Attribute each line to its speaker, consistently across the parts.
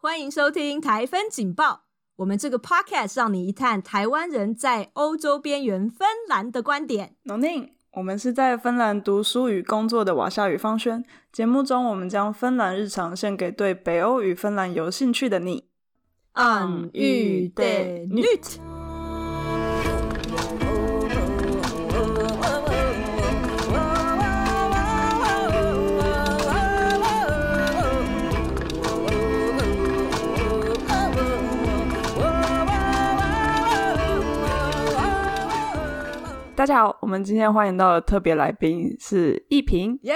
Speaker 1: 欢迎收听台风警报。我们这个 podcast 让你一探台湾人在欧洲边缘芬兰的观点。
Speaker 2: 农宁，我们是在芬兰读书与工作的瓦夏与方轩。节目中，我们将芬兰日常献给对北欧与芬兰有兴趣的你。
Speaker 1: 嗯，
Speaker 2: 预备
Speaker 1: nyt。
Speaker 2: 大家好，我们今天欢迎到的特别来宾是一平，
Speaker 1: 耶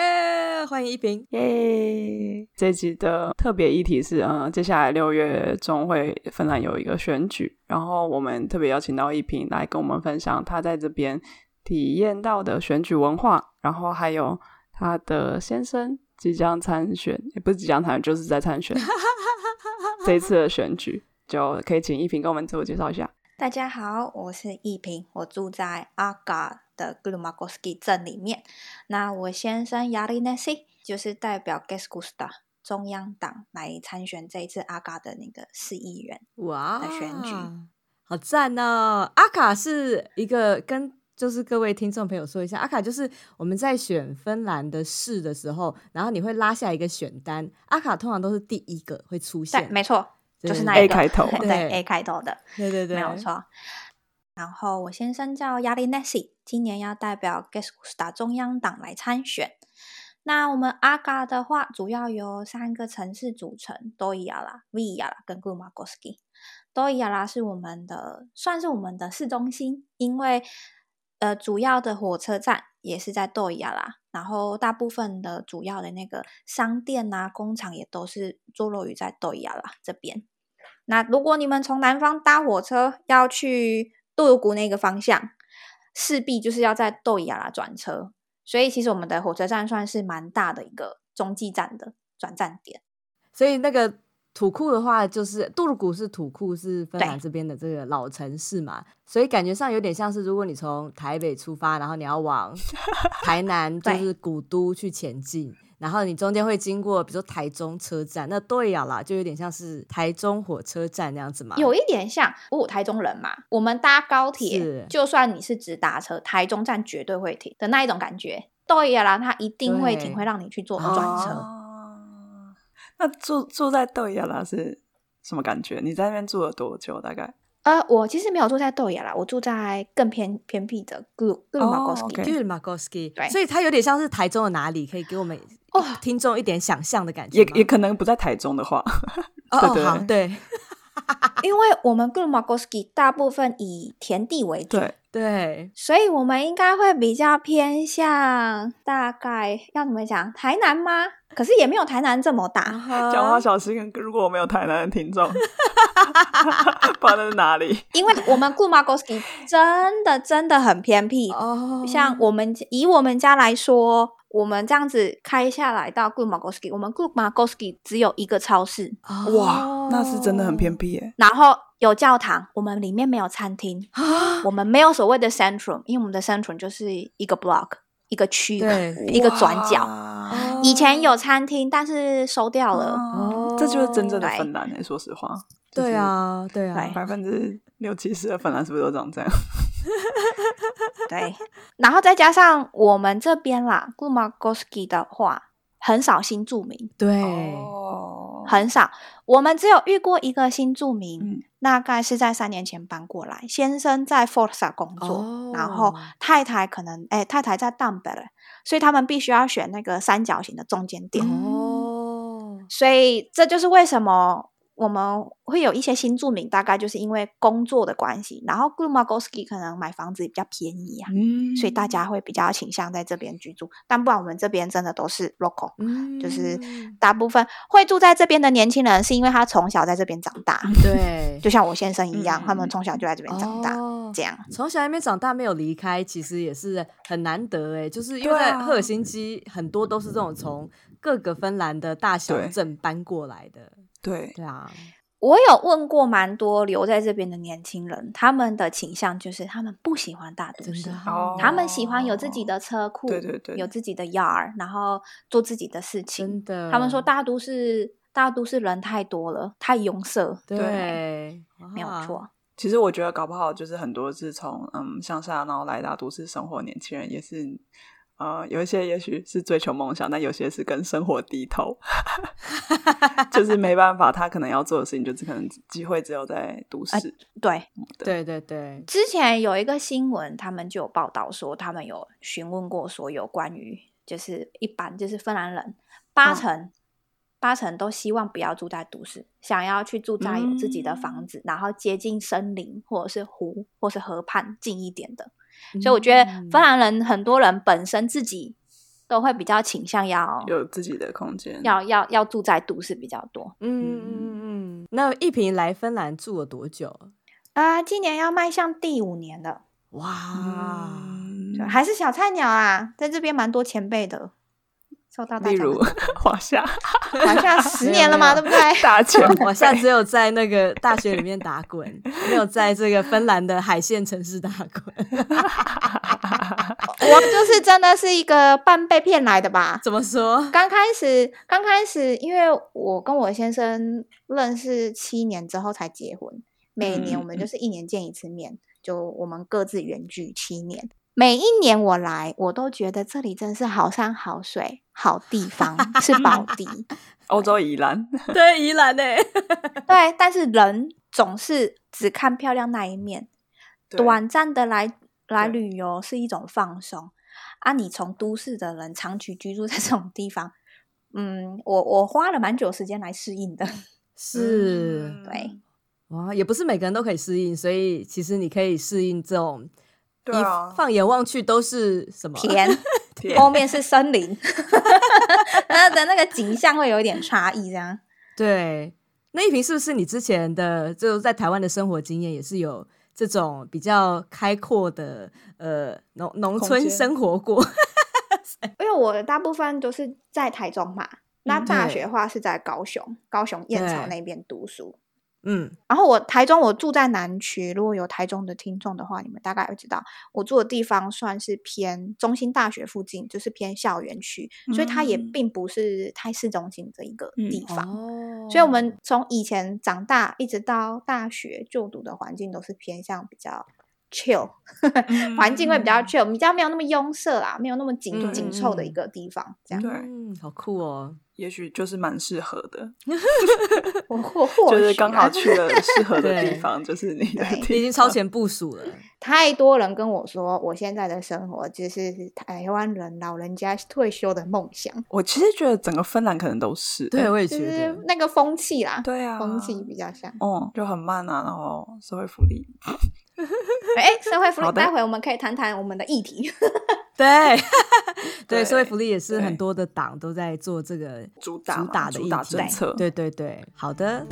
Speaker 1: 欢迎一平。
Speaker 2: 耶、这一集的特别议题是，嗯，接下来六月中会芬兰有一个选举，然后我们特别邀请到一平来跟我们分享他在这边体验到的选举文化，然后还有他的先生即将参选，也不是即将参选，就是在参 选这一次的选举，就可以请一平跟我们自我介绍一下。
Speaker 3: 大家好，我是一平，我住在阿嘎的 Glumagoski 镇里面。那我先生 Yarinesi 就是代表 Keskusta 中央党来参选这一次阿嘎的那个市议员。
Speaker 1: 哇
Speaker 3: 的选举
Speaker 1: 好赞哦！阿卡是一个跟就是各位听众朋友说一下，阿卡就是我们在选芬兰的市的时候，然后你会拉下一个选单，阿卡通常都是第一个会出
Speaker 3: 对，
Speaker 1: 现，
Speaker 3: 没错，
Speaker 1: 对
Speaker 3: 就是
Speaker 1: 对
Speaker 3: 那
Speaker 1: 对
Speaker 3: 一
Speaker 2: A
Speaker 3: 个
Speaker 2: 开头
Speaker 3: 对
Speaker 1: 对
Speaker 3: A 开头的，
Speaker 1: 对对对，
Speaker 3: 没有错。然后我先生叫 Yarinesi，今年要代表 Keskusta 中央党来参选。那我们阿嘎的话，主要由三个城市组成：多伊亚拉、维亚拉跟 Glumagoski。多伊亚拉是我们的，算是我们的市中心，因为呃主要的火车站也是在多伊亚拉，然后大部分的主要的那个商店啊、工厂也都是坐落于在多伊亚拉这边。那如果你们从南方搭火车要去杜鲁谷那个方向，势必就是要在豆伊亚拉转车，所以其实我们的火车站算是蛮大的一个中继站的转站点。
Speaker 1: 所以那个土库的话，就是杜鲁谷是土库，是芬兰
Speaker 3: 对
Speaker 1: 这边的这个老城市嘛，所以感觉上有点像是，如果你从台北出发，然后你要 往台南，就
Speaker 3: 对
Speaker 1: 是古都去前进。然后你中间会经过，比如说台中车站，那对呀啦，就有点像是台中火车站那样子嘛。
Speaker 3: 有一点像我台中人嘛，我们搭高
Speaker 1: 是
Speaker 3: 铁，就算你是直达车，台中站绝对会停的那一种感觉。豆伊亚拉它一定会
Speaker 1: 对
Speaker 3: 停，会让你去坐
Speaker 1: 哦
Speaker 3: 转车。
Speaker 2: 哦那住住在豆亚拉是什么感觉？你在那边住了多久？大概？
Speaker 3: 呃，我其实没有住在豆伊亚拉，我住在更偏偏僻的格鲁格鲁马
Speaker 2: 哦
Speaker 3: 戈斯基。
Speaker 2: ，OK
Speaker 1: 对马 o s k i
Speaker 3: 对
Speaker 1: 所以它有点像是台中的哪里，可以给我们
Speaker 3: 哦
Speaker 1: 听众一点想象的感觉
Speaker 2: 也
Speaker 1: 吗。
Speaker 2: 也可能不在台中的 话，
Speaker 1: 哦
Speaker 2: 对
Speaker 1: 哦
Speaker 2: 对
Speaker 1: 好对
Speaker 3: 因为我们 g l u m a g o s k i 大部分以田地为主，
Speaker 2: 对，
Speaker 1: 对，
Speaker 3: 所以我们应该会比较偏向大概要怎么讲台南吗？可是也没有台南这么大。
Speaker 2: 讲
Speaker 1: 讲
Speaker 2: 话小心。如果我没有台南的听众， 不知道那是哪里。
Speaker 3: 因为我们 g l u m a g o s k i 真的真的很偏僻。
Speaker 1: 哦，
Speaker 3: 像我们以我们家来说，我们这样子开下来到 g l u m a g o s k i 我们 g l u m a g o s k i 只有一个超市，
Speaker 2: 哇，那是真的很偏
Speaker 1: 僻
Speaker 2: 僻耶。
Speaker 3: 然后有教堂，我们里面没有餐厅，
Speaker 1: 啊！
Speaker 3: 我们没有所谓的 centrum，因为我们的 centrum 就是一个 block，一个区，
Speaker 1: 对
Speaker 3: 一个转角。
Speaker 2: 角
Speaker 3: 啊以前
Speaker 1: 哦
Speaker 3: 有餐厅，但是收掉了。
Speaker 1: 嗯
Speaker 2: 哦，这就是真正的
Speaker 3: 对
Speaker 2: 芬兰诶。说实话，就是
Speaker 1: 对，啊，对啊，
Speaker 3: 对
Speaker 2: 百分之六七十的芬兰是不是都长这样？
Speaker 3: 对，然后再加上我们这边啦 g l u m a g o s k i 的话，很少新住民，
Speaker 1: 对，
Speaker 2: 哦
Speaker 3: 很少。我们只有遇过一个新住民，
Speaker 2: 嗯
Speaker 3: 大概是在三年前搬过来。先生在 Forza 工作，然后
Speaker 1: 哦
Speaker 3: 太太可能，哎，太太在 d a m b e r 所以他们必须要选那个三角形的中间点。
Speaker 1: 哦，
Speaker 3: 所以这就是为什么我们会有一些新住民，大概就是因为工作的关系，然后 g l u m a g o s k i 可能买房子比较便宜啊，
Speaker 2: 嗯
Speaker 3: 所以大家会比较倾向在这边居住。但不然我们这边真的都是 local，
Speaker 1: 嗯
Speaker 3: 就是大部分会住在这边的年轻人，是因为他从小在这边长大，
Speaker 1: 嗯对，
Speaker 3: 就像我先生一样，他们
Speaker 2: 嗯
Speaker 3: 从小就在这边长大，
Speaker 1: 哦
Speaker 3: 这样。
Speaker 1: 从小还没长大，没有离开，其实也是很难得哎。就是因为
Speaker 2: 对啊
Speaker 1: 在赫尔辛基，很多都是这种从各个芬兰的大小
Speaker 2: 对
Speaker 1: 镇搬过来的。
Speaker 2: 对
Speaker 1: 对啊，
Speaker 3: 我有问过蛮多留在这边的年轻人，他们的倾向就是他们不喜欢大都
Speaker 1: 真
Speaker 3: 市
Speaker 1: 的，
Speaker 2: 哦
Speaker 3: 他们喜欢有自己的车库，
Speaker 2: 对对对
Speaker 3: 有自己的 yard，然后做自己的事
Speaker 1: 真
Speaker 3: 情。
Speaker 1: 的，
Speaker 3: 他们说大都市大都市人太多了，太拥塞，
Speaker 1: 对，
Speaker 3: 没有
Speaker 2: 啊
Speaker 1: 哇。
Speaker 3: 错。
Speaker 2: 其实我觉得搞不好就是很多是从嗯乡下然后来到都市生活，年轻人也是。呃，有一些也许是追求梦想，但有些是跟生活低头， 就是没办法，他可能要做的事情，就是可能机会只有在都
Speaker 3: 呃
Speaker 2: 市。
Speaker 3: 对，
Speaker 1: 对对对，
Speaker 3: 之前有一个新闻，他们就有报道说，他们有询问过所有关于就是一般就是芬兰人八
Speaker 2: 嗯
Speaker 3: 成、八成都希望不要住在都市，想要去住在有自己的
Speaker 2: 嗯
Speaker 3: 房子，然后接近森林或者是湖或是河畔近一点的。所以我觉得
Speaker 1: 嗯
Speaker 3: 芬兰人很多人本身自己都会比较倾向要
Speaker 2: 有自己的空间，
Speaker 3: 哦要要要住在都市比较多。
Speaker 1: 嗯嗯嗯嗯。那一平来芬兰住了多久？
Speaker 3: 啊、今年要迈向第五年了，
Speaker 1: 哇，
Speaker 2: 嗯
Speaker 3: 对还是小菜鸟啦，在这边蛮多前辈的，受到大
Speaker 2: 例
Speaker 3: 家的
Speaker 2: 如 华夏
Speaker 3: 好像十年了嘛，
Speaker 1: 没有
Speaker 3: 对不对？
Speaker 2: 大前辈
Speaker 1: 我下次只有在那个大学里面打滚，没有在这个芬兰的海线城市打滚。
Speaker 3: 我就是真的是一个半被骗来的吧。
Speaker 1: 怎么说？
Speaker 3: 刚开始，刚开始，因为我跟我先生认识七年之后才结婚，每年我们就是一年见一次面，就我们各自远距七年。每一年我来，我都觉得这里真是好山好水，好地方是宝地。
Speaker 2: 欧洲宜兰，
Speaker 1: 对，宜兰欸呢、
Speaker 3: 对，但是人总是只看漂亮那一面，
Speaker 2: 对
Speaker 3: 短暂的来来
Speaker 2: 对
Speaker 3: 旅游是一种放松啊！你从都市的人长期居住在这种地方，嗯，我我花了蛮久时间来适应的。
Speaker 1: 是
Speaker 2: 嗯
Speaker 3: 对
Speaker 1: 哇，也不是每个人都可以适应，所以其实你可以适应这种。
Speaker 2: 对啊
Speaker 1: 一，放眼望去都是什么？
Speaker 3: 田
Speaker 2: 天
Speaker 3: 后面是森林， 它的那个景象会有一点差异，这样。
Speaker 1: 对，那一平是不是你之前的就是在台湾的生活经验也是有这种比较开阔的呃农农
Speaker 2: 空
Speaker 1: 村
Speaker 2: 间
Speaker 1: 生活过？
Speaker 3: 因为我大部分都是在台中嘛，那
Speaker 1: 嗯
Speaker 3: 大
Speaker 1: 对
Speaker 3: 学的话是在高雄，高雄燕巢
Speaker 1: 对
Speaker 3: 那边读书。
Speaker 1: 嗯，
Speaker 3: 然后我台中，我住在南区。如果有台中的听众的话，你们大概会知道，我住的地方算是偏中心大学附近，就是偏校园区，所以它也
Speaker 2: 嗯
Speaker 3: 并不是太市中心的一个
Speaker 2: 嗯
Speaker 3: 地方。
Speaker 1: 哦
Speaker 3: 所以，我们从以前长大一直到大学就读的环境，都是偏向比较 chill，环
Speaker 2: 嗯
Speaker 3: 境会比较 chill，比较没有那么拥塞啦，没有那么紧
Speaker 1: 嗯
Speaker 3: 紧
Speaker 1: 嗯
Speaker 3: 凑的一
Speaker 1: 嗯
Speaker 3: 个地方。这样，
Speaker 2: 对
Speaker 1: 嗯，好酷 哦！
Speaker 2: 也许就是蛮适合的，
Speaker 3: 我或或
Speaker 2: 就是
Speaker 3: 许啊
Speaker 2: 刚
Speaker 3: 啦
Speaker 2: 好去了适合 的地
Speaker 1: 对
Speaker 2: 方，就是你的
Speaker 3: 对
Speaker 1: 你已
Speaker 2: 地
Speaker 1: 经超前部署了，
Speaker 3: 太多人跟我说，我现在的生活就是台湾人老人家退休的梦想，
Speaker 2: 我其实觉得整个芬兰可能都是，欸
Speaker 1: 对，我也
Speaker 3: 就
Speaker 1: 觉
Speaker 3: 是
Speaker 1: 得。
Speaker 3: 那个风气啦，
Speaker 2: 对啊，
Speaker 3: 风气比较像。
Speaker 2: 哦，就很慢啊，然后社会福利，
Speaker 3: 哎，社会福利，
Speaker 2: 好的
Speaker 3: 待会我们可以谈谈我们的议题。
Speaker 1: 对 对，
Speaker 2: 对
Speaker 1: 社会福利也是
Speaker 2: 对
Speaker 1: 很多的党都在做这个
Speaker 2: 主打嘛
Speaker 1: 主打的
Speaker 2: 主
Speaker 1: 议
Speaker 2: 打
Speaker 1: 题
Speaker 2: 政策
Speaker 1: 对对对，好的，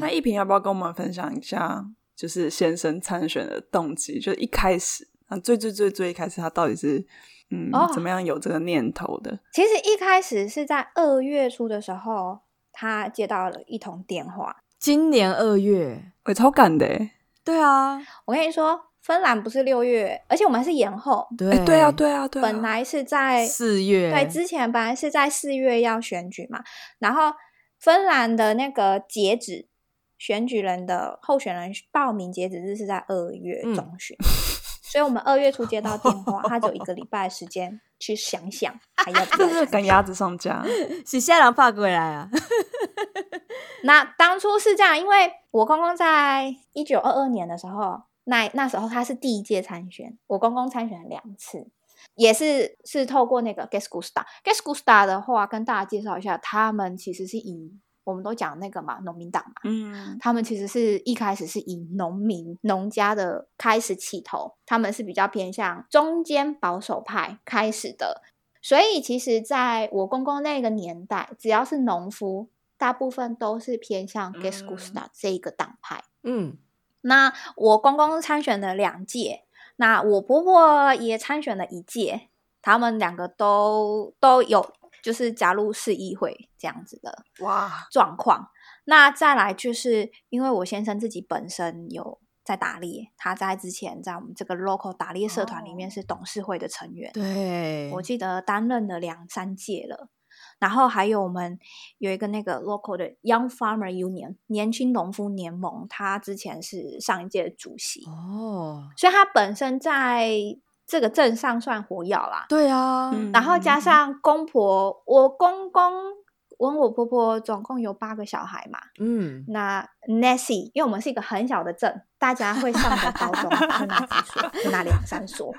Speaker 2: 那一平要不要跟我们分享一下，就是先生参选的动机？就是一开始，啊，最最最最一开始，他到底是嗯、
Speaker 3: 哦
Speaker 2: 怎么样有这个念头的？
Speaker 3: 其实一开始是在二月初的时候，他接到了一通电话。
Speaker 1: 今年二月，
Speaker 2: 我、超赶的欸，
Speaker 1: 对啊，
Speaker 3: 我跟你说，芬兰不是六月，而且我们还是延后，
Speaker 1: 对
Speaker 2: 哎、对啊，对啊，对啊，
Speaker 3: 本来是在
Speaker 1: 四月，
Speaker 3: 对，之前本来是在四月要选举嘛，然后芬兰的那个截止选举人的候选人报名截止日是在二月
Speaker 1: 嗯
Speaker 3: 中旬，所以我们二月初接到电话，他只有一个礼拜的时间去想想还要不
Speaker 2: 这
Speaker 3: 要
Speaker 2: 是
Speaker 3: 参
Speaker 2: 赶
Speaker 3: 选
Speaker 2: 鸭子上架，
Speaker 1: 是下人发过来啊，
Speaker 3: 那当初是这样，因为我公公在一九二二年的时候，那那时候他是第一届参选，我公公参选了两次，也是是透过那个 Guess g u s t a g u e s g u s t a 的话，跟大家介绍一下，他们其实是以我们都讲那个嘛，农民党嘛，
Speaker 2: 嗯，
Speaker 3: 他们其实是一开始是以农民农家的开始起头，他们是比较偏向中间保守派开始的。所以其实，在我公公那个年代，只要是农夫，大部分都是偏向 g e s g u s t a 这一个党派。
Speaker 1: 嗯，
Speaker 3: 那我公公参选了两届，那我婆婆也参选了一届，他们两个都都有就是加入市议会这样子的
Speaker 2: 哇，
Speaker 3: 状况。那再来就是因为我先生自己本身有在打猎，他在之前在我们这个 local 打猎社团里
Speaker 2: 哦
Speaker 3: 面是董事会的成员，
Speaker 1: 对，
Speaker 3: 我记得担任了两三届了。然后还有我们有一个那个 local 的 Young Farmer Union 年轻农夫联盟，他之前是上一届的主席，
Speaker 1: 哦，
Speaker 3: 所以他本身在这个镇上算活跃啦。
Speaker 1: 对啊，
Speaker 2: 嗯
Speaker 3: 然后加上公婆，我公公跟我婆婆总共有八个小孩嘛。
Speaker 1: 嗯，
Speaker 3: 那 Nancy，因为我们是一个很小的镇，大家会上的高中就那几所，就那两三所，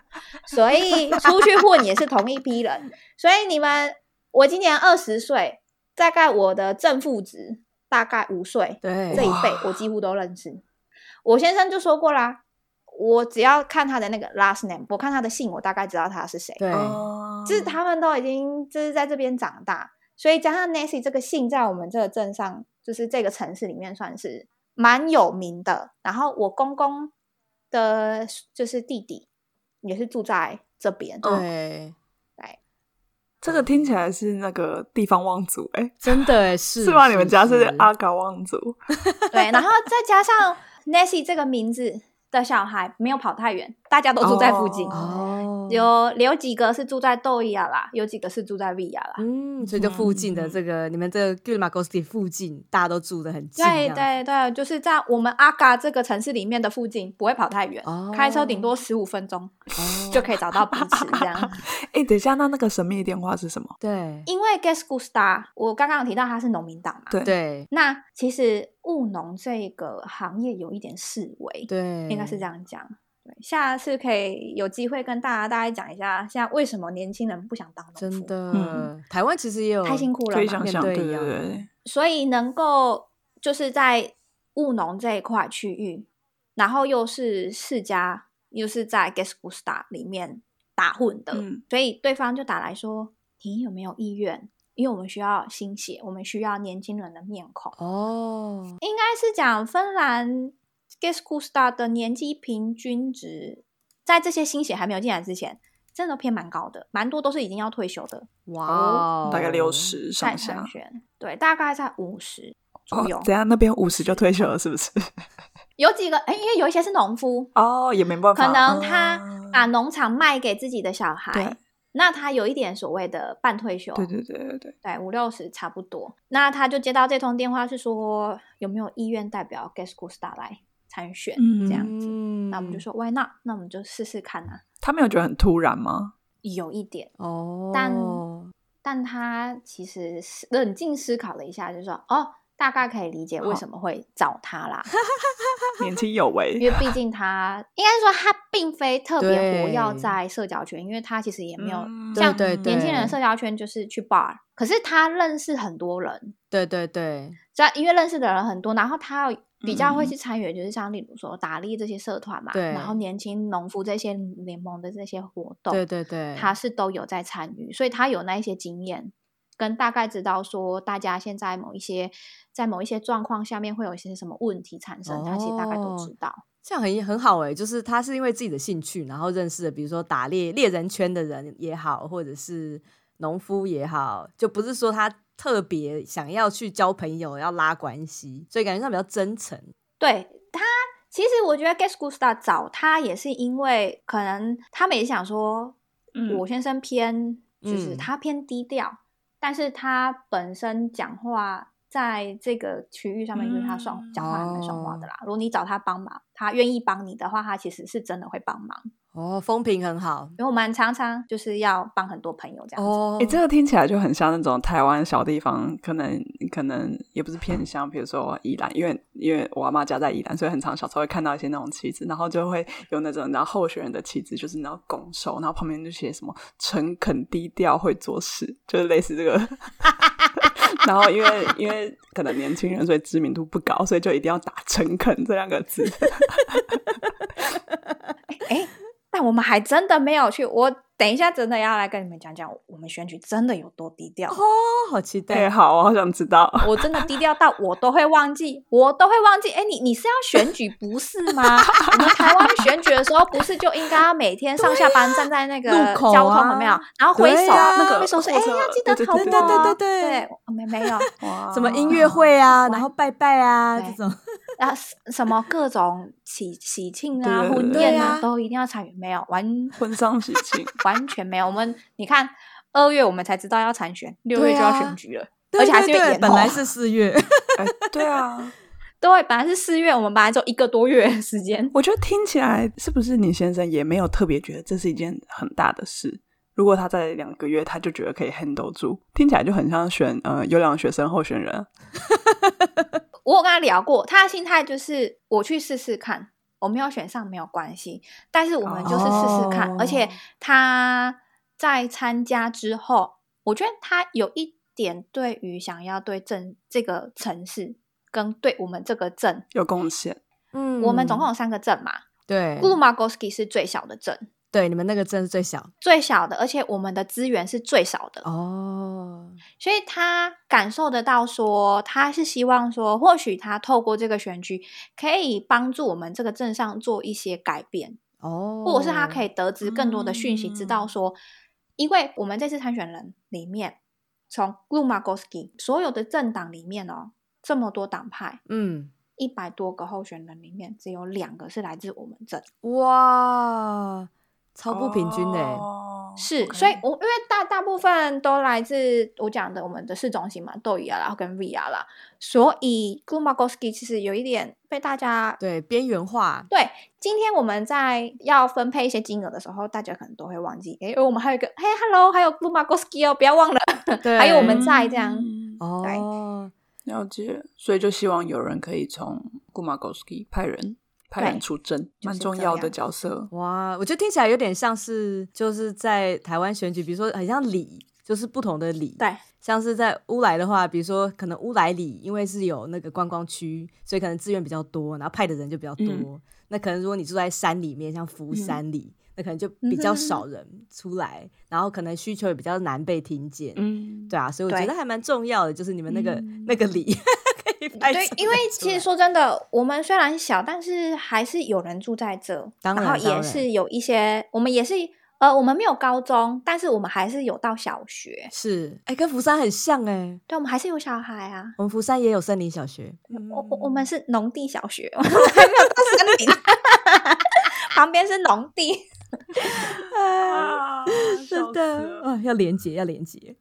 Speaker 3: 所以出去混也是同一批人。所以你们，我今年二十岁，大概我的正负值大概五岁，
Speaker 1: 对，
Speaker 3: 这一辈我几乎都认识。我先生就说过啦，我只要看他的那个 last name，我看他的姓，我大概知道他是谁。
Speaker 1: 对，
Speaker 2: 哦
Speaker 3: 就是他们都已经就是在这边长大，所以加上 Nancy 这个姓在我们这个镇上，就是这个城市里面算是蛮有名的。然后我公公的就是弟弟也是住在这边，
Speaker 1: 对，
Speaker 2: 这个听起来是那个地方望族，哎、
Speaker 1: 真的 欸是
Speaker 2: 是吗？你们家
Speaker 1: 是
Speaker 2: 是
Speaker 3: 啊
Speaker 2: 阿嘎望族？
Speaker 3: 对，然后再加上 Nancy 这个名字的小孩没有跑太远，大家都住在附近。
Speaker 1: 哦，
Speaker 3: 有啊有几个是住在豆亚啦，有几个是住在利亚啦。
Speaker 1: 嗯，所以就附近的这个，你们这个 g u l m a g o s t i 附近，大家都住的很近，
Speaker 3: 对，对对，就是在我们阿嘎这个城市里面的附近，不会跑太远，
Speaker 1: 哦
Speaker 3: 开车顶多十五分钟、
Speaker 1: 哦
Speaker 3: 就可以找到彼此这 样。
Speaker 2: 哎、等一下，那那个神秘的电话是什么？
Speaker 1: 对
Speaker 3: 因为 Guess Who Star，我刚刚有提到他是农民党嘛，
Speaker 2: 对
Speaker 1: 对
Speaker 3: 那其实务农这个行业有一点式微，
Speaker 1: 对，
Speaker 3: 应该是这样讲。对，下次可以有机会跟大家大概讲一下，现在为什么年轻人不想当农夫？
Speaker 1: 真的
Speaker 2: 嗯，
Speaker 1: 台湾其实也有
Speaker 3: 太辛苦了
Speaker 2: 可以
Speaker 3: 嘛
Speaker 2: 想
Speaker 1: 面
Speaker 2: 象，
Speaker 1: 对
Speaker 2: 对
Speaker 1: 一
Speaker 2: 对
Speaker 1: 样
Speaker 2: 对，
Speaker 3: 所以能够就是在务农这一块区域，然后又是世家，又是在 g e s g u s t a 里面打混的，
Speaker 2: 嗯
Speaker 3: 所以对方就打来说：“你有没有意愿？因为我们需要新血，我们需要年轻人的面孔。
Speaker 1: 哦，
Speaker 3: 应该是讲芬兰 g e s g u s t a 的年纪平均值，在这些新血还没有进来之前，真的偏蛮高的，蛮多都是已经要退休的
Speaker 1: 哇哦，
Speaker 2: 大概六十
Speaker 3: 在
Speaker 2: 上下
Speaker 3: 参。选，对，大概在五十
Speaker 2: 哦
Speaker 3: 左右。，
Speaker 2: 怎样？那边五十就退休了，是不 是？
Speaker 3: 有几个，哎，因为有一些是农夫，
Speaker 2: 哦，也没办法，
Speaker 3: 可能他
Speaker 2: 嗯
Speaker 3: 把农场卖给自己的小孩，
Speaker 2: 对
Speaker 3: 那他有一点所谓的半退休，
Speaker 2: 对对对对对，
Speaker 3: 对五六十差不多。那他就接到这通电话，是说有没有意愿代表 g e s g u s t a 来参选、
Speaker 2: 嗯
Speaker 3: 这样子。
Speaker 1: 嗯，
Speaker 3: 那我们就说 Why not？那我们就试试看啊。
Speaker 2: 他没有觉得很突然吗？
Speaker 3: 有一点，
Speaker 1: 哦，
Speaker 3: 但但他其实是冷静思考了一下，就说哦，大概可以理
Speaker 1: 哦
Speaker 3: 解为什么会找他啦。
Speaker 2: 年轻有为
Speaker 3: 因，为毕竟他应该是说他并非特别活跃
Speaker 1: 对
Speaker 3: 在社交圈，因为他其实也没有、
Speaker 2: 嗯
Speaker 3: 像
Speaker 1: 对对
Speaker 3: 年轻
Speaker 1: 对
Speaker 3: 人的社交圈就是去 bar，可是他认识很多人，
Speaker 1: 对对对，
Speaker 3: 只要因为认识的人很多，然后他有比较会
Speaker 2: 嗯
Speaker 3: 去参与，就是像例如说打猎这些社团嘛，
Speaker 1: 对
Speaker 3: 然后年轻农夫这些联盟的这些活动，
Speaker 1: 对对对，
Speaker 3: 他是都有在参与，所以他有那一些经验，跟大概知道说大家现在某一些在某一些状况下面会有一些什么问题产生，他其实大概都知
Speaker 1: 哦
Speaker 3: 道。
Speaker 1: 这样很很好哎、就是他是因为自己的兴趣，然后认识的，比如说打猎猎人圈的人也好，或者是农夫也好，就不是说他特别想要去交朋友、要拉关系，所以感觉上比较真诚。
Speaker 3: 对他，其实我觉得 Guess Who Star 找他也是因为可能他们也想说，
Speaker 2: 嗯
Speaker 3: 我先生偏就是
Speaker 1: 嗯
Speaker 3: 他偏低调，但是他本身讲话。在这个区域上面，就是他算
Speaker 2: 嗯
Speaker 3: 讲话还蛮算话的啦。如果你找他帮忙，他愿意帮你的话，他其实是真的会帮忙。
Speaker 1: 哦，风评很好
Speaker 3: 因为我们常常就是要帮很多朋友这样子。
Speaker 1: 哦
Speaker 2: 哎、，这个听起来就很像那种台湾小地方，可能可能也不是偏乡，比如说宜兰，因为因为我阿妈家在宜兰，所以很常小时候会看到一些那种旗子，然后就会有那种然后候选人的旗子，就是然后拱手，然后旁边就写什么诚恳低调会做事，就是类似这个。 然后因为因为可能年轻人，所以知名度不高，所以就一定要打诚恳这两个字。
Speaker 3: 哎、但我们还真的没有去。我等一下真的要来跟你们讲讲，我们选举真的有多低调。
Speaker 1: 哦，好期
Speaker 2: 哎、
Speaker 1: 待。
Speaker 2: 好，我好想知道。
Speaker 3: 我真的低调到我都会忘记，我都会忘记。哎，你你是要选举不是吗？ 我们台湾选举的时候，不是就应该要每天上下班站在那个
Speaker 1: 路口啊
Speaker 3: 交通有没有？然后挥
Speaker 1: 对
Speaker 3: 手，
Speaker 1: 啊
Speaker 3: 那个挥手说：“哎，
Speaker 2: 或者
Speaker 3: 要记得
Speaker 2: 对对
Speaker 3: 投我。”
Speaker 2: 对
Speaker 1: 对对对对
Speaker 3: 哦对，我没没有。
Speaker 2: 哇
Speaker 3: 哦
Speaker 1: 什么音乐会啊，然后拜拜啊，这种
Speaker 3: 啊什么各种喜喜庆啊、
Speaker 2: 对对
Speaker 3: 婚
Speaker 2: 对
Speaker 3: 宴
Speaker 1: 对啊
Speaker 3: 啊，都一定要参与，没有完
Speaker 2: 婚丧喜庆，
Speaker 3: 完全没有。我们你看，二月我们才知道要参选，六月就要
Speaker 1: 对啊
Speaker 3: 选举了。
Speaker 1: 对
Speaker 3: 而且还是
Speaker 1: 对
Speaker 3: 因为
Speaker 1: 对
Speaker 3: 延
Speaker 1: 本
Speaker 3: 后嗯
Speaker 1: 来是四 月，
Speaker 2: 哎，对啊，
Speaker 3: 对，本来是四月，我们本来就一个多月的时间。
Speaker 2: 我觉得听起来是不是你先生也没有特别觉得这是一件很大的事？如果他在两个月，他就觉得可以 handle 住，听起来就很像选呃优良学生候选人。
Speaker 3: 我有跟他聊过，他的心态就是我去试试看，我没有选上没有关系，但是我们就是试试看。
Speaker 1: 哦
Speaker 3: 而且他在参加之后，我觉得他有一点对于想要对政这个城市跟对我们这个镇，
Speaker 2: 有贡献，
Speaker 1: 嗯
Speaker 3: 我们总共有三个镇嘛，
Speaker 1: 对
Speaker 3: 古鲁马戈斯基是最小的镇，
Speaker 1: 对，你们那个镇是最小
Speaker 3: 最小的，而且我们的资源是最少的。
Speaker 1: 哦，
Speaker 3: 所以他感受得到说，他是希望说，或许他透过这个选举，可以帮助我们这个镇上做一些改变，
Speaker 1: 哦，
Speaker 3: 或者是他可以得知更多的讯息，知道
Speaker 1: 嗯
Speaker 3: 说，因为我们这次参选人里面，从 g l u m a g o s k i 所有的政党里面哦，这么多党派，
Speaker 1: 嗯
Speaker 3: 一百多个候选人里面，只有两个是来自我们镇，
Speaker 1: 哇，超不平均的欸、
Speaker 2: 哦
Speaker 3: 是
Speaker 2: OK
Speaker 3: 所以我因为大大部分都来自我讲的我们的市中心嘛，豆芽啦跟 VR 啦，所以 g u m a g o s k i 其实有一点被大家
Speaker 1: 对边缘 化，
Speaker 3: 对今天我们在要分配一些金额的时候，大家可能都会忘记，诶，我们还有一个，嘿，Hello，还有 g u m a g o s k i 哦，不要忘了，
Speaker 1: 对，
Speaker 3: 还有我们在这样
Speaker 2: 嗯
Speaker 3: 对
Speaker 1: 哦，
Speaker 2: 了解，所以就希望有人可以从 Gumagoski 派人派人
Speaker 3: 对
Speaker 2: 出征，
Speaker 3: 就
Speaker 2: 蛮
Speaker 3: 是
Speaker 2: 重
Speaker 3: 这
Speaker 2: 要的
Speaker 3: 样
Speaker 2: 角色。
Speaker 1: 哇，我觉得听起来有点像是就是在台湾选举，比如说很像里，就是不同的里，
Speaker 3: 对，
Speaker 1: 像是在乌来的话，比如说可能乌来里，因为是有那个观光区，所以可能资源比较多，然后派的人就比较多。
Speaker 2: 嗯
Speaker 1: 那可能如果你住在山里面，像福
Speaker 3: 嗯
Speaker 1: 山里，那可能就比较少人出来，然后可能需求也比较难被听见。
Speaker 2: 嗯，
Speaker 1: 对啊，所以我觉
Speaker 3: 对嗯
Speaker 1: 得还蛮重要的，就是你们那个、那个里 可以派
Speaker 3: 对
Speaker 1: 出，
Speaker 3: 因为
Speaker 1: 来出
Speaker 3: 其实
Speaker 1: 来
Speaker 3: 说真的，我们虽然小，但是还是有人住在这，
Speaker 1: 当然
Speaker 3: 后
Speaker 1: 当
Speaker 3: 也
Speaker 1: 然
Speaker 3: 是有一些，我们也是呃，我们没有高中，但是我们还是有到小学，
Speaker 1: 是哎、跟福山很像哎、
Speaker 3: 对，我们还是有小孩啊。
Speaker 1: 我们福山也有森林小学，
Speaker 3: 我我
Speaker 1: 嗯
Speaker 3: 我们是农地小学，我们还没有到森林， 旁边是农地。
Speaker 2: 啊，
Speaker 1: 真
Speaker 2: 笑
Speaker 1: 的
Speaker 2: 死了
Speaker 1: 哦，要连接要连接，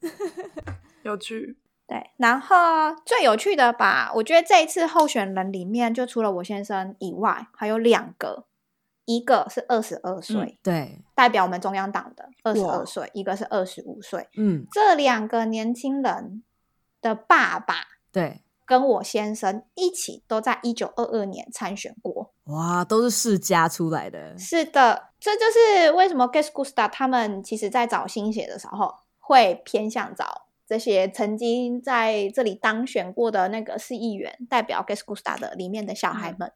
Speaker 2: 有趣。
Speaker 3: 对，然后最有趣的吧，我觉得这一次候选人里面，就除了我先生以外，还有两个，一个是二十二岁，
Speaker 1: 对，
Speaker 3: 代表我们中央党的二十
Speaker 2: 哇
Speaker 3: 二岁，一个是二十五岁，
Speaker 1: 嗯，
Speaker 3: 这两个年轻人的爸爸
Speaker 1: 对，
Speaker 3: 跟我先生一起都在一九二二年参选过。
Speaker 1: 哇，都是世家出来的，
Speaker 3: 是的，这就是为什么 g e s g u s t a 他们其实在找新血的时候会偏向找这些曾经在这里当选过的那个市议员代表 g e s g u s t a 的里面的小孩们，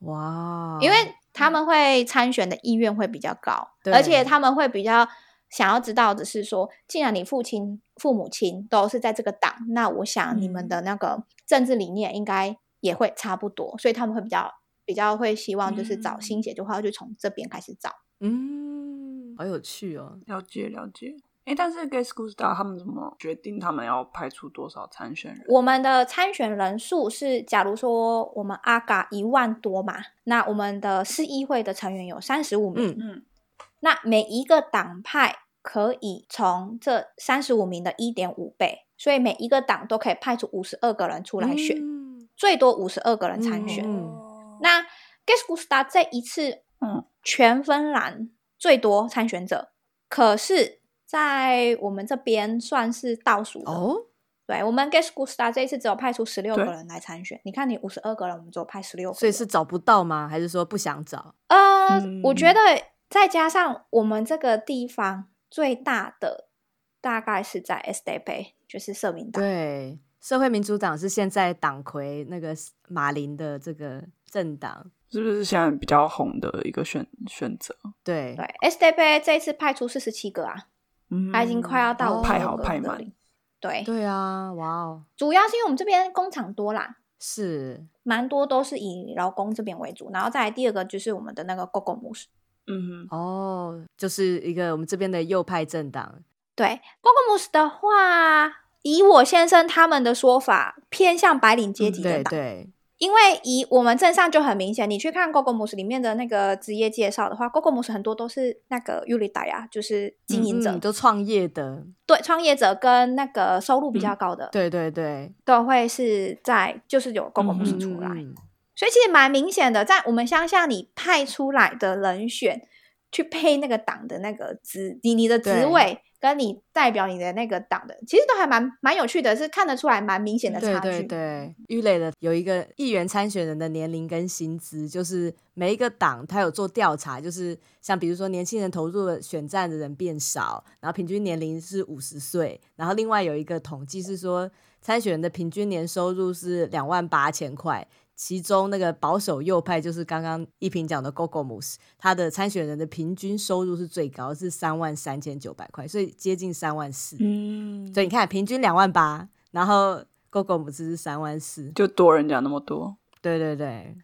Speaker 1: 哇，
Speaker 3: 因为他们会参选的意愿会比较高，
Speaker 1: 嗯对
Speaker 3: 而且他们会比较想要知道的是说，既然你父亲、父母亲都是在这个党，那我想你们的那个政治理念应该也会差不多，所以他们会比较比较会希望就是找
Speaker 2: 嗯
Speaker 3: 新血的话，就从这边开始找。
Speaker 1: 嗯，好有趣哦，
Speaker 2: 了解了解。哎，但是 Gay School Star 他们怎么决定他们要派出多少参选人？
Speaker 3: 我们的参选人数是，假如说我们阿嘎一万多嘛，那我们的市议会的成员有三十五名，
Speaker 1: 嗯
Speaker 2: 嗯，
Speaker 3: 那每一个党派可以从这三十五名的一点五倍，所以每一个党都可以派出五十二个人出来选，
Speaker 1: 嗯
Speaker 3: 最多五十二个人参选。
Speaker 1: 嗯
Speaker 3: 那 g e s g u s t a 这一次，
Speaker 2: 嗯，
Speaker 3: 全芬兰最多参选者，可是在我们这边算是倒数的
Speaker 1: 哦，
Speaker 3: 对我们 g e s g u s t a 这一次只有派出十六个
Speaker 2: 对
Speaker 3: 人来参选，你看你五十二个人，我们只有派十六个人，
Speaker 1: 所以是找不到吗？还是说不想找？
Speaker 3: 呃，我觉
Speaker 2: 嗯
Speaker 3: 得再加上我们这个地方最大的大概是在 SDP，就是社民党，
Speaker 1: 对，社会民主党是现在党魁那个马林的这个政党，
Speaker 2: 是不是现在比较红的一个选选择？
Speaker 1: 对，
Speaker 3: 对 SDP 这一次派出四十七个啊，
Speaker 2: 嗯，
Speaker 3: 他已经快要到
Speaker 1: 哦
Speaker 3: 五
Speaker 2: 派好派满，
Speaker 3: 对，
Speaker 1: 对啊，哇哦，
Speaker 3: 主要是因为我们这边工厂多啦，
Speaker 1: 是，
Speaker 3: 蛮多都是以劳工这边为主，然后再来第二个就是我们的那个 GoGo 模式。
Speaker 2: 嗯哼，
Speaker 1: 哦，就是一个我们这边的右派政党，
Speaker 3: 对 g o g o m u s 的话，以我先生他们的说法，偏向白领阶级
Speaker 1: 嗯对
Speaker 3: 的党，
Speaker 1: 对，
Speaker 3: 因为以我们镇上就很明显，你去看 Google Moose 里面的那个职业介绍的话，Google Moose 很多都是那个 u l i d a 呀，就是经营者，
Speaker 1: 嗯嗯就创业的，
Speaker 3: 对创业者跟那个收入比较高的，
Speaker 1: 嗯对对对，
Speaker 3: 都会是在就是有 Google Moose 出来，
Speaker 1: 嗯嗯嗯
Speaker 3: 所以其实蛮明显的，在我们乡下你派出来的人选去配那个党的那个职，你你的职
Speaker 1: 对
Speaker 3: 位。跟你代表你的那个党的，其实都还蛮蛮有趣的，是看得出来蛮明显的差
Speaker 1: 对
Speaker 3: 距。
Speaker 1: 对对，郁磊的有一个议员参选人的年龄跟薪资，就是每一个党他有做调查，就是像比如说年轻人投入了选战的人变少，然后平均年龄是五十岁，然后另外有一个统计是说参选人的平均年收入是两万八千块。其中那个保守右派就是刚刚一平讲的 Gogo m o s 他的参选人的平均收入是最高，是三万三千九百块，所以接近三万四。
Speaker 3: 嗯
Speaker 1: 所以你看，平均两万八，然后 GoGo 母只是三万四，
Speaker 2: 就多人讲那么多，
Speaker 1: 对对对，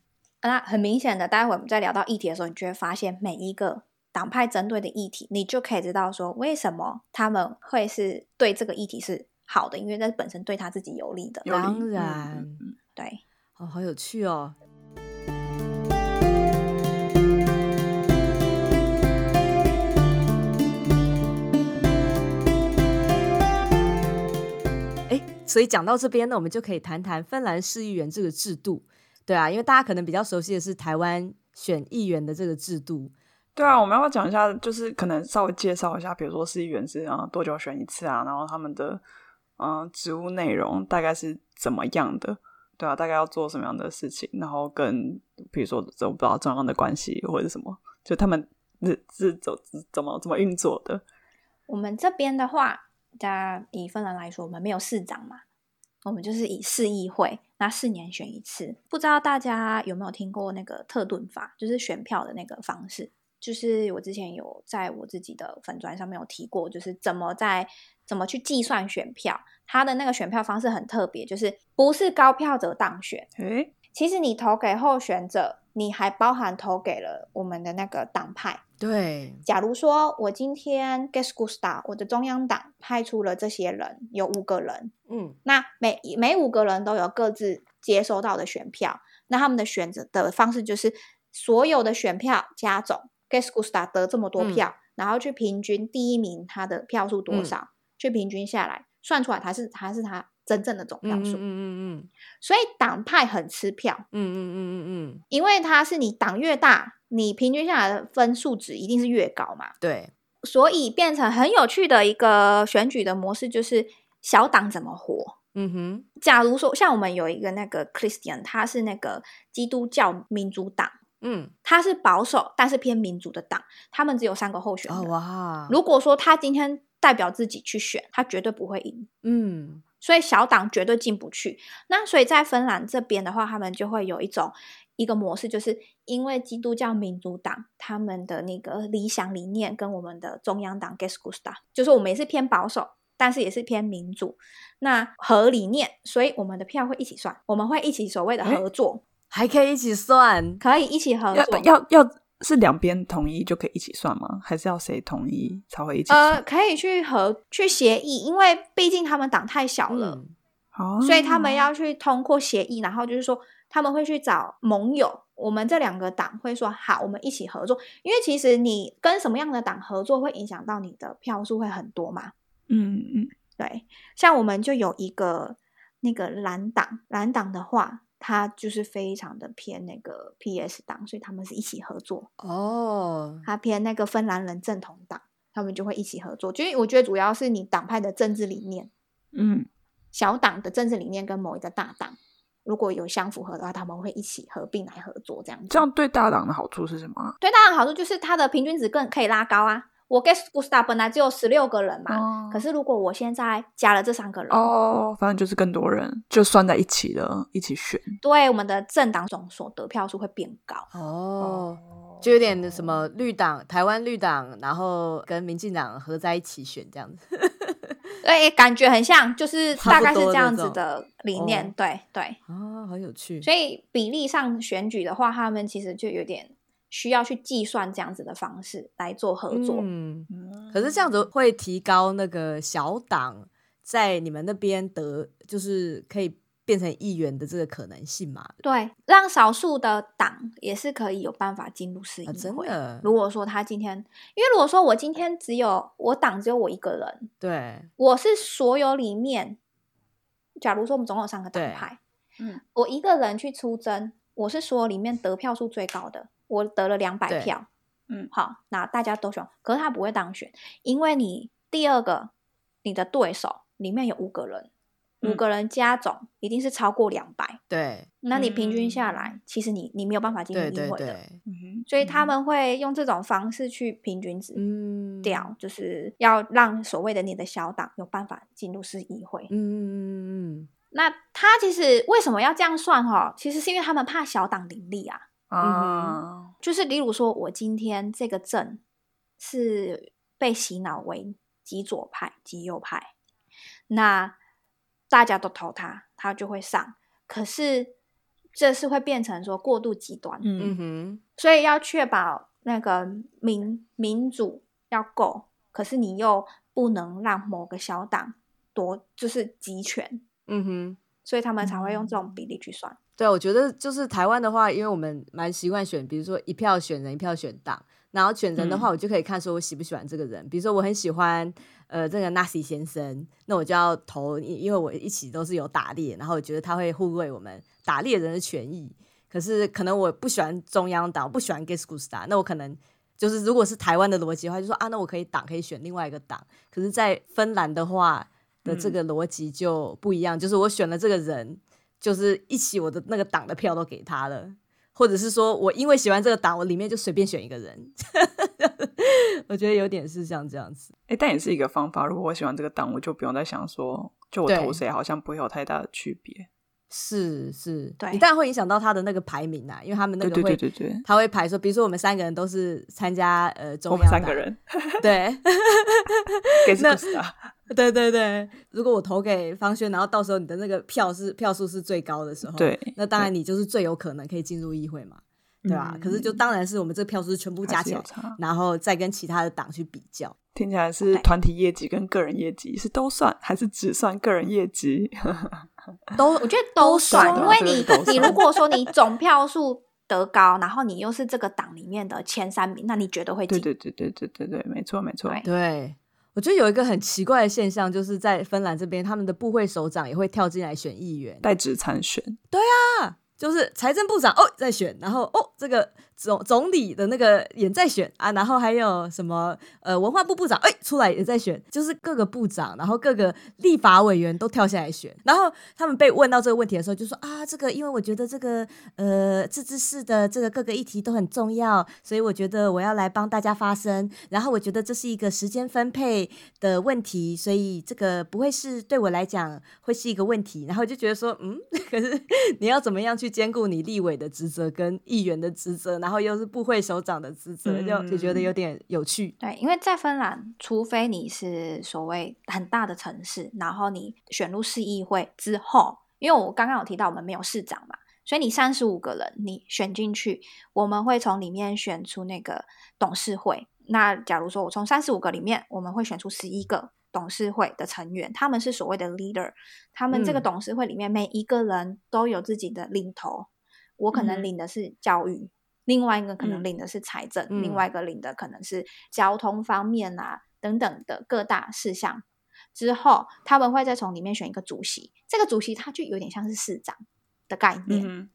Speaker 3: 那很明显的，待会我们在聊到议题的时候，你就会发现每一个党派针对的议题，你就可以知道说为什么他们会是对这个议题是好的，因为那是本身对他自己有利的。
Speaker 2: 有理
Speaker 1: 当
Speaker 2: 嗯
Speaker 1: 然
Speaker 2: 嗯嗯
Speaker 3: 对，
Speaker 1: 哦，好有趣哦。诶所以讲到这边呢，我们就可以谈谈芬兰市议员这个制度，对啊，因为大家可能比较熟悉的是台湾选议员的这个制度，
Speaker 2: 对啊，我们要不要讲一下，就是可能稍微介绍一下，比如说市议员是啊、呃多久选一次啊，然后他们的嗯、呃职务内容大概是怎么样的？对啊，大概要做什么样的事情，然后跟比如说我不知道中央的关系或者什么，就他们是是怎怎么怎么运作的？
Speaker 3: 我们这边的话，在以芬兰来说，我们没有市长嘛，我们就是以市议会，那四年选一次。不知道大家有没有听过那个特顿法，就是选票的那个方式。就是我之前有在我自己的粉砖上面有提过，就是怎么在怎么去计算选票，它的那个选票方式很特别，就是不是高票者当选，
Speaker 2: 诶，
Speaker 3: 其实你投给候选者，你还包含投给了我们的那个党派。
Speaker 1: 对，
Speaker 3: 假如说我今天 g e s g u s t a 我的中央党派出了这些人，有五个人，
Speaker 1: 嗯，
Speaker 3: 那每每五个人都有各自接收到的选票，那他们的选择的方式就是所有的选票加总 g e s g u s t a 得这么多票，然后去平均第一名他的票数多少，去平均下来算出来他是他是他真正的总票
Speaker 1: 嗯嗯
Speaker 3: 数。
Speaker 1: 嗯嗯
Speaker 3: 所以党派很吃票，
Speaker 1: 嗯嗯嗯嗯嗯，
Speaker 3: 因为它是你党越大，你平均下来的分数值一定是越高嘛。
Speaker 1: 对，
Speaker 3: 所以变成很有趣的一个选举的模式，就是小党怎么活。
Speaker 1: 嗯哼，
Speaker 3: 假如说像我们有一个那个 Christian，他是那个基督教民主党，
Speaker 1: 嗯，
Speaker 3: 他是保守但是偏民主的党，他们只有三个候选
Speaker 1: 哦
Speaker 3: 人。
Speaker 1: 哇，
Speaker 3: 如果说他今天代表自己去选，他绝对不会赢。
Speaker 1: 嗯
Speaker 3: 所以小党绝对进不去。那所以在芬兰这边的话，他们就会有一种一个模式，就是因为基督教民主党他们的那个理想理念跟我们的中央党 Keskusta，就是我们也是偏保守。但是也是偏民主，那合理念，所以我们的票会一起算，我们会一起所谓的合作，
Speaker 1: 还可以一起算，
Speaker 3: 可以一起合
Speaker 2: 要
Speaker 3: 作，
Speaker 2: 要要是两边同意就可以一起算吗？还是要谁同意才会一起算？
Speaker 3: 呃，可以去合去协议，因为毕竟他们党太小了，
Speaker 1: 嗯
Speaker 2: 哦
Speaker 3: 所以他们要去通过协议，然后就是说他们会去找盟友。我们这两个党会说好，我们一起合作，因为其实你跟什么样的党合作，会影响到你的票数会很多嘛。
Speaker 2: 嗯嗯
Speaker 3: 对，像我们就有一个那个蓝党，蓝党的话，它就是非常的偏那个 PS 党，所以他们是一起合作。
Speaker 1: 哦，
Speaker 3: 它偏那个芬兰人正统党，他们就会一起合作。就是我觉得主要是你党派的政治理念。
Speaker 2: 嗯
Speaker 3: 小党的政治理念跟某一个大党如果有相符合的话，他们会一起合并来合作这样子。
Speaker 2: 这样对大党的好处是什么啊？
Speaker 3: 对大党好处就是它的平均值更可以拉高啊。我 guess Gusta 本来只有十六个人嘛，
Speaker 2: 哦
Speaker 3: 可是如果我现在加了这三个人，
Speaker 2: 哦，反正就是更多人就算在一起了，一起选
Speaker 3: 对我们的政党总所得票数会变高。
Speaker 1: 哦，就有点什么绿党、台湾绿党，然后跟民进党合在一起选这样子。
Speaker 3: 对，感觉很像，就是大概
Speaker 1: 差
Speaker 3: 是
Speaker 1: 不多
Speaker 3: 这样子
Speaker 1: 那种
Speaker 3: 的理念。
Speaker 1: 哦
Speaker 3: 对对，
Speaker 1: 哦，好有趣。
Speaker 3: 所以比例上选举的话，他们其实就有点需要去计算这样子的方式来做合作。
Speaker 1: 嗯，
Speaker 2: 嗯
Speaker 1: 可是这样子会提高那个小党在你们那边得，就是可以变成议员的这个可能性嘛？
Speaker 3: 对，让少数的党也是可以有办法进入市议
Speaker 1: 啊，真
Speaker 3: 会。
Speaker 1: 的，
Speaker 3: 如果说他今天，因为如果说我今天只有我党只有我一个人，
Speaker 1: 对
Speaker 3: 我是所有里面，假如说我们总共有三个党
Speaker 1: 对
Speaker 3: 派，
Speaker 4: 嗯，
Speaker 3: 我一个人去出征，我是所有里面得票数最高的，我得了两百
Speaker 1: 对
Speaker 3: 票，
Speaker 4: 嗯
Speaker 3: 好，那大家都选，可是他不会当选，因为你第二个你的对手里面有五个人，五
Speaker 4: 嗯
Speaker 3: 个人加总一定是超过两百，
Speaker 1: 对
Speaker 3: 那你平均下
Speaker 4: 嗯
Speaker 3: 来，其实你你没有办法进入
Speaker 1: 对
Speaker 3: 议
Speaker 1: 对
Speaker 3: 会的，
Speaker 1: 对，
Speaker 4: 嗯
Speaker 3: 所以他们会用这种方式去平均值
Speaker 1: 嗯，
Speaker 3: 掉，就是要让所谓的你的小党有办法进入市议会。
Speaker 1: 嗯，嗯嗯
Speaker 3: 那他其实为什么要这样算哈、其实是因为他们怕小党林立啊，
Speaker 1: 嗯
Speaker 4: 啊，
Speaker 3: 就是例如说我今天这个镇是被洗脑为极左派、极右派，那大家都投他，他就会上。可是这是会变成说过度极端，
Speaker 1: 嗯
Speaker 4: 嗯
Speaker 1: 嗯哼，
Speaker 3: 所以要确保那个民民主要够，可是你又不能让某个小党夺，就是集权，
Speaker 1: 嗯哼。
Speaker 3: 所以他们才会用这种比例去算。
Speaker 1: 对，啊我觉得就是台湾的话，因为我们蛮习惯选，比如说一票选人，一票选党，然后选人的话，我就可以看说我喜不喜欢这个人。比如说我很喜欢呃这个 Nasi 先生，那我就要投，因因为我一起都是有打猎，然后我觉得他会护卫我们打猎人的权益。可是可能我不喜欢中央党，我不喜欢 Gas g u s t a 那我可能就是如果是台湾的逻辑的话，就说啊，那我可以党可以选另外一个党。可是，在芬兰的话的
Speaker 2: 嗯
Speaker 1: 这个逻辑就不一样，就是我选了这个人，就是一起我的那个党的票都给他了，或者是说我因为喜欢这个党，我里面就随便选一个人。 我觉得有点是像这样子，
Speaker 2: 哎，但也是一个方法。如果我喜欢这个党，我就不用再想说，就我
Speaker 1: 对
Speaker 2: 投谁好像不会有太大的区别。
Speaker 1: 是是，
Speaker 3: 对
Speaker 1: 你当然会影响到他的那个排名啊，因为他们那
Speaker 2: 对
Speaker 1: 个
Speaker 2: 对
Speaker 1: 会
Speaker 2: 对对对，
Speaker 1: 他会排说，比如说我们三个人都是参加呃中
Speaker 2: 我
Speaker 1: 央
Speaker 2: 们
Speaker 1: 党
Speaker 2: 三个，人
Speaker 1: 对
Speaker 2: 给 是
Speaker 1: 那
Speaker 2: 不 是啊？
Speaker 1: 对对对。如果我投给方轩，然后到时候你的那个票是票数是最高的时候，
Speaker 2: 对
Speaker 1: 哦那当然你就是最有可能可以进入议会嘛，对吧、
Speaker 2: 嗯
Speaker 1: 可是就当然是我们这票数全部加
Speaker 2: 还是
Speaker 1: 起
Speaker 2: 有
Speaker 1: 来，
Speaker 2: 差。
Speaker 1: 然后再跟其他的党去比较。
Speaker 2: 听起来是团体业绩跟个人业绩是都算，还是只算个人业绩？
Speaker 3: 都我觉得都算，
Speaker 2: 算
Speaker 3: 因为
Speaker 2: 对
Speaker 3: 你
Speaker 2: 都算
Speaker 3: 你如果说你总票数得高，然后你又是这个党里面的前三名，那你绝对会
Speaker 2: 对
Speaker 3: 进。
Speaker 2: 对对对对对对，没错没错。
Speaker 3: 对
Speaker 1: 对，我觉得有一个很奇怪的现象，就是在芬兰这边，他们的部会首长也会跳进来选议员，
Speaker 2: 代职参选，
Speaker 1: 啊，就是财政部长哦在选，然后哦这个总总理的那个也在选啊，然后还有什么呃文化部部长哎出来也在选，就是各个部长，然后各个立法委员都跳下来选，然后他们被问到这个问题的时候，就说啊这个因为我觉得这个呃自治市的这个各个议题都很重要，所以我觉得我要来帮大家发声，然后我觉得这是一个时间分配的问题，所以这个不会是对我来讲会是一个问题，然后就觉得说嗯， 可是你要怎么样去兼顾你立委的职责跟议员的职责，然后又是部会首长的职责，就就觉得有点有趣。
Speaker 3: 对，因为在芬兰，除非你是所谓很大的城市，然后你选入市议会之后，因为我刚刚有提到我们没有市长嘛，所以你三十五个人你选进去，我们会从里面选出那个董事会。那假如说我从三十五个里面，我们会选出十一个董事会的成员，他们是所谓的 leader，他们这个
Speaker 1: 嗯
Speaker 3: 董事会里面每一个人都有自己的领头，我可
Speaker 4: 嗯
Speaker 3: 能领的是教育，另外一个可能
Speaker 4: 嗯
Speaker 3: 领的是财政，
Speaker 1: 嗯
Speaker 3: 另外一个领的可能是交通方面啊等等的各大事项。之后他们会再从里面选一个主席，这个主席他就有点像是市长的概念。
Speaker 2: 嗯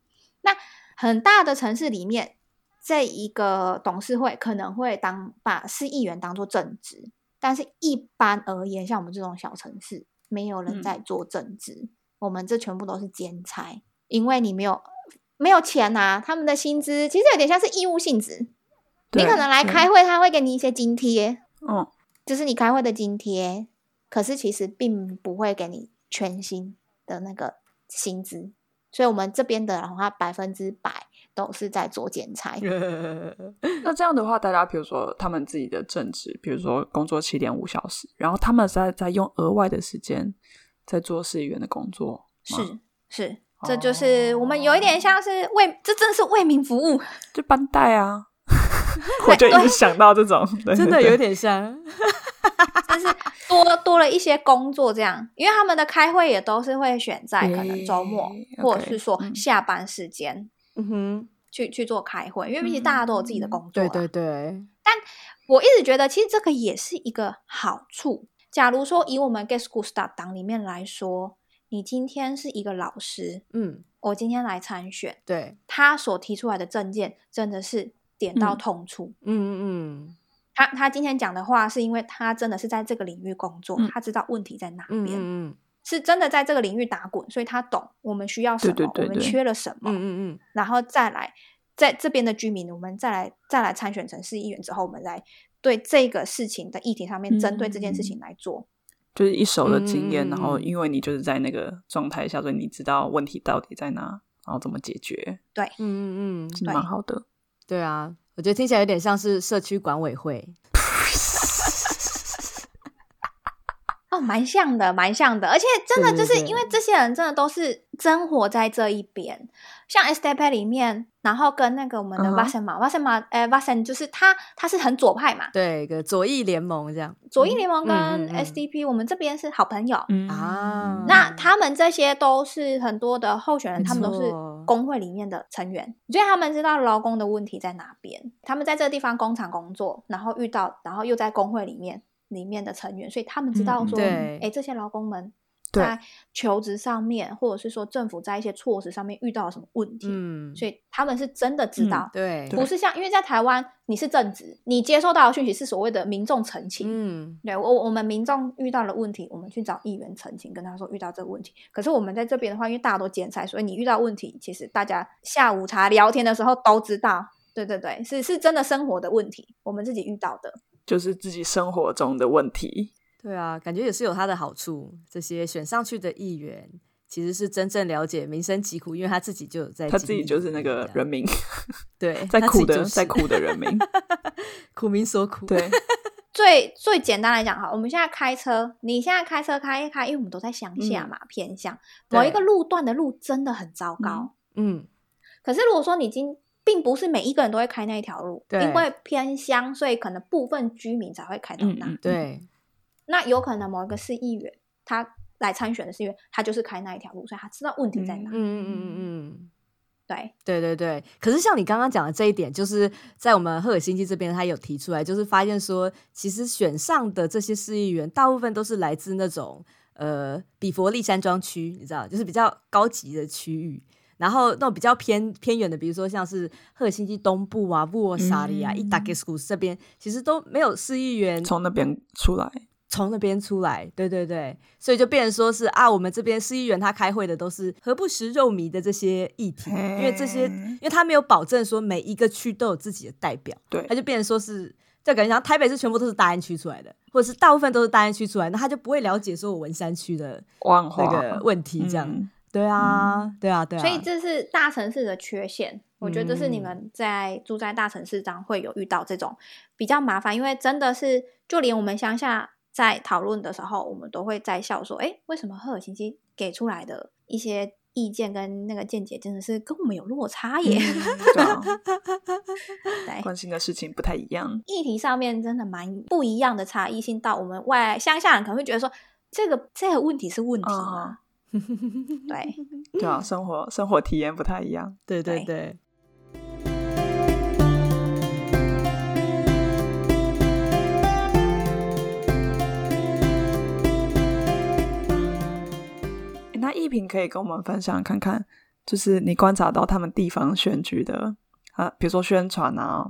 Speaker 3: 那很大的城市里面，这一个董事会可能会当把市议员当做正职，但是一般而言，像我们这种小城市，没有人
Speaker 4: 嗯
Speaker 3: 在做正职，我们这全部都是兼差，因为你没有没有钱拿，他们的薪资其实有点像是义务性质，你
Speaker 2: 对
Speaker 3: 可能来
Speaker 2: 对
Speaker 3: 开会，他会给你一些津贴，
Speaker 2: 哼，哦，
Speaker 3: 就是你开会的津贴，可是其实并不会给你全薪的那个薪资，所以我们这边的话，百分之百都是在做剪裁。
Speaker 2: 那这样的话，大家比如说他们自己的正职，比如说工作七点五小时，然后他们在在用额外的时间在做市议员的工作吗，哦
Speaker 3: 是是，这就是我们有一点像是为，这真的是为民服务。
Speaker 2: 就班带啊。 我就一直想到这种，对
Speaker 1: 真的
Speaker 2: 对
Speaker 1: 有
Speaker 2: 对
Speaker 1: 点像，
Speaker 3: 但是多多了一些工作，这样，因为他们的开会也都是会选在可能周末，
Speaker 2: 诶
Speaker 3: 或者
Speaker 2: OK，
Speaker 3: 是说
Speaker 2: 嗯
Speaker 3: 下班时间
Speaker 1: 嗯哼，
Speaker 3: 去去做开会，因为毕竟大家都有自己的工作、
Speaker 2: 嗯
Speaker 1: 对对，对，
Speaker 3: 我一直觉得其实这个也是一个好处。假如说以我们 Guess Who Star 档里面来说，你今天是一个老师，
Speaker 1: 嗯，
Speaker 3: 我今天来参选，
Speaker 1: 对，
Speaker 3: 他所提出来的证件真的是点到
Speaker 2: 嗯
Speaker 3: 痛处。
Speaker 1: 嗯嗯
Speaker 3: 他他今天讲的话，是因为他真的是在这个领域工作，
Speaker 2: 嗯
Speaker 3: 他知道问题在哪
Speaker 1: 嗯嗯
Speaker 3: 边，
Speaker 1: 嗯
Speaker 3: 是真的在这个领域打滚，所以他懂我们需要什么，
Speaker 2: 对对对
Speaker 3: 我们
Speaker 2: 对
Speaker 3: 缺了什么，
Speaker 1: 嗯嗯嗯，
Speaker 3: 然后再来在这边的居民，我们再来再来参选成市议员之后，我们来对这个事情的议题上面，针对这件事情来做。
Speaker 2: 就是一手的经验，
Speaker 1: 嗯
Speaker 2: 然后因为你就是在那个状态下，所以你知道问题到底在哪，然后怎么解决，
Speaker 1: 嗯嗯嗯，
Speaker 2: 是
Speaker 3: 对
Speaker 2: 蛮好的。
Speaker 1: 对啊，我觉得听起来有点像是社区管委会，
Speaker 3: 哦，蛮像的，蛮像的，而且真的
Speaker 1: 对
Speaker 3: 就
Speaker 1: 对
Speaker 3: 是
Speaker 1: 对
Speaker 3: 因为这些人真的都是真活在这一边，像 S D P 里面，然后跟那个我们的
Speaker 2: 嗯哼
Speaker 3: v a s e n 嘛 v a s e n 嘛，呃 v a s e n 就是他，他是很左派嘛，
Speaker 1: 对，一个左翼联盟这样
Speaker 3: 左翼联盟
Speaker 1: 嗯嗯
Speaker 3: 跟
Speaker 1: 嗯
Speaker 3: SDP，、我们这边是好朋友。
Speaker 2: 嗯
Speaker 1: 啊
Speaker 3: 那他们这些都是很多的候选人，
Speaker 2: 没
Speaker 3: 他们都是
Speaker 1: 错
Speaker 3: 工会里面的成员，所以他们知道劳工的问题在哪边。他们在这个地方工厂工作，然后遇到，然后又在工会里面里面的成员，所以他们知道说，
Speaker 1: 嗯
Speaker 3: 哎
Speaker 1: 对、
Speaker 3: 这些劳工们
Speaker 2: 对
Speaker 3: 在求职上面，或者是说政府在一些措施上面遇到了什么问题，
Speaker 1: 嗯，
Speaker 3: 所以他们是真的知
Speaker 2: 嗯
Speaker 3: 道，
Speaker 1: 对，
Speaker 3: 不是像因为在台湾你是正职，你接收到的讯息是所谓的民众澄清，
Speaker 1: 嗯，
Speaker 3: 对我，我们民众遇到了问题，我们去找议员澄清，跟他说遇到这个问题。可是我们在这边的话，因为大家都剪裁，所以你遇到问题，其实大家下午茶聊天的时候都知道。对对对，是是真的生活的问题，我们自己遇到的。
Speaker 2: 就是自己生活中的问题。
Speaker 1: 对啊，感觉也是有它的好处。这些选上去的议员其实是真正了解民生疾苦，因为他自己就有在
Speaker 2: 他
Speaker 1: 经
Speaker 2: 自己
Speaker 1: 历
Speaker 2: 就是那
Speaker 1: 这
Speaker 2: 个
Speaker 1: 样
Speaker 2: 人 民，
Speaker 1: 对，
Speaker 2: 在
Speaker 1: 他自己
Speaker 2: 苦的，
Speaker 1: 就是
Speaker 2: 在苦 的人民。
Speaker 1: 苦民所苦。
Speaker 2: 对，
Speaker 3: 最最简单来讲哈，我们现在开车，你现在开车开一开，因为我们都在乡下
Speaker 2: 嗯
Speaker 3: 嘛，偏乡
Speaker 1: 对
Speaker 3: 某一个路段的路真的很糟糕。
Speaker 2: 嗯
Speaker 1: 嗯，
Speaker 3: 可是如果说你今并不是每一个人都会开那一条路，
Speaker 1: 对
Speaker 3: 因为偏乡，所以可能部分居民才会开到
Speaker 2: 嗯
Speaker 3: 那。
Speaker 2: 嗯，
Speaker 1: 对，
Speaker 3: 那有可能某一个市议员他来参选的是因为他就是开那一条路，所以他知道问题在哪。
Speaker 1: 嗯嗯嗯嗯嗯。
Speaker 3: 对，
Speaker 1: 对对对，可是像你刚刚讲的这一点，就是在我们赫尔辛基这边，他有提出来，就是发现说，其实选上的这些市议员，大部分都是来自那种呃比佛利山庄区，你知道，就是比较高级的区域。然后那种比较偏偏远的，比如说像是赫尔辛基东部啊、布沃沙里啊、
Speaker 2: 嗯
Speaker 1: 伊达给斯库斯这边，其实都没有市议员
Speaker 2: 从那边出来，
Speaker 1: 从那边出来，对对对，所以就变成说是啊，我们这边市议员他开会的都是何不食肉糜的这些议题，因为这些，
Speaker 2: 嗯
Speaker 1: 因为他没有保证说每一个区都有自己的代表，
Speaker 2: 对
Speaker 1: 他就变成说是，就感觉像台北市全部都是大安区出来的，或者是大部分都是大安区出来，那他就不会了解说我文山区的
Speaker 2: 万华
Speaker 1: 那个问题这样，
Speaker 2: 嗯
Speaker 1: 对啊，对啊，对啊，
Speaker 3: 所以这是大城市的缺陷。我觉得这是你
Speaker 1: 嗯
Speaker 3: 们在住在大城市上会有遇到这种比较麻烦，因为真的是就连我们乡下在讨论的时候，我们都会在笑说，哎，为什么赫尔辛基给出来的一些意见跟那个见解真的是跟我们有落差耶？
Speaker 1: 嗯
Speaker 2: 对啊
Speaker 3: 对，
Speaker 2: 关心的事情不太一样。
Speaker 3: 议题上面真的蛮不一样的差异性，到我们外乡下人可能会觉得说，这个这个问题是问题吗？对，
Speaker 2: 对啊，生活生活体验不太一样。
Speaker 1: 对对
Speaker 3: 对
Speaker 1: 对。
Speaker 2: 诶那一平可以跟我们分享看看，就是你观察到他们地方选举的啊，比如说宣传啊，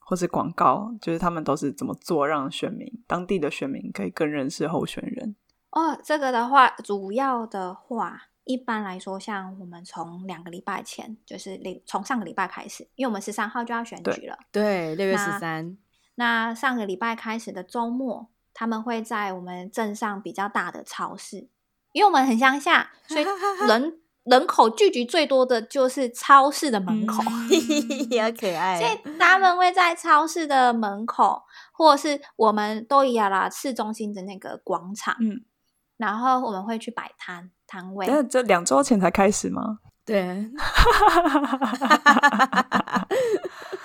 Speaker 2: 或是广告，就是他们都是怎么做让选民当地的选民可以更认识候选人。
Speaker 3: 哦，这个的话，主要的话，一般来说，像我们从两个礼拜前，就是礼从上个礼拜开始，因为我们十三号就要选
Speaker 2: 对
Speaker 3: 举了，
Speaker 1: 对，六月
Speaker 3: 那
Speaker 1: 十 三，
Speaker 3: 那上个礼拜开始的周末，他们会在我们镇上比较大的超市，因为我们很乡下，所以人人口聚集最多的就是超市的门口。
Speaker 2: 嗯
Speaker 1: 好可
Speaker 2: 哎
Speaker 1: 爱
Speaker 3: 所以他们会在超市的门口，或者是我们都一样啦，市中心的那个广场，
Speaker 2: 嗯，
Speaker 3: 然后我们会去摆摊摊位。
Speaker 2: 但这两周前才开始 吗？
Speaker 1: 对，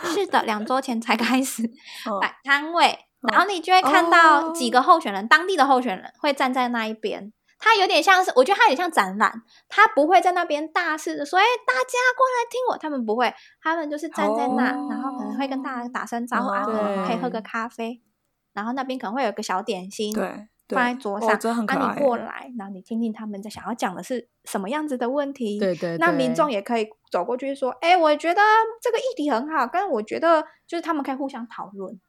Speaker 3: 是的，两周前才开始
Speaker 2: 嗯
Speaker 3: 哎摆摊位，
Speaker 2: 哦
Speaker 3: 然后你就会看到几个候选人，当地的候选人会站在那一边。它有点像是，我觉得它有点像展览，它不会在那边大肆的说：“哎、大家过来听我。”他们不会，他们就是站在那，然后可能会跟大
Speaker 2: 哦
Speaker 3: 家打声招呼，啊，可能可以喝个咖啡，然后那边可能会有个小点心，
Speaker 2: 对，对
Speaker 3: 放在桌
Speaker 2: 哦
Speaker 3: 上，
Speaker 2: 真的很可
Speaker 3: 啊，
Speaker 2: 爱
Speaker 3: 你过来，然后你听听他们在想要讲的是什么样子的问题，
Speaker 1: 对对，
Speaker 3: 那民
Speaker 1: 对
Speaker 3: 众也可以走过去说：“哎、我觉得这个议题很好，但是我觉得就是他们可以互相讨论。”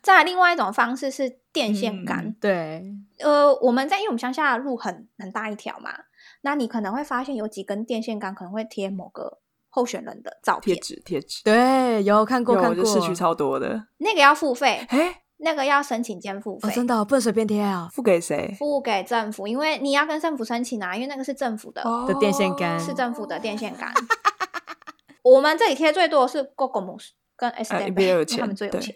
Speaker 3: 再来另外一种方式是电线
Speaker 1: 嗯
Speaker 3: 杆，
Speaker 1: 对
Speaker 3: 呃，我们在因为我们乡下的路很很大一条嘛，那你可能会发现有几根电线杆可能会贴某个候选人的照
Speaker 2: 贴
Speaker 3: 片，
Speaker 2: 纸贴纸，
Speaker 1: 对，有看过
Speaker 2: 有
Speaker 1: 看
Speaker 2: 我
Speaker 1: 过，
Speaker 2: 就市区超多的，
Speaker 3: 那个要付费，
Speaker 2: 哎，
Speaker 3: 那个要申请兼付费
Speaker 1: 哦，，真的哦不能随便贴啊，
Speaker 2: 付给谁？
Speaker 3: 付给政府，因为你要跟政府申请啊，因为那个是政府
Speaker 2: 哦
Speaker 3: 的，
Speaker 1: 呃的电线杆
Speaker 3: 市政府的电线杆。我们这里贴最多的是 GoGoMos 跟 S
Speaker 2: 呃
Speaker 3: D
Speaker 2: 比较有
Speaker 3: 他
Speaker 2: 钱
Speaker 3: 们最有
Speaker 2: 对
Speaker 3: 钱。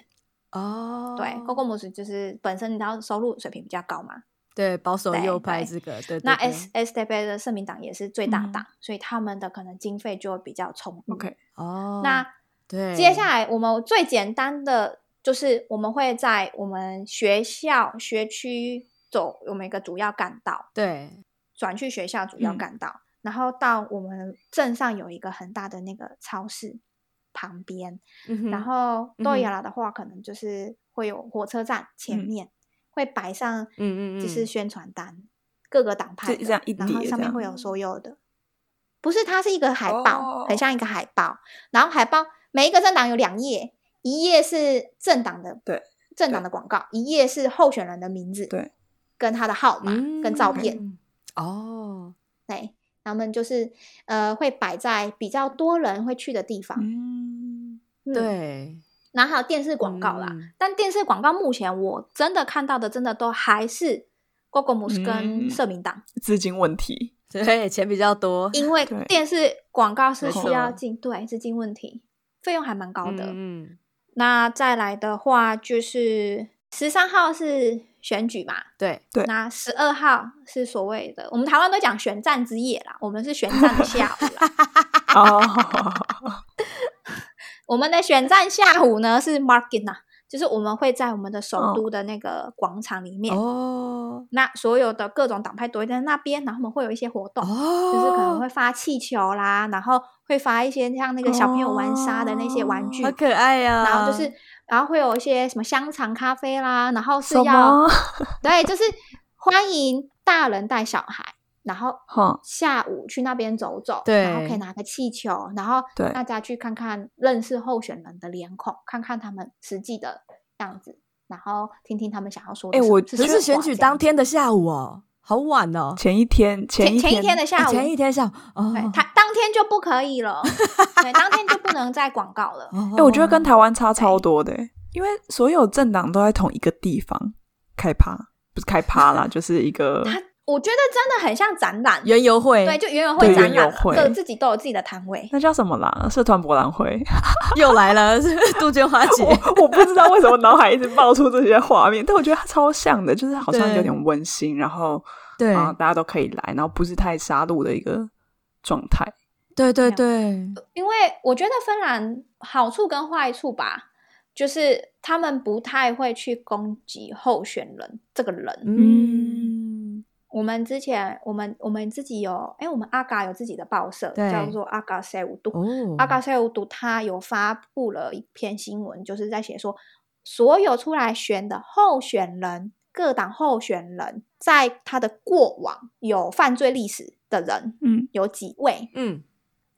Speaker 1: 哦，
Speaker 3: 对，GoGoMos 就是本身你知道收入水平比较高嘛，
Speaker 1: 对保守
Speaker 3: 对
Speaker 1: 右派
Speaker 3: 对
Speaker 1: 这个，对对
Speaker 3: 那
Speaker 1: 对
Speaker 3: S S D 的社民党也是最大
Speaker 2: 嗯
Speaker 3: 党，所以他们的可能经费就会比较充裕。
Speaker 2: OK，
Speaker 1: 哦，
Speaker 3: 那
Speaker 1: 对
Speaker 3: 接下来我们最简单的就是我们会在我们学校学区走我们一个主要干道，
Speaker 1: 对
Speaker 3: 转去学校主要
Speaker 2: 嗯
Speaker 3: 干道，然后到我们镇上有一个很大的那个超市旁边，
Speaker 1: 嗯哼，
Speaker 3: 然后豆
Speaker 1: 嗯哼
Speaker 3: 芽拉的话，可能就是会有火车站前
Speaker 2: 嗯
Speaker 3: 面、会摆上，
Speaker 1: 嗯嗯
Speaker 3: 就是
Speaker 1: 嗯
Speaker 3: 宣传单，各个党派
Speaker 2: 就
Speaker 3: 的，
Speaker 2: 这样一
Speaker 3: 然后
Speaker 2: 叠
Speaker 3: 上
Speaker 2: 这
Speaker 3: 面
Speaker 2: 样
Speaker 3: 会有所有的，不是，它是一个海报，很
Speaker 2: 哦
Speaker 3: 像一个海报，然后海报每一个政党有两页，一页是政党的
Speaker 2: 对
Speaker 3: 政党的广告，一页是候选人的名字，
Speaker 2: 对，
Speaker 3: 跟他的号码、跟照片。
Speaker 1: 嗯哦，
Speaker 3: 对，他们就是呃会摆在比较多人会去的地方。
Speaker 2: 嗯，
Speaker 3: 嗯，
Speaker 1: 对，
Speaker 3: 然后还有电视广告啦，
Speaker 1: 嗯
Speaker 3: 但电视广告目前我真的看到的，真的都还是 g o g o m o s 跟
Speaker 2: 嗯
Speaker 3: 社民党，
Speaker 2: 资金问题，
Speaker 1: 对钱比较多，
Speaker 3: 因为
Speaker 2: 对
Speaker 3: 电视广告是
Speaker 1: 没
Speaker 3: 需
Speaker 1: 错
Speaker 3: 要进对资金问题，费用还蛮高的。
Speaker 1: 嗯嗯，
Speaker 3: 那再来的话就是十三号是选举嘛，
Speaker 1: 对，
Speaker 2: 对
Speaker 3: 那十二号是所谓的我们台湾都讲选战之夜啦，我们是选战的下午啦。
Speaker 2: 哦，
Speaker 3: 我们的选战下午呢是 market 啊，就是我们会在我们的首都的那个广场里面，
Speaker 1: 哦
Speaker 3: 那所有的各种党派都会在那边，然后我们会有一些活动，
Speaker 1: 哦，
Speaker 3: 就是可能会发气球啦，然后会发一些像那个小朋友玩沙的那些玩具，
Speaker 1: 好可爱啊呀，
Speaker 3: 然后就是然后会有一些什么香肠咖啡啦，然哦后是
Speaker 2: 什
Speaker 3: 要
Speaker 2: 么？
Speaker 3: 对，就是欢迎大人带小孩，然后
Speaker 2: 哈，
Speaker 3: 下午去那边走走，
Speaker 1: 对
Speaker 3: 然后可以拿个气球，然后
Speaker 2: 对
Speaker 3: 大家去看看认识候选人的脸孔，看看他们实际的样子，然后听听他们想要说的
Speaker 2: 哎
Speaker 3: 什么。
Speaker 2: 我
Speaker 1: 只
Speaker 3: 什么
Speaker 1: 是
Speaker 3: 话
Speaker 1: 选
Speaker 3: 这
Speaker 1: 举
Speaker 3: 样
Speaker 1: 当
Speaker 3: 子
Speaker 1: 天的下午哦，好晚哦，
Speaker 2: 前一天前
Speaker 3: 前
Speaker 2: 一
Speaker 3: 前一天的
Speaker 1: 啊
Speaker 3: 下午，
Speaker 1: 前一天下午哦，
Speaker 3: 对，他当天就不可以了，对，当天就不能再广告了。
Speaker 1: 哦，
Speaker 2: 哎、我觉得
Speaker 3: 嗯
Speaker 2: 跟台湾差超多的欸，因为所有政党都在同一个地方开趴，不是开趴 啦，就是一个
Speaker 3: 他我觉得真的很像展览，
Speaker 1: 园游会
Speaker 3: 对，就园游会
Speaker 2: 对
Speaker 3: 展
Speaker 2: 园游
Speaker 3: 览啊，
Speaker 2: 会
Speaker 3: 各自己都有自己的摊位。
Speaker 2: 那叫什么啦？社团博览会。
Speaker 1: 又来 了，是杜鹃花节，
Speaker 2: 我我不知道为什么脑海一直冒出这些画面，但我觉得它超像的，就是好像
Speaker 1: 对
Speaker 2: 有点温馨，然后
Speaker 1: 对
Speaker 2: 啊、大家都可以来，然后不是太杀戮的一个状态。
Speaker 1: 对对
Speaker 3: 有
Speaker 1: 对，
Speaker 3: 因为我觉得芬兰好处跟坏处吧，就是他们不太会去攻击候选人这个人。
Speaker 1: 嗯，
Speaker 3: 我们之前，我们我们自己有，哎，我们阿嘎有自己的报社，
Speaker 1: 对
Speaker 3: 叫做阿嘎塞五度。
Speaker 1: 哦，
Speaker 3: 阿嘎塞五度他有发布了一篇新闻，就是在写说，所有出来选的候选人，各党候选人，在他的过往有犯罪历史的人
Speaker 2: 嗯，
Speaker 3: 有几位，
Speaker 1: 嗯，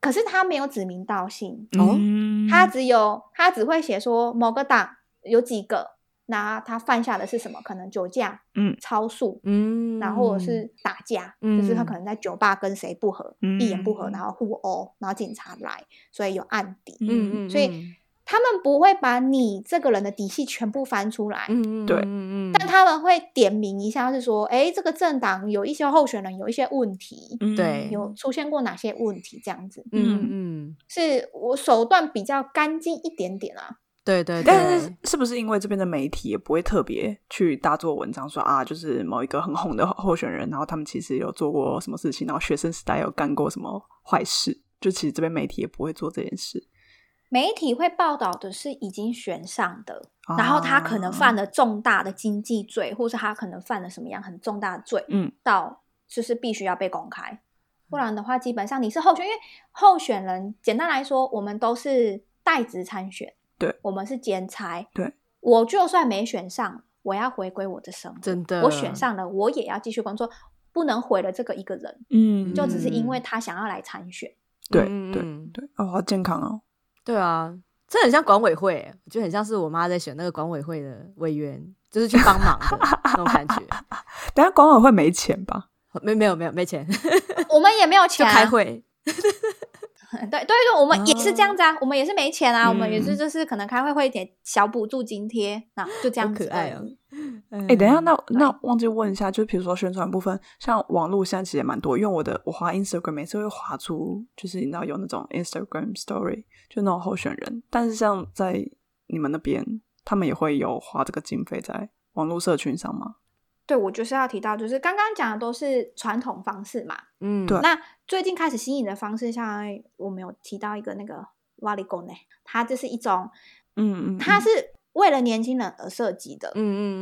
Speaker 3: 可是他没有指名道姓，
Speaker 1: 哦
Speaker 2: 嗯
Speaker 3: 他只有他只会写说某个党有几个，那他犯下的是什么？可能酒驾、
Speaker 2: 嗯
Speaker 3: 超速，
Speaker 1: 嗯，
Speaker 3: 然后或者是打架，就是他可能在酒吧跟谁不合，
Speaker 2: 嗯
Speaker 3: 一言不合，然后互殴，然后警察来，所以有案底。
Speaker 1: 嗯嗯，
Speaker 3: 所以他们不会把你这个人的底细全部翻出来，
Speaker 1: 嗯嗯
Speaker 2: 对
Speaker 1: 嗯嗯，
Speaker 3: 但他们会点名一下，是说，哎，这个政党有一些候选人有一些问题，
Speaker 2: 嗯
Speaker 1: 对
Speaker 3: 有出现过哪些问题，这样子，
Speaker 1: 嗯嗯嗯，
Speaker 3: 是我手段比较干净一点点啊。
Speaker 1: 对对，
Speaker 2: 嗯但
Speaker 1: 对
Speaker 2: 是是不是因为这边的媒体也不会特别去大做文章说啊，就是某一个很红的候选人，然后他们其实有做过什么事情，然后学生时代有干过什么坏事，就其实这边媒体也不会做这件事。
Speaker 3: 媒体会报道的是已经悬上的，然后他可
Speaker 1: 哦
Speaker 3: 能犯
Speaker 2: 的，
Speaker 3: 了重大的经济罪，或是他可能犯了什么样很重大的罪，
Speaker 2: 嗯，
Speaker 3: 到就是必须要被公开，
Speaker 1: 嗯
Speaker 3: 不然的话，基本上你是候选，因为候选人简单来说，我们都是代职参选，
Speaker 2: 对，
Speaker 3: 我们是兼差，
Speaker 2: 对，
Speaker 3: 我就算没选上，我要回归我的生活，
Speaker 1: 真的，
Speaker 3: 我选上了，我也要继续工作，不能毁了这个一个人，
Speaker 2: 嗯，
Speaker 3: 就只是因
Speaker 1: 嗯
Speaker 3: 为他想要来参选。
Speaker 2: 对
Speaker 1: 嗯
Speaker 2: 对
Speaker 1: 嗯
Speaker 2: 对，哦，好健康哦，
Speaker 1: 对啊，这很像管委会欸，我觉得很像是我妈在选那个管委会的委员，就是去帮忙 的那种感觉。
Speaker 2: 等下管委会没钱吧？
Speaker 1: 没没有没有没钱，
Speaker 3: 我们也没有
Speaker 1: 就
Speaker 3: 钱、啊，
Speaker 1: 开会。
Speaker 3: 对对对，我们也是这样子啊，
Speaker 1: 哦
Speaker 3: 我们也是没钱啊，我们也
Speaker 2: 嗯
Speaker 3: 是就是可能开会会一点小补助津贴，那就这
Speaker 1: 好
Speaker 3: 样子
Speaker 1: 可爱
Speaker 3: 而
Speaker 1: 哦
Speaker 3: 已。
Speaker 1: 哎
Speaker 2: 哎、等一
Speaker 3: 嗯
Speaker 2: 下，那那忘记问一下，就比如说宣传部分，像网络现在其实也蛮多，因为我的我滑 Instagram 每次会滑出，就是你知道有那种 Instagram Story，就那种候选人，但是像在你们那边，他们也会有花这个经费在网络社群上吗？
Speaker 3: 对，我就是要提到，就是刚刚讲的都是传统方式嘛。
Speaker 1: 嗯，
Speaker 2: 对
Speaker 3: 那最近开始新颖的方式，像我们有提到一个那个瓦里贡呢，它这是一种，
Speaker 2: 嗯嗯，
Speaker 3: 它
Speaker 2: 嗯
Speaker 3: 是为了年轻人而设计的，
Speaker 1: 嗯嗯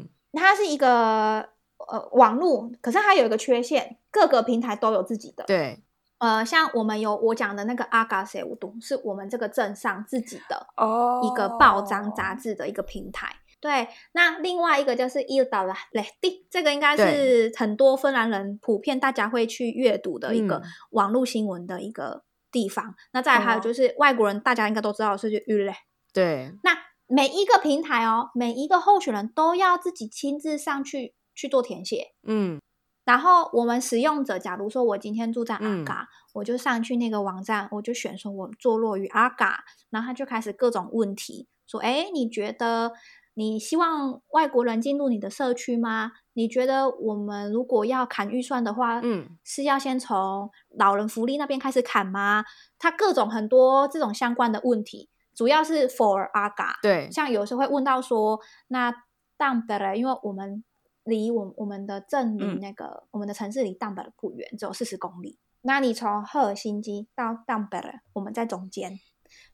Speaker 1: 嗯嗯
Speaker 3: 它是一个呃网络，可是它有一个缺陷，各个平台都有自己的
Speaker 1: 嗯，。对，
Speaker 3: 呃，像我们有我讲的那个阿嘎塞乌都，是我们这个镇上自己的
Speaker 2: 哦
Speaker 3: 一个报章杂志的一个平台。对，那另外一个就是 Ilda l e d 这个应该是很多芬兰人普遍大家会去阅读的一个
Speaker 1: 嗯
Speaker 3: 网络新闻的一个地方。那再来还有
Speaker 2: 哦
Speaker 3: 就是外国人，大家应该都知道的是就 Yle。
Speaker 1: 对，
Speaker 3: 那每一个平台哦，每一个候选人都要自己亲自上去去做填写。
Speaker 1: 嗯
Speaker 3: 然后我们使用者，假如说我今天住在阿
Speaker 1: 嗯
Speaker 3: 嘎，我就上去那个网站，我就选说我坐落于阿嘎，然后他就开始各种问题，说，哎，你觉得你希望外国人进入你的社区吗？你觉得我们如果要砍预算的话，
Speaker 1: 嗯，
Speaker 3: 是要先从老人福利那边开始砍吗？他各种很多这种相关的问题，主要是 for 阿嘎，
Speaker 1: 对，
Speaker 3: 像有时候会问到说，那蛋白嘞，因为我们离我我们的镇离
Speaker 2: 嗯
Speaker 3: 那个、我们的城市离蛋白不远，只有四十公里。那你从赫尔辛基到蛋白嘞，我们在中间，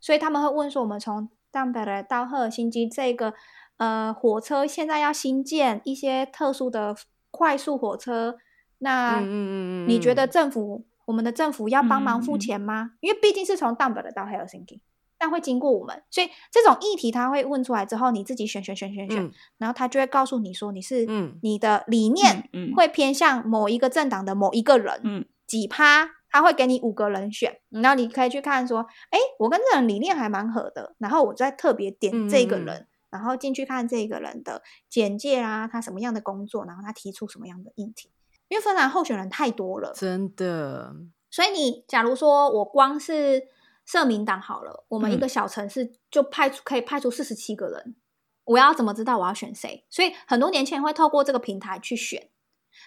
Speaker 3: 所以他们会问说，我们从蛋白嘞到赫尔辛基这个呃火车现在要新建一些特殊的快速火车，那
Speaker 1: 嗯嗯嗯嗯，
Speaker 3: 你觉
Speaker 1: 嗯
Speaker 3: 得政府我们的政府要帮忙
Speaker 2: 嗯
Speaker 3: 付
Speaker 2: 嗯嗯
Speaker 3: 钱吗？因为毕竟是从 d u m b 到 Helsinki，但会经过我们，所以这种议题他会问出来之后，你自己选选选选选，
Speaker 1: 嗯
Speaker 3: 然后他就会告诉你说你是
Speaker 1: 嗯
Speaker 3: 你的理念
Speaker 2: 嗯嗯
Speaker 3: 会偏向某一个政党的某一个人，
Speaker 2: 嗯
Speaker 3: 几趴，他会给你五个人选，然后你可以去看说，哎，我跟这个人理念还蛮合的，然后我再特别点这个
Speaker 1: 嗯嗯嗯
Speaker 3: 人，然后进去看这个人的简介啊，他什么样的工作，然后他提出什么样的议题。因为芬兰候选人太多了，
Speaker 1: 真的，
Speaker 3: 所以你假如说我光是社民党好了，我们一
Speaker 2: 嗯
Speaker 3: 个小城市就派出可以派出四十七个人，我要怎么知道我要选谁？所以很多年轻人会透过这个平台去选，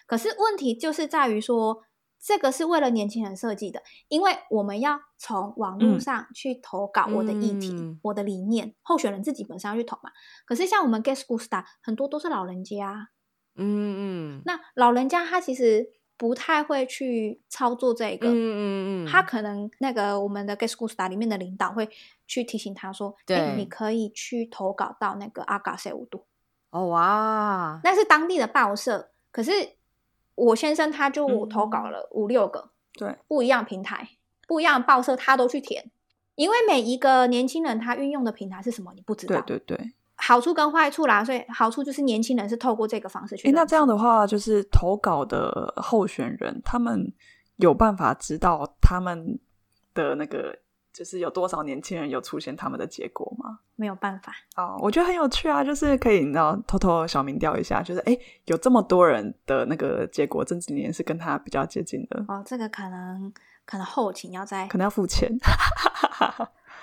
Speaker 3: 可是问题就是在于说。这个是为了年轻人设计的，因为我们要从网络
Speaker 2: 嗯
Speaker 3: 上去投稿我的议题、
Speaker 1: 嗯
Speaker 3: 我的理念，候选人自己本身要去投嘛。可是像我们 Guess Gusta 很多都是老人家啊、
Speaker 1: 嗯嗯嗯
Speaker 3: 那老人家他其实不太会去操作这
Speaker 1: 嗯
Speaker 3: 个，
Speaker 1: 嗯嗯，
Speaker 3: 他可能那个我们的 g e s c o s t a 里面的领导会去提醒他说：“哎、
Speaker 1: 对
Speaker 3: 你可以去投稿到那个阿嘎塞五度，
Speaker 1: 哦哇，
Speaker 3: 那是当地的报社。”可是我先生他就投稿了五六个
Speaker 2: 嗯对，
Speaker 3: 不一样平台、不一样的报社，他都去填，因为每一个年轻人他运用的平台是什么，你不知道。
Speaker 2: 对对对。
Speaker 3: 好处跟坏处啦，所以好处就是年轻人是透过这个方式去
Speaker 2: 诶，
Speaker 3: 认识。
Speaker 2: 那这样的话，就是投稿的候选人，他们有办法知道他们的那个，就是有多少年轻人有出现他们的结果吗？
Speaker 3: 没有办法，
Speaker 2: 哦，我觉得很有趣啊，就是可以，你知道，偷偷小民调一下，就是诶，有这么多人的那个结果，这几年是跟他比较接近的，
Speaker 3: 哦，这个可能可能后勤要再啊
Speaker 2: 可能要付钱。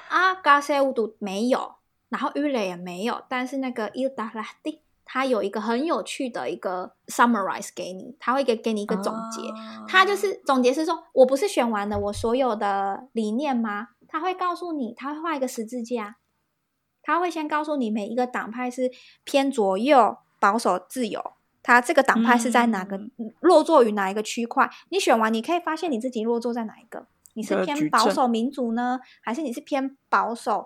Speaker 3: 阿嘎塞乌杜没有，然后玉磊也没有，但是那个伊达拉蒂他有一个很有趣的一个 summarize 给你，他会给给你一
Speaker 2: 一
Speaker 3: 个总
Speaker 2: 啊
Speaker 3: 结，他就是总结是说我不是选完了我所有的理念吗？他会告诉你，他会画一个十字架，他会先告诉你每一个党派是偏左右、保守、自由。他这个党派是在哪个、落座于哪一个区块？你选完，你可以发现你自己落座在哪一个。你是
Speaker 2: 就
Speaker 3: 偏
Speaker 2: 矩
Speaker 3: 保
Speaker 2: 阵
Speaker 3: 守民主呢，还是你是偏保守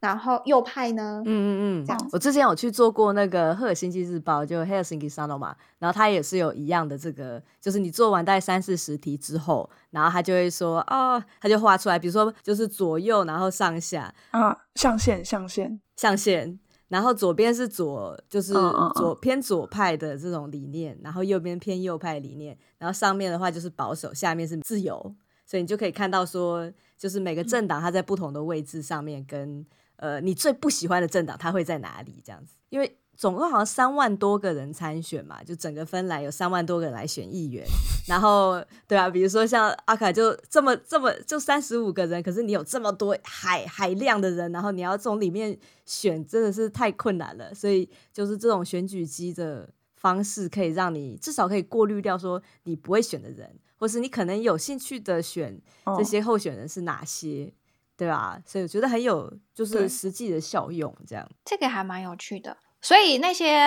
Speaker 3: 然后右派呢？
Speaker 1: 嗯嗯
Speaker 3: 这样
Speaker 1: 嗯
Speaker 3: 子，
Speaker 1: 我之前有去做过那个赫尔辛基日报，就 Helsinki Sanoma，然后它也是有一样的这个，就是你做完大概三四十题之后，然后他就会说哦，他就画出来，比如说就是左右，然后上下
Speaker 2: 啊，象限象限，
Speaker 1: 象限，然后左边是左，就是
Speaker 2: 嗯嗯嗯
Speaker 1: 左偏左派的这种理念，然后右边偏右派理念，然后上面的话就是保守，下面是自由，所以你就可以看到说，就是每个政党它在不同的位置上面跟呃你最不喜欢的政党它会在哪里这样子，因为。总共好像三万多个人参选嘛，就整个芬兰有三万多个人来选议员，然后对啊，比如说像阿卡就这么这么就三十五个人，可是你有这么多海海量的人，然后你要从里面选，真的是太困难了。所以就是这种选举机的方式，可以让你至少可以过滤掉说你不会选的人，或是你可能有兴趣的选
Speaker 2: 哦
Speaker 1: 这些候选人是哪些，对吧？所以我觉得很有就是
Speaker 2: 对
Speaker 1: 实际的效用，这样。
Speaker 3: 这个还蛮有趣的。所以那些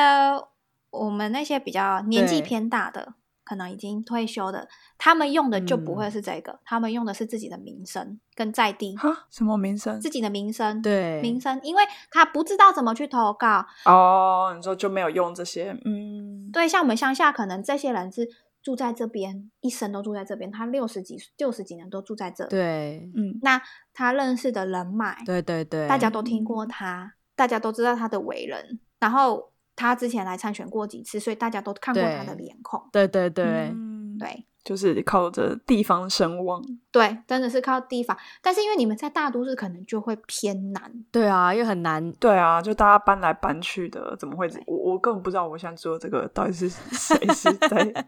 Speaker 3: 我们那些比较年纪
Speaker 1: 对
Speaker 3: 偏大的，可能已经退休的，他们用的就不会
Speaker 1: 嗯
Speaker 3: 是这个，他们用的是自己的民生跟在地
Speaker 2: 哈，什么名声
Speaker 3: 自？己的民生，
Speaker 1: 对
Speaker 3: 民生，因为他不知道怎么去投稿。
Speaker 2: 哦，你说就没有用这些，嗯，
Speaker 3: 对，像我们乡下，可能这些人是住在这边，一生都住在这边，他六十几、六十几年都住在这，
Speaker 1: 对，
Speaker 2: 嗯，
Speaker 3: 那他认识的人脉，
Speaker 1: 对对对，
Speaker 3: 大家都听过他，大家都知道他的为人，然后他之前来参选过几次，所以大家都看过他的
Speaker 1: 对
Speaker 3: 脸孔。
Speaker 1: 对对对。
Speaker 2: 嗯，
Speaker 3: 对
Speaker 2: 就是靠着地方声望，
Speaker 3: 对，真的是靠地方，但是因为你们在大都市可能就会偏难，
Speaker 1: 对啊，又很难
Speaker 2: 对啊，就大家搬来搬去的，怎么会
Speaker 3: 对？
Speaker 2: 我我根本不知道我现在做这个到底 是谁是在哪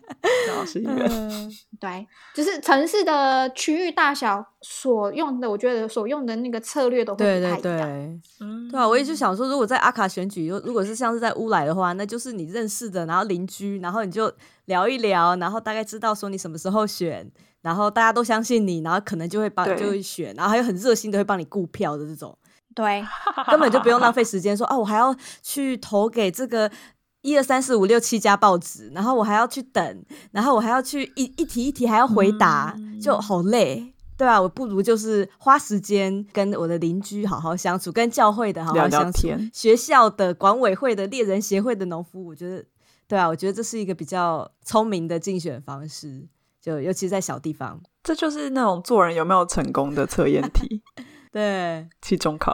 Speaker 1: 嗯
Speaker 2: 是一个
Speaker 3: 对，就是城市的区域大小所用的，我觉得所用的那个策略都会
Speaker 1: 对
Speaker 3: 不太
Speaker 1: 对
Speaker 3: 一样。
Speaker 1: 对，
Speaker 2: 嗯
Speaker 1: 对啊，我也就想说，如果在阿卡选举，如如果是像是在乌来的话，那就是你认识的，然后邻居，然后你就聊一聊，然后大概知道说你什么时候选，然后大家都相信你，然后可能就会帮
Speaker 2: 对
Speaker 1: 就会选，然后还有很热心的会帮你顾票的这种，
Speaker 3: 对
Speaker 1: 根本就不用 浪费时间说哦，我还要去投给这个。一二三四五六七家报纸，然后我还要去等，然后我还要去一一题一题还要回答，
Speaker 2: 嗯
Speaker 1: 就好累，对啊，我不如就是花时间跟我的邻居好好相处，跟教会的好
Speaker 2: 聊
Speaker 1: 好
Speaker 2: 聊
Speaker 1: 相处，
Speaker 2: 天
Speaker 1: 学校的管委会的猎人协会的农夫，我觉得，对啊，我觉得这是一个比较聪明的竞选方式，就尤其在小地方，
Speaker 2: 这就是那种做人有没有成功的测验 题，
Speaker 1: 对
Speaker 2: 期中考。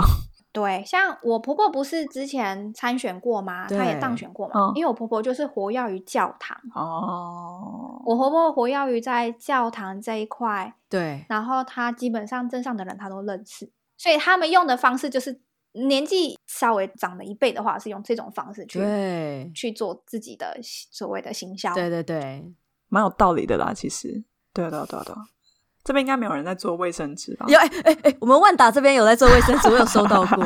Speaker 3: 对，像我婆婆不是之前参选过吗？她也当
Speaker 1: 对
Speaker 3: 选过嘛。
Speaker 2: 嗯
Speaker 3: 因为我婆婆就是活跃于教堂，
Speaker 2: 哦，
Speaker 3: 我婆婆活跃于在教堂这一块，
Speaker 1: 对
Speaker 3: 然后她基本上镇上的人她都认识，所以他们用的方式就是年纪稍微长了一辈的话，是用这种方式去
Speaker 1: 对
Speaker 3: 去做自己的所谓的行销。
Speaker 1: 对对对，
Speaker 2: 蛮有道理的啦，其实。对啊对啊对啊对啊，这边应该没有人在做卫生纸吧？
Speaker 1: 有哎哎哎，我们万达这边有在做卫生纸，我有收到 过。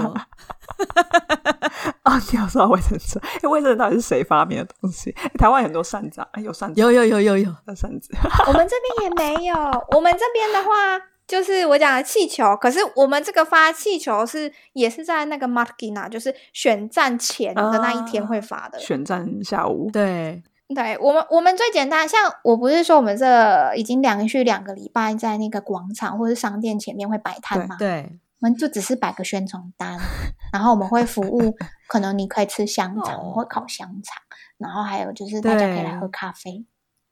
Speaker 2: 啊，你有说到卫生纸？哎，卫生纸到底是谁发明的东西？哎台湾很多扇子啊，哎有扇子，
Speaker 1: 有有有有有，
Speaker 2: 有扇子。
Speaker 3: 我们这边也没有，我们这边的话。就是我讲的气球，可是我们这个发气球是也是在那个 Markina，就是选战前的那一
Speaker 1: 啊
Speaker 3: 天会发的。
Speaker 2: 选战下午，
Speaker 1: 对
Speaker 3: 对我们，我们最简单，像我不是说我们这已经连续两个礼拜在那个广场或是商店前面会摆摊嘛，
Speaker 1: 对，
Speaker 3: 我们就只是摆个宣传单，然后我们会服务，可能你可以吃香肠，我们会烤香肠，然后还有就是大家可以来喝
Speaker 1: 对
Speaker 3: 咖啡，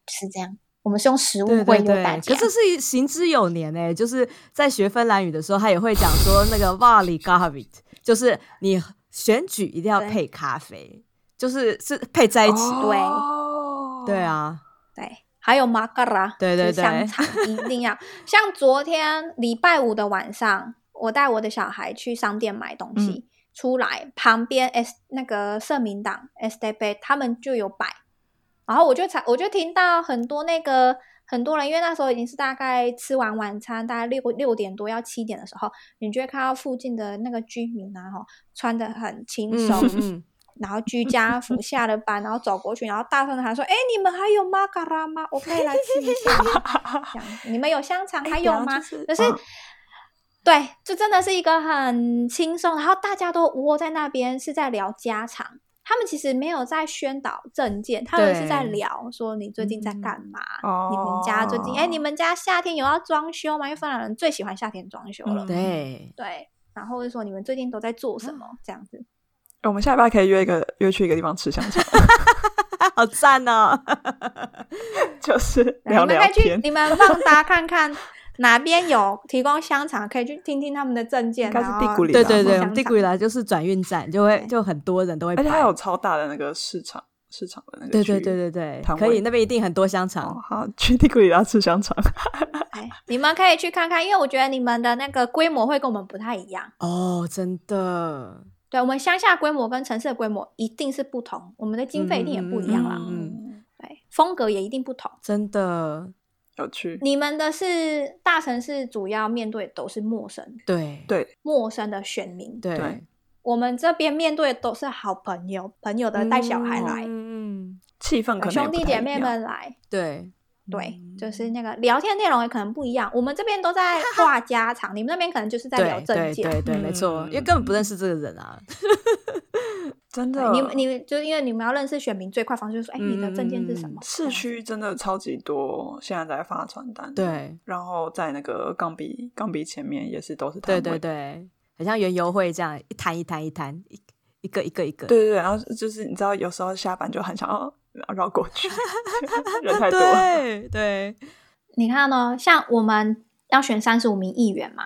Speaker 3: 就是这样。我们是用食物
Speaker 1: 对
Speaker 3: 贿
Speaker 1: 对
Speaker 3: 赂大
Speaker 1: 对，
Speaker 3: 家，
Speaker 1: 可是是行之有年哎、就是在学芬兰语的时候，他也会讲说那个 v a l i g a v i t 就是你选举一定要
Speaker 3: 对
Speaker 1: 配咖啡，就是是配在一起。
Speaker 3: 对
Speaker 2: 哦
Speaker 1: 对，啊，
Speaker 3: 对，还有玛格拉，
Speaker 1: 对
Speaker 3: 就
Speaker 1: 对对
Speaker 3: 是 香肠一定要。像昨天礼拜五的晚上，我带我的小孩去商店买东西，
Speaker 1: 嗯
Speaker 3: 出来旁边 S 那个社民党 S D B 他们就有摆，然后我就才我就听到很多那个。很多人，因为那时候已经是大概吃完晚餐，大概六六点多要七点的时候，你就会看到附近的那个居民啊，吼，穿的很轻
Speaker 1: 嗯
Speaker 3: 松，
Speaker 1: 嗯，
Speaker 3: 然后居家服下了班，然后走过去，然后大声的喊说：“哎、你们还有玛卡拉吗？我可以来吃一下吗。 这样你们有香肠
Speaker 2: 哎
Speaker 3: 还
Speaker 2: 对
Speaker 3: 有
Speaker 2: 啊
Speaker 3: 吗？”
Speaker 2: 就是
Speaker 3: 可是，
Speaker 2: 嗯
Speaker 3: 对，这真的是一个很轻松，然后大家都窝在那边是在聊家常，他们其实没有在宣导政见，他们是在
Speaker 1: 对
Speaker 3: 聊说你最近在干嘛，
Speaker 2: 哦
Speaker 3: 你们家最近哎、你们家夏天有要装修吗？因为芬兰人最喜欢夏天装修了，
Speaker 2: 嗯
Speaker 1: 对，
Speaker 3: 对。然后就说你们最近都在做什么？这样子，
Speaker 2: 哎我们下礼拜可以约一个约去一个地方吃香 肠，
Speaker 1: 好赞哦！
Speaker 2: 就是
Speaker 3: 然
Speaker 2: 聊
Speaker 3: 后你们
Speaker 2: 聊
Speaker 3: 可以去
Speaker 2: 天，
Speaker 3: 你们帮大家看看哪边有提供香肠，可以去听听他们的证件。
Speaker 2: 应该是
Speaker 3: 然后
Speaker 2: 地谷 里
Speaker 1: 对
Speaker 2: 啦
Speaker 1: 对对，
Speaker 3: 香
Speaker 1: 我
Speaker 3: 肠
Speaker 1: 们地古以来就是转运站，就会
Speaker 3: 对
Speaker 1: 就很多人都会摆，
Speaker 2: 而且它有超大的那个市场市场的那个
Speaker 1: 对
Speaker 2: 区
Speaker 1: 对
Speaker 2: 域
Speaker 1: 对对对
Speaker 2: 摊，
Speaker 1: 可
Speaker 2: 位
Speaker 1: 以那边一定很多香
Speaker 2: 哦
Speaker 1: 肠，
Speaker 2: 好，去蒂古里拉吃香肠，
Speaker 3: 哎，你们可以去看看，因为我觉得你们的那个规模会跟我们不太一样。
Speaker 1: 哦，真的，
Speaker 3: 对我们乡下规模跟城市的规模一定是不同，我们的经费一定也不一样啦，啊
Speaker 1: 嗯
Speaker 3: 对，风格也一定不同。
Speaker 1: 真的，
Speaker 2: 有趣。
Speaker 3: 你们的是大城市，主要面对都是陌生
Speaker 1: 对
Speaker 2: 对，
Speaker 3: 陌生的选民，
Speaker 1: 对
Speaker 2: 对，
Speaker 3: 我们这边面对的都是好朋友，朋友呃的带小孩来，
Speaker 1: 嗯嗯，嗯
Speaker 2: 气氛可能也
Speaker 3: 兄
Speaker 2: 不
Speaker 3: 弟
Speaker 2: 太
Speaker 3: 姐
Speaker 2: 一
Speaker 3: 妹
Speaker 2: 样，
Speaker 3: 们来，
Speaker 1: 对，
Speaker 3: 对，
Speaker 1: 嗯
Speaker 3: 就是那个聊天内容也可能不一样。我们这边都在话家常，你们那边可能就是在聊
Speaker 1: 对
Speaker 3: 政
Speaker 1: 对
Speaker 3: 见。
Speaker 1: 对对，没错，因为根本不认识这个人啊，
Speaker 2: 真的
Speaker 3: 对，你们你就因为你们要认识选民最快方式，就是说，哎，你的证件是什
Speaker 1: 嗯
Speaker 3: 么？
Speaker 2: 市区真的超级多，现在在发传单，，
Speaker 1: 对
Speaker 2: 然后在那个钢笔钢笔前面也是都是摊
Speaker 1: 对对
Speaker 2: 位
Speaker 1: 对，很像园游会这样，一摊一摊一摊，一一个一个一个，
Speaker 2: 对对 对，然后就是你知道有时候下班就很想要绕过去， 人太多了，
Speaker 1: 啊对对，
Speaker 3: 你看呢，像我们要选三十五名议员嘛，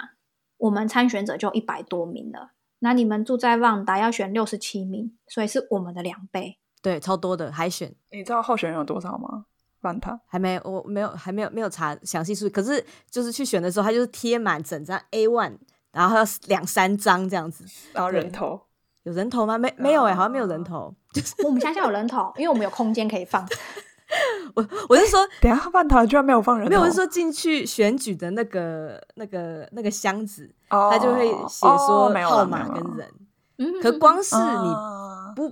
Speaker 3: 我们参选者就一百多名了。那你们住在旺达要选六十七名，所以是我们的两倍。
Speaker 1: 对，超多的海选。
Speaker 2: 你知道候选人有多少吗？万他
Speaker 1: 还没，我没有，还没有没有查详细数，可是就是去选的时候，他就是贴满整张 A one，然后两三张这样子。
Speaker 2: 然后人
Speaker 1: 对
Speaker 2: 头，
Speaker 1: 有人头吗？没没有哎、好像没有人头。
Speaker 3: 我们乡下有人头，因为我们有空间可 以放。
Speaker 1: 我我是说，
Speaker 2: 等一下万他居然没有放人头，
Speaker 1: 没有，我是说进去选举的那个那个那个箱子，
Speaker 2: 哦，
Speaker 1: 他就会写说
Speaker 2: 哦没有啦
Speaker 1: 号
Speaker 2: 没
Speaker 1: 码
Speaker 2: 有啦
Speaker 1: 跟人。
Speaker 3: 嗯
Speaker 1: 可光是你
Speaker 2: 啊
Speaker 1: 不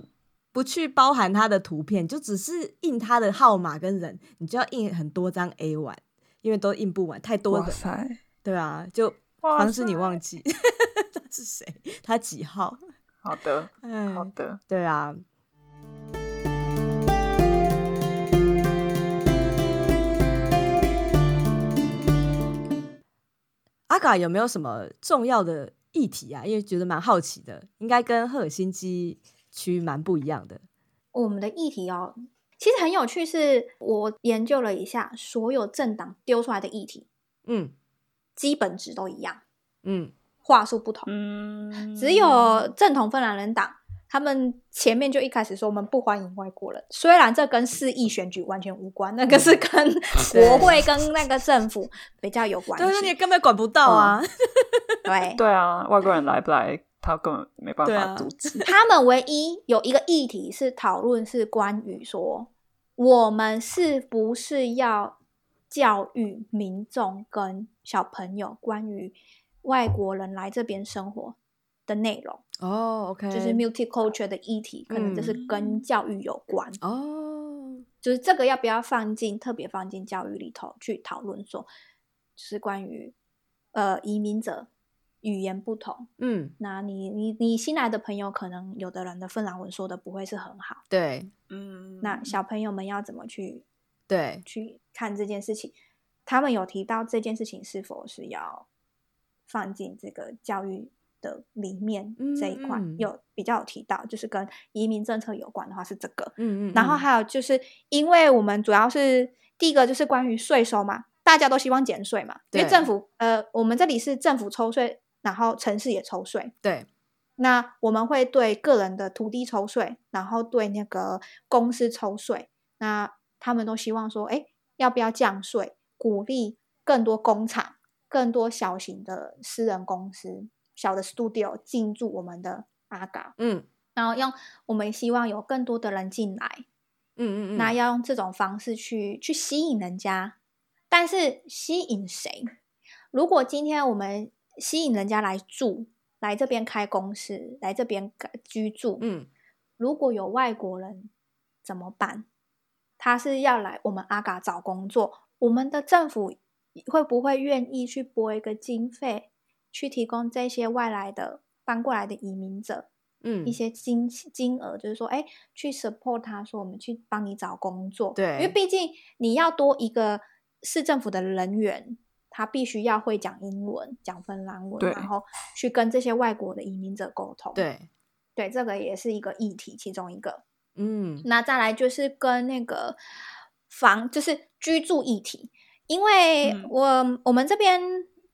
Speaker 1: 不去包含他的图片，就只是印他的号码跟人，你就要印很多张 A one，因为都印不完，太多
Speaker 2: 哇
Speaker 1: 人，
Speaker 2: 塞，
Speaker 1: 对啊，就
Speaker 2: 哇
Speaker 1: 防止你
Speaker 2: 塞
Speaker 1: 忘记 他是谁，他几号。
Speaker 2: 好的
Speaker 1: 哎，
Speaker 2: 好的，
Speaker 1: 对啊，阿嘎有没有什么重要的议题啊？因为觉得蛮好奇的，应该跟赫尔辛基区蛮不一样的。
Speaker 3: 我们的议题哦，其实很有趣是，我研究了一下所有政党丢出来的议题，
Speaker 1: 嗯
Speaker 3: 基本值都一样，
Speaker 1: 嗯，
Speaker 3: 话术不同。
Speaker 2: 嗯，
Speaker 3: 只有正统芬兰人党，他们前面就一开始说我们不欢迎外国人，虽然这跟市议选举完全无关，那个是跟国会跟那个政府比较有关
Speaker 1: 对，啊那你也
Speaker 3: 系。
Speaker 1: 根本管不到啊。
Speaker 3: 对，
Speaker 2: 对啊，外国人来不来，他根本没办
Speaker 1: 对
Speaker 2: 法
Speaker 1: 啊
Speaker 2: 阻止。
Speaker 3: 他们唯一有一个议题是讨论是关于说我们是不是要教育民众跟小朋友关于外国人来这边生活的内容，
Speaker 1: 哦，OK，
Speaker 3: 就是 multicultural 的议题，可能就是
Speaker 1: 嗯
Speaker 3: 跟教育有关。
Speaker 1: 哦，
Speaker 3: 就是这个要不要放进特别放进教育里头去讨论说，就是关于呃移民者语言不同，
Speaker 1: 嗯，
Speaker 3: 那你你你新来的朋友可能有的人的芬兰文说的不会是很好，
Speaker 1: 对
Speaker 2: 嗯，
Speaker 3: 那小朋友们要怎么去
Speaker 1: 对，
Speaker 3: 去看这件事情？他们有提到这件事情是否是要放进这个教育的里面
Speaker 1: 嗯
Speaker 3: 这一块，
Speaker 1: 嗯
Speaker 3: 有比较有提到，就是跟移民政策有关的话是这个，
Speaker 1: 嗯嗯，
Speaker 3: 然后
Speaker 1: 嗯
Speaker 3: 还有就是，因为我们主要是第一个就是关于税收嘛，大家都希望减税嘛，因为
Speaker 1: 对
Speaker 3: 政府呃，我们这里是政府抽税，然后城市也抽税。
Speaker 1: 对
Speaker 3: 那我们会对个人的土地抽税，然后对那个公司抽税。那他们都希望说，哎，要不要降税，鼓励更多工厂、更多小型的私人公司、小的 studio 进驻我们的阿嘎，
Speaker 1: 嗯
Speaker 3: 然后用我们希望有更多的人进来，
Speaker 1: 嗯嗯嗯，
Speaker 3: 那要用这种方式去去吸引人家，但是吸引谁？如果今天我们吸引人家来住，来这边开公司，来这边呃居住，
Speaker 1: 嗯
Speaker 3: 如果有外国人怎么办？他是要来我们阿嘎找工作，我们的政府会不会愿意去拨一个经费，去提供这些外来的搬过来的移民者
Speaker 1: 嗯
Speaker 3: 一，些金金额，就是说，哎，去 support 他说我们去帮你找工作，
Speaker 1: 对
Speaker 3: 因为毕竟你要多一个市政府的人员，他必须要会讲英文、讲芬兰文，
Speaker 2: 对
Speaker 3: 然后去跟这些外国的移民者沟通，
Speaker 1: 对，
Speaker 3: 对，这个也是一个议题其中一个。
Speaker 1: 嗯，
Speaker 3: 那再来就是跟那个房，就是居住议题，因为
Speaker 2: 嗯
Speaker 3: 我、我们这边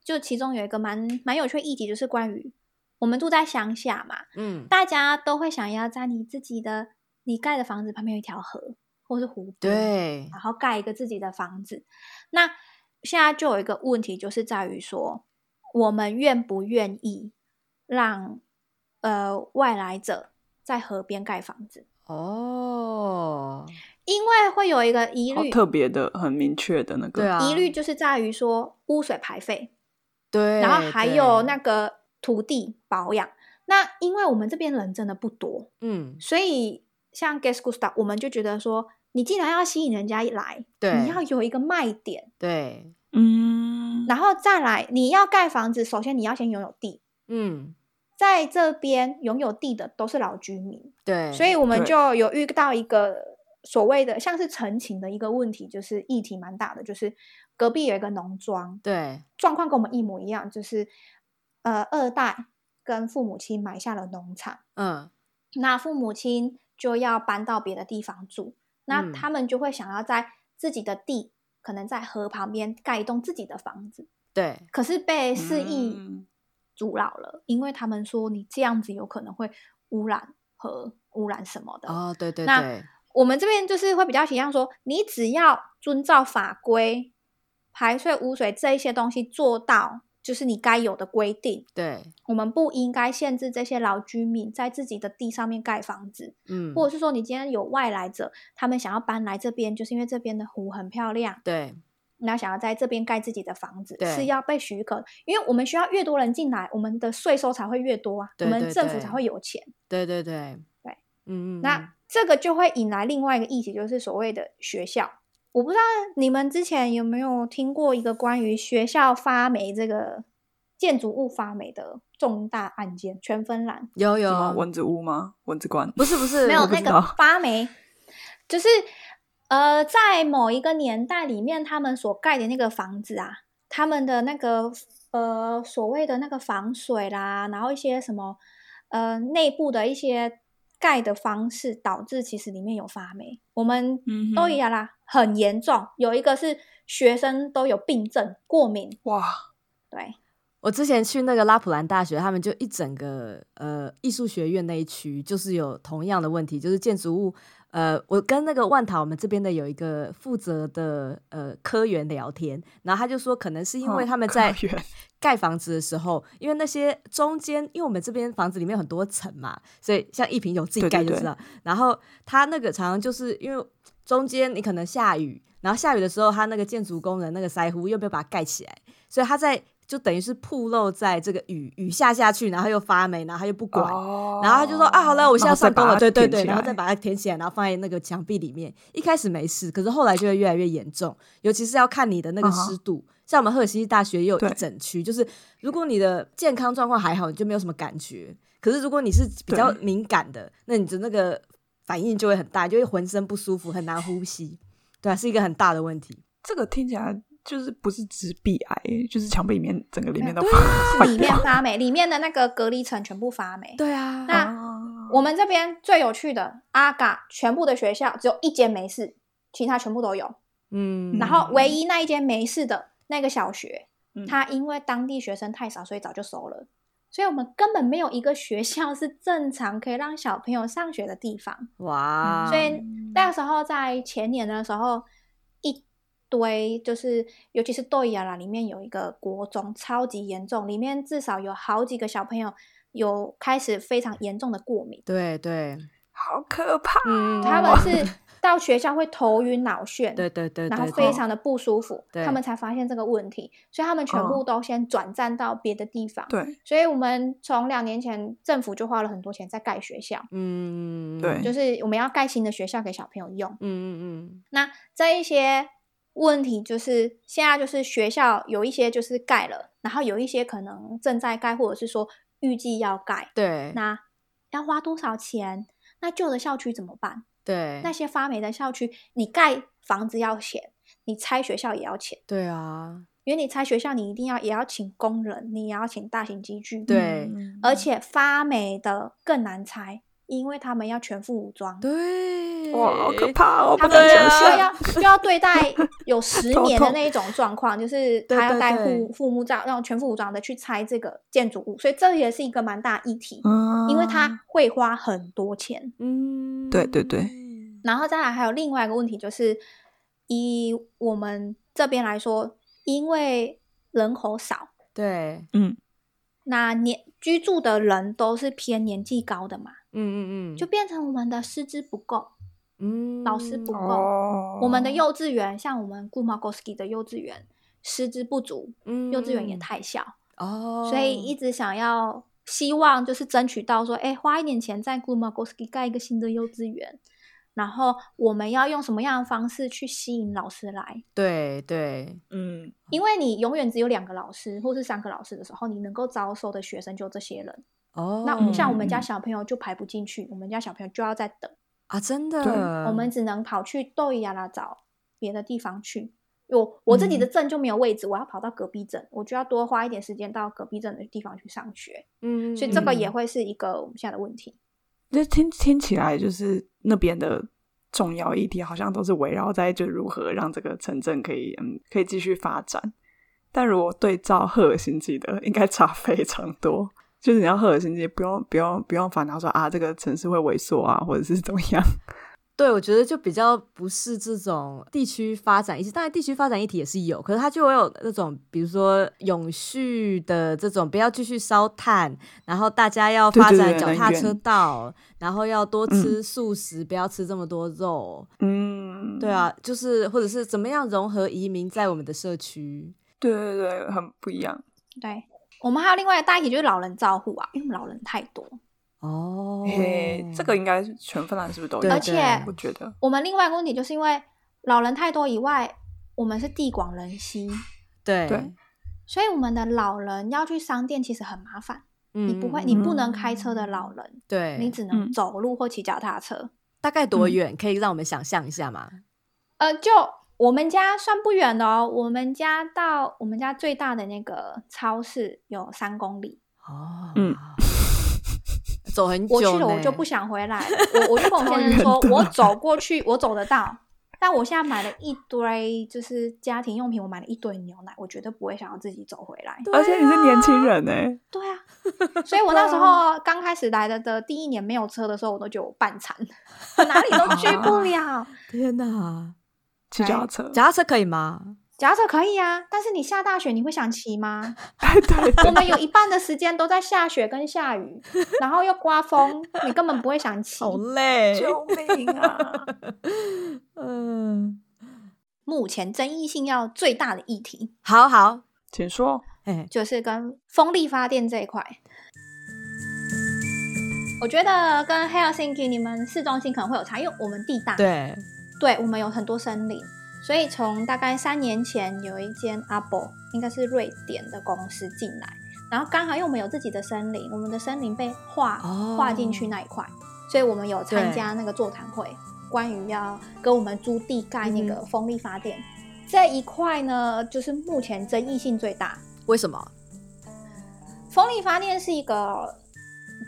Speaker 3: 就其中有一个蛮蛮有趣的议题，就是关于我们住在乡下嘛，
Speaker 1: 嗯，
Speaker 3: 大家都会想要在你自己的你盖的房子旁边有一条河或是
Speaker 1: 嗯
Speaker 3: 湖边，，
Speaker 1: 对，
Speaker 3: 然后盖一个自己的房子。那现在就有一个问题，就是在于说，我们愿不愿意让呃外来者在河边盖房子？
Speaker 1: 哦，
Speaker 3: 因为会有一个疑
Speaker 2: 好
Speaker 3: 虑，
Speaker 2: 特别的、很明确的那个，
Speaker 1: 对啊，
Speaker 3: 疑虑就是在于说污水排废，
Speaker 1: 对，
Speaker 3: 然后还有
Speaker 1: 对
Speaker 3: 那个土地保养。那因为我们这边人真的不多，
Speaker 1: 嗯，
Speaker 3: 所以像 Guess Gusta，我们就觉得说，你既然要吸引人家来，
Speaker 1: 对
Speaker 3: 你要有一个卖点，
Speaker 1: 对，
Speaker 2: 嗯，
Speaker 3: 然后再来，你要盖房子，首先你要先拥有地。
Speaker 1: 嗯，
Speaker 3: 在这边拥有地的都是老居民，
Speaker 1: 对，
Speaker 3: 所以我们
Speaker 2: 对
Speaker 3: 就有遇到一个所谓的像是陈情的一个问题，就是议题蛮大的，就是隔壁有一个农庄，
Speaker 1: 对，
Speaker 3: 状况跟我们一模一样，就是呃二代跟父母亲买下了农场，
Speaker 1: 嗯，
Speaker 3: 那父母亲就要搬到别的地方住，那
Speaker 1: 嗯
Speaker 3: 他们就会想要在自己的地，可能在河旁边盖一栋自己的房子，
Speaker 1: 对，
Speaker 3: 可是被市议
Speaker 2: 嗯
Speaker 3: 阻扰了，因为他们说你这样子有可能会污染和污染什么的。
Speaker 1: 哦，对对
Speaker 3: 那
Speaker 1: 对，
Speaker 3: 我们这边就是会比较倾向说，你只要遵照法规、排水、污水这一些东西做到，就是你该有的规定。
Speaker 1: 对，
Speaker 3: 我们不应该限制这些老居民在自己的地上面盖房子，
Speaker 1: 嗯，
Speaker 3: 或者是说你今天有外来者，他们想要搬来这边，就是因为这边的湖很漂亮，
Speaker 1: 对，
Speaker 3: 那想要在这边盖自己的房子
Speaker 1: 对
Speaker 3: 是要被许可，因为我们需要越多人进来，我们的税收才会越多啊，
Speaker 1: 对
Speaker 3: 我
Speaker 1: 对
Speaker 3: 们政府
Speaker 1: 对
Speaker 3: 才会有钱。
Speaker 1: 对对对，
Speaker 3: 对，
Speaker 1: 嗯嗯，嗯
Speaker 3: 那这个就会引来另外一个议题，就是所谓的学校。我不知道你们之前有没有听过一个关于学校发霉这个建筑物发霉的重大案件，全芬兰
Speaker 1: 有
Speaker 2: 什么
Speaker 1: 有，
Speaker 2: 蚊子屋吗？蚊子馆？
Speaker 1: 不是不是，
Speaker 3: 没有
Speaker 1: 我不
Speaker 3: 那
Speaker 1: 知
Speaker 3: 个
Speaker 2: 道
Speaker 3: 发霉，就是呃，在某一个年代里面，他们所盖的那个房子啊，他们的那个呃所谓的那个防水啦，然后一些什么呃内部的一些盖的方式，导致其实里面有发霉，我们
Speaker 2: 嗯哼
Speaker 3: 都一样啦，很严重。有一个是学生都有病症过敏，
Speaker 2: 哇，
Speaker 3: 对，
Speaker 1: 我之前去那个拉普兰大学，他们就一整个呃艺术学院那一区，就是有同样的问题，就是建筑物。呃，我跟那个万塔我们这边的有一个负责的呃科员聊天，然后他就说，可能是因为
Speaker 2: 哦
Speaker 1: 他们
Speaker 2: 科
Speaker 1: 在
Speaker 2: 员
Speaker 1: 盖房子的时候，因为那些中间，因为我们这边房子里面很多层嘛，所以像一平有自己
Speaker 2: 对对
Speaker 1: 盖就
Speaker 2: 对
Speaker 1: 知道。然后他那个常常就是因为中间你可能下雨，然后下雨的时候，他那个建筑工人那个腮胡又没有把它盖起来，所以他在就等于是暴露在这个雨雨下下去，然后又发霉，然后他又不管，
Speaker 2: 哦
Speaker 1: 然后他就说啊，好了，我现在上工了，对对对，然后再
Speaker 2: 把。
Speaker 1: 把它填起来，然后放在那个墙壁里面。一开始没事，可是后来就会越来越严重，尤其是要看你的那个
Speaker 2: 嗯哼
Speaker 1: 湿度。像我们赫尔辛基大学也有一
Speaker 2: 对
Speaker 1: 整区，就是如果你的健康状况还好，你就没有什么感觉；可是如果你是比较
Speaker 2: 对
Speaker 1: 敏感的，那你的那个反应就会很大，就会浑身不舒服，很难呼吸。对啊，是一个很大的问题。
Speaker 2: 这个听起来就是不是只壁癌，就是墙壁里面整个里面都
Speaker 3: 是
Speaker 2: 坏
Speaker 3: 里面
Speaker 2: 掉。
Speaker 3: 发霉，里面的那个隔离层全部发霉。
Speaker 1: 对啊
Speaker 3: 那
Speaker 2: 啊
Speaker 3: 我们这边最有趣的阿嘎，全部的学校只有一间没事，其他全部都有。
Speaker 1: 嗯，
Speaker 3: 然后唯一那一间没事的那个小学，
Speaker 2: 嗯
Speaker 3: 它因为当地学生太少，所以早就收了。所以我们根本没有一个学校是正常可以让小朋友上学的地方。
Speaker 1: 嗯哇，
Speaker 3: 嗯所以那个时候在前年的时候，一堆就是尤其是对亚啦，里面有一个国中超级严重，里面至少有好几个小朋友有开始非常严重的过敏。
Speaker 1: 对对，
Speaker 2: 好可怕！
Speaker 1: 嗯，
Speaker 3: 他们 是到学校会头晕脑眩，
Speaker 1: 对对对，
Speaker 3: 然后
Speaker 1: 对
Speaker 3: 非常的不舒服，
Speaker 1: 对哦
Speaker 3: 他们才发现这个问题，所以他们全部都先转战到别的地方。
Speaker 2: 对
Speaker 3: 所以我们从两年前政府就花了很多钱在盖学校，
Speaker 1: 嗯，
Speaker 2: 对
Speaker 3: 就是我们要盖新的学校给小朋友用。
Speaker 1: 嗯嗯
Speaker 3: 那这一些问题就是现在就是学校有一些就是盖了，然后有一些可能正在盖，或者是说预计要盖
Speaker 1: 嗯，，对，
Speaker 3: 那要花多少钱？那旧的校区怎么办？
Speaker 1: 对，
Speaker 3: 那些发霉的校区，你盖房子要钱，你拆学校也要钱，
Speaker 1: 对啊，
Speaker 3: 因为你拆学校，你一定要也要请工人，你也要请大型机具，
Speaker 1: 对
Speaker 2: 嗯
Speaker 3: 而且发霉的更难拆，因为他们要全副武装，
Speaker 1: 对，
Speaker 2: 哇，好可怕哦，我
Speaker 3: 他
Speaker 2: 不敢
Speaker 3: 们
Speaker 1: 对
Speaker 2: 想
Speaker 1: 啊
Speaker 2: 象。
Speaker 3: 又要又要对待有 十
Speaker 2: 头
Speaker 3: 年的
Speaker 2: 痛
Speaker 3: 那一种状况，就是
Speaker 1: 对
Speaker 3: 他要
Speaker 1: 对
Speaker 3: 戴
Speaker 1: 对
Speaker 3: 护护目罩，让全副武装的去拆这个建筑物，所以这也是一个蛮大议题，
Speaker 2: 嗯
Speaker 3: 因为
Speaker 1: 啊
Speaker 3: 他会花很多钱。
Speaker 1: 嗯，
Speaker 2: 对对对
Speaker 3: 然后再来还有另外一个问题，就是以我们这边来说，因为人口少，
Speaker 1: 对，
Speaker 2: 嗯
Speaker 3: 那年居住的人都是偏年纪高的嘛，
Speaker 1: 嗯嗯嗯，
Speaker 3: 就变成我们的师资不够，
Speaker 1: 嗯
Speaker 3: 老师不够。
Speaker 2: 哦，
Speaker 3: 我们的幼稚园，像我们顾 Magoski 的幼稚园，师资不足，
Speaker 1: 嗯
Speaker 3: 幼稚园也
Speaker 1: 嗯
Speaker 3: 太小，
Speaker 1: 哦，
Speaker 3: 所以一直想要希望就是争取到说，哎，花一点钱在 g u m a g o s k i 盖一个新的幼稚园，然后我们要用什么样的方式去吸引老师来？
Speaker 1: 对对
Speaker 2: 嗯
Speaker 3: 因为你永远只有两个老师或是三个老师的时候，你能够招收的学生就这些人。
Speaker 1: 哦，
Speaker 3: 那我们像我
Speaker 2: 嗯
Speaker 3: 们家小朋友就排不进去，我们家小朋友就要在等，
Speaker 1: 啊，真的，
Speaker 2: 对
Speaker 3: 我们只能跑去豆芽啦找别的地方去。我我自
Speaker 1: 嗯
Speaker 3: 己的镇就没有位置，我要跑到隔壁镇，我就要多花一点时间到隔壁镇的地方去上学。
Speaker 1: 嗯，
Speaker 3: 所以这个
Speaker 1: 嗯
Speaker 3: 也会是一个我们现在的问题。
Speaker 2: 就听听起来就是那边的重要议题，好像都是围绕在就如何让这个城镇可以嗯可以继续发展。但如果对照赫尔辛基的，应该差非常多。就是你要赫尔辛基，不用不用不用烦恼说啊，这个城市会萎缩啊，或者是怎么样。
Speaker 1: 对，我觉得就比较不是这种地区发展议题，当然地区发展议题也是有，可是它就会有那种，比如说永续的这种，不要继续烧炭，然后大家要
Speaker 2: 对
Speaker 1: 发
Speaker 2: 对
Speaker 1: 展
Speaker 2: 对嗯
Speaker 1: 脚
Speaker 2: 能
Speaker 1: 踏
Speaker 2: 源
Speaker 1: 车道，然后要多吃素食，不要吃这么多肉，
Speaker 2: 嗯，
Speaker 1: 对啊，就是或者是怎么样融合移民在我们的社区，
Speaker 2: 对对对，很不一样。
Speaker 1: 嗯
Speaker 3: 对，我们还有另外一个大议题就是老人照护啊，因为我们老人太多。
Speaker 1: 哦，
Speaker 2: 嘿，这个应该是全芬兰是不是都有？
Speaker 1: 对
Speaker 3: 而且
Speaker 2: 我觉得
Speaker 3: 我们另外一个问题就是因为老人太多以外，我们是地广人 稀，
Speaker 1: 对
Speaker 2: 对
Speaker 3: 所以我们的老人要去商店其实很麻烦。
Speaker 1: 嗯
Speaker 3: 你不会，
Speaker 1: 嗯
Speaker 3: 你
Speaker 1: 嗯
Speaker 3: 不能开车的老人，
Speaker 1: 对，
Speaker 3: 你只
Speaker 2: 嗯
Speaker 3: 能走路或骑脚踏车。
Speaker 1: 大概多
Speaker 2: 嗯
Speaker 1: 远可以让我们想象一下嘛？
Speaker 3: 呃，就我们家算不远的哦，我们家到我们家最大的那个超市有三公里，
Speaker 1: 哦，
Speaker 2: 嗯，
Speaker 1: 走很久
Speaker 3: 我去
Speaker 1: 呢，
Speaker 3: 了我就不想回来了，我我就 跟我先生
Speaker 2: 超远，的
Speaker 3: 说我走过去我走得到，但我现在买了一堆就是家庭用品，我买了一堆牛奶，我绝对不会想要自己走回来。
Speaker 1: 对啊，
Speaker 2: 而且你是年轻人哎、
Speaker 3: 对啊，所以我那时候刚开始来的的第一年没有车的时候，我都觉得我半残，哪里都去不了。
Speaker 1: 天哪！
Speaker 2: 骑
Speaker 1: 哎
Speaker 2: 脚踏车，
Speaker 1: 脚踏车可以吗？
Speaker 3: 脚踏车可以啊，但是你下大雪你会想骑吗？
Speaker 2: 对对
Speaker 3: 我们有一半的时间都在下雪跟下雨，然后又刮风，你根本不会想骑。
Speaker 1: 累
Speaker 2: 救命啊！
Speaker 1: 嗯，
Speaker 3: 目前争议性要最大的议题。
Speaker 1: 好好，
Speaker 2: 请说。
Speaker 1: 哎，
Speaker 3: 就是跟风力发电这一块。我觉得跟 Helsinki 你们市中心可能会有差，因为我们地大，
Speaker 1: 对，
Speaker 3: 对，我们有很多森林，所以从大概三年前有一间 Apple，应该是瑞典的公司进来，然后刚好因为我们有自己的森林，我们的森林被划
Speaker 1: 哦
Speaker 3: 划进去那一块，所以我们有参加那个座谈会，关于要跟我们租地盖那个
Speaker 1: 嗯
Speaker 3: 风力发电、这一块呢，就是目前争议性最大，
Speaker 1: 为什么？
Speaker 3: 风力发电是一个，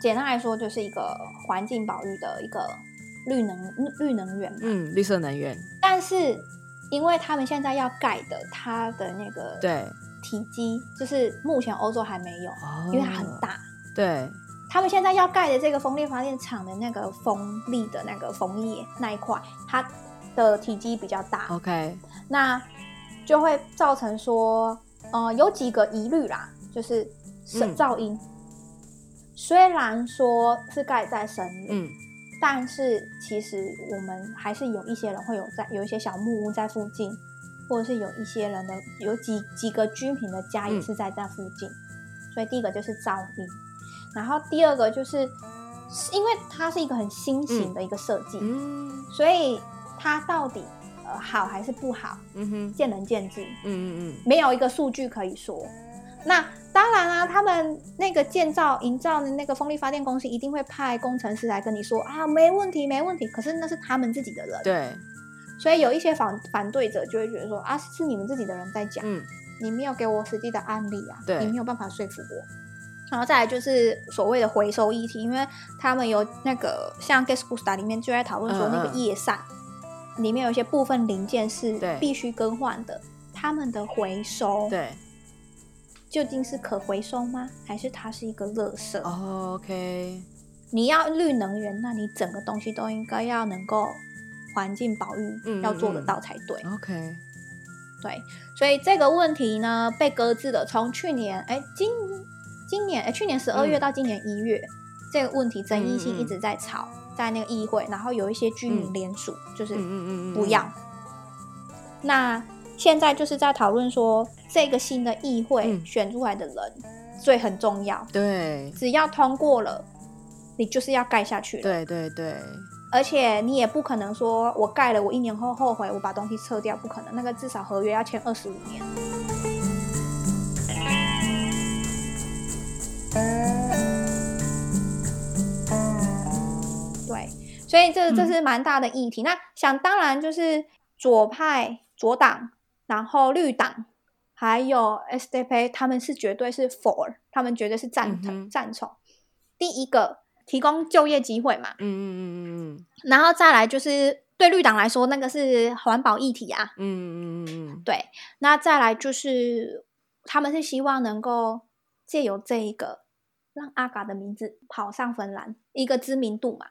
Speaker 3: 简单来说就是一个环境保育的一个绿能绿能源嘛。
Speaker 1: 嗯，绿色能源，
Speaker 3: 但是因为他们现在要盖的，它的那个
Speaker 1: 对，
Speaker 3: 体积就是目前欧洲还没有，
Speaker 1: 哦
Speaker 3: 因为它很，大。
Speaker 1: 对，
Speaker 3: 他们现在要盖的这个风力发电厂的那个风力的那个枫叶那一块，它的体积比较大。
Speaker 1: ，OK，
Speaker 3: 那就会造成说，呃，有几个疑虑啦，就是
Speaker 1: 嗯
Speaker 3: 声噪音。虽然说是盖在森林，
Speaker 1: 嗯，
Speaker 3: 但是其实我们还是有一些人会有在有一些小木屋在附近，或者是有一些人的有几几个居民的家也
Speaker 1: 嗯
Speaker 3: 是在这附近，所以第一个就是噪音，然后第二个就是是因为它是一个很新型的一个设计，
Speaker 1: 嗯，
Speaker 3: 所以它到底呃好还是不好，
Speaker 1: 嗯哼，
Speaker 3: 见仁见智。
Speaker 1: 嗯嗯嗯，
Speaker 3: 没有一个数据可以说。那当然啊，他们那个建造、营造的那个风力发电公司一定会派工程师来跟你说啊，没问题，没问题。可是那是他们自己的人，
Speaker 1: 对，
Speaker 3: 所以有一些反反对者就会觉得说啊，是你们自己的人在讲，
Speaker 1: 嗯，
Speaker 3: 你没有给我实际的案例啊，
Speaker 1: 对
Speaker 3: 你没有办法说服我。然后再来就是所谓的回收议题，因为他们有那个像 Gas g u s t a 里面就在讨论说
Speaker 1: 嗯
Speaker 3: 那个
Speaker 1: 嗯
Speaker 3: 叶扇、里面有一些部分零件是
Speaker 1: 对
Speaker 3: 必须更换的，他们的回收
Speaker 1: 对
Speaker 3: 究竟是可回收吗？还是它是一个垃圾？
Speaker 1: 哦，OK，
Speaker 3: 你要绿能源，那你整个东西都应该要能够环境保育，
Speaker 1: 嗯
Speaker 3: 要做得
Speaker 1: 嗯嗯
Speaker 3: 到才对。
Speaker 1: OK，
Speaker 3: 对，所以这个问题呢被搁置了。从去年，哎，今今年，哎，去年十二月
Speaker 1: 嗯
Speaker 3: 到今年一月，这个问题争议
Speaker 1: 嗯嗯
Speaker 3: 性
Speaker 1: 嗯
Speaker 3: 一直在吵，在那个议会，然后有一些居民
Speaker 1: 嗯
Speaker 3: 联署，就是
Speaker 1: 嗯嗯嗯嗯，
Speaker 3: 不要。那现在就是在讨论说，这个新的议会
Speaker 1: 嗯
Speaker 3: 选出来的人，最很重要，
Speaker 1: 对
Speaker 3: 只要通过了，你就是要盖下去了。
Speaker 1: 对对对，
Speaker 3: 而且你也不可能说我盖了，我一年后后悔，我把东西撤掉，不可能。那个至少合约要签二十五年。对，所以
Speaker 1: 嗯
Speaker 3: 这这是蛮大的议题。那想当然就是左派、左党，然后绿党，还有 SDP，他们是绝对是 for，他们绝对是赞成、
Speaker 1: 嗯哼
Speaker 3: 赞成。第一个，提供就业机会嘛，
Speaker 1: 嗯嗯嗯嗯
Speaker 3: 然后再来就是对绿党来说，那个是环保议题啊，
Speaker 1: 嗯嗯嗯嗯
Speaker 3: 对。那再来就是他们是希望能够借由这一个让阿嘎的名字跑上芬兰一个知名度嘛。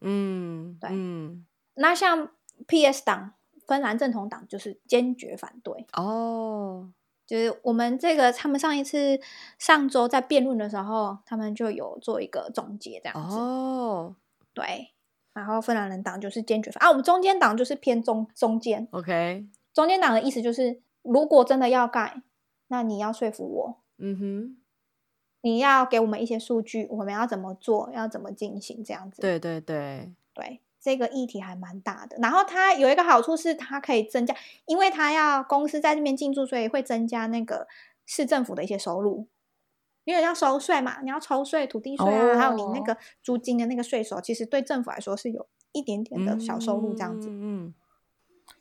Speaker 1: 嗯，嗯，
Speaker 3: 那像 PS 党、芬兰正统党就是坚决反对，
Speaker 1: 哦，
Speaker 3: 就是我们这个他们上一次上周在辩论的时候，他们就有做一个总结这样子，
Speaker 1: 哦
Speaker 3: 对。然后芬兰人党就是坚决反啊，我们中间党就是偏中中间，
Speaker 1: ，OK，
Speaker 3: 中间党的意思就是，如果真的要盖，那你要说服我，
Speaker 1: 嗯哼，
Speaker 3: 你要给我们一些数据，我们要怎么做，要怎么进行这样子。
Speaker 1: 对对对，
Speaker 3: 对这个议题还蛮大的。然后它有一个好处是，它可以增加，因为它要公司在这边进驻，所以会增加那个市政府的一些收入。因为要收税嘛，你要抽税、土地税啊，还有你那
Speaker 2: 哦
Speaker 3: 个租金的那个税收，其实对政府来说是有一点点的小收入这样
Speaker 2: 啊
Speaker 3: 子。
Speaker 1: 嗯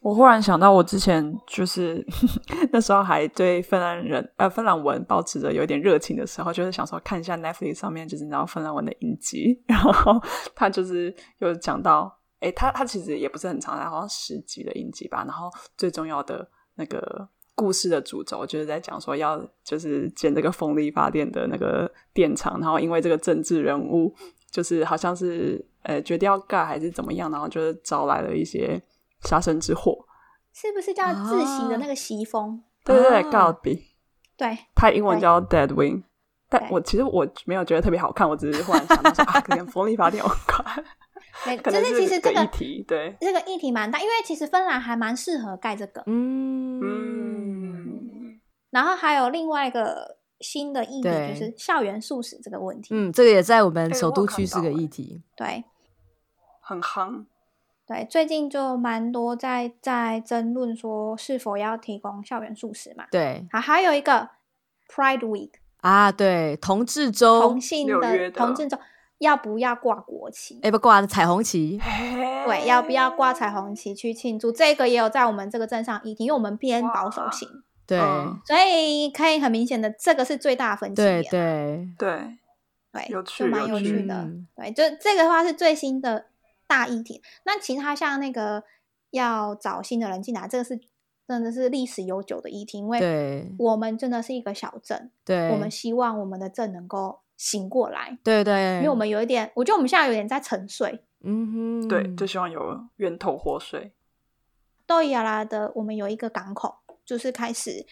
Speaker 2: 我忽然想到，我之前就是 那时候还对芬兰人呃芬兰文保持着有点热情的时候，就是想说看一下 Netflix 上面就是你知道芬兰文的影集，然后他就是有讲到，诶，他他其实也不是很长，他好像十集的影集吧。然后最重要的那个故事的主轴就是在讲说要就是建这个风力发电的那个电厂，然后因为这个政治人物就是好像是呃决定要盖还是怎么样，然后就是招来了一些杀身之祸。
Speaker 3: 啊是不是叫自习的
Speaker 1: 啊
Speaker 3: 那个习风？
Speaker 2: 对对对
Speaker 1: 啊
Speaker 2: 告别，
Speaker 3: 对，
Speaker 2: 它英文叫 Dead Wing。但
Speaker 3: 对
Speaker 2: 我其实我没有觉得特别好看，我只是忽然想到 说啊，可能风力发电有关，
Speaker 3: 对
Speaker 2: 可
Speaker 3: 就
Speaker 2: 能
Speaker 3: 是其实
Speaker 2: 个
Speaker 3: 这个
Speaker 2: 议题，对，
Speaker 3: 这个议题蛮大，因为其实芬兰还蛮适合盖这个。
Speaker 1: 嗯，
Speaker 2: 嗯，
Speaker 3: 然后还有另外一个新的议题
Speaker 1: 对
Speaker 3: 就是校园素食这个问题。
Speaker 1: 嗯，这个也在我们
Speaker 2: 哎
Speaker 1: 首
Speaker 2: 我有
Speaker 1: 都
Speaker 2: 看
Speaker 1: 区是
Speaker 2: 到
Speaker 1: 个
Speaker 2: 哎
Speaker 1: 议题，
Speaker 3: 对
Speaker 2: 很夯，
Speaker 3: 对，最近就蛮多在在争论说是否要提供校园素食嘛。
Speaker 1: 对
Speaker 3: 啊，还有一个 Pride Week，
Speaker 1: 啊，对，同志周
Speaker 3: 同，性
Speaker 2: 纽
Speaker 3: 的
Speaker 2: 约的
Speaker 3: 同志中要不要挂国旗？
Speaker 1: 哎，不挂彩虹旗，
Speaker 2: 对
Speaker 3: 对，要不要挂彩虹旗去庆祝？这个也有在我们这个镇上议题，因为我们偏保守型，
Speaker 1: 对
Speaker 2: 嗯
Speaker 3: 所以可以很明显的，这个是最大的分歧
Speaker 1: 对
Speaker 3: 点。
Speaker 1: 对，
Speaker 2: 对，
Speaker 3: 对，
Speaker 2: 有
Speaker 3: 就
Speaker 2: 趣
Speaker 3: 蛮
Speaker 2: 有
Speaker 3: 有趣
Speaker 2: 趣
Speaker 3: 的。
Speaker 1: 嗯
Speaker 3: 对，就这个的话是最新的大议题。那其他像那个要找新的人进来，这个是真的是历史悠久的议题，因为
Speaker 1: 对
Speaker 3: 我们真的是一个小镇，
Speaker 1: 对，
Speaker 3: 我们希望我们的镇能够醒过来，
Speaker 1: 对对，
Speaker 3: 因为我们有一点，我觉得我们现在有点在沉睡。
Speaker 1: 嗯哼，
Speaker 2: 对，就希望有源头活水，
Speaker 3: 豆伊亚拉的我们有一个港口，就是开始。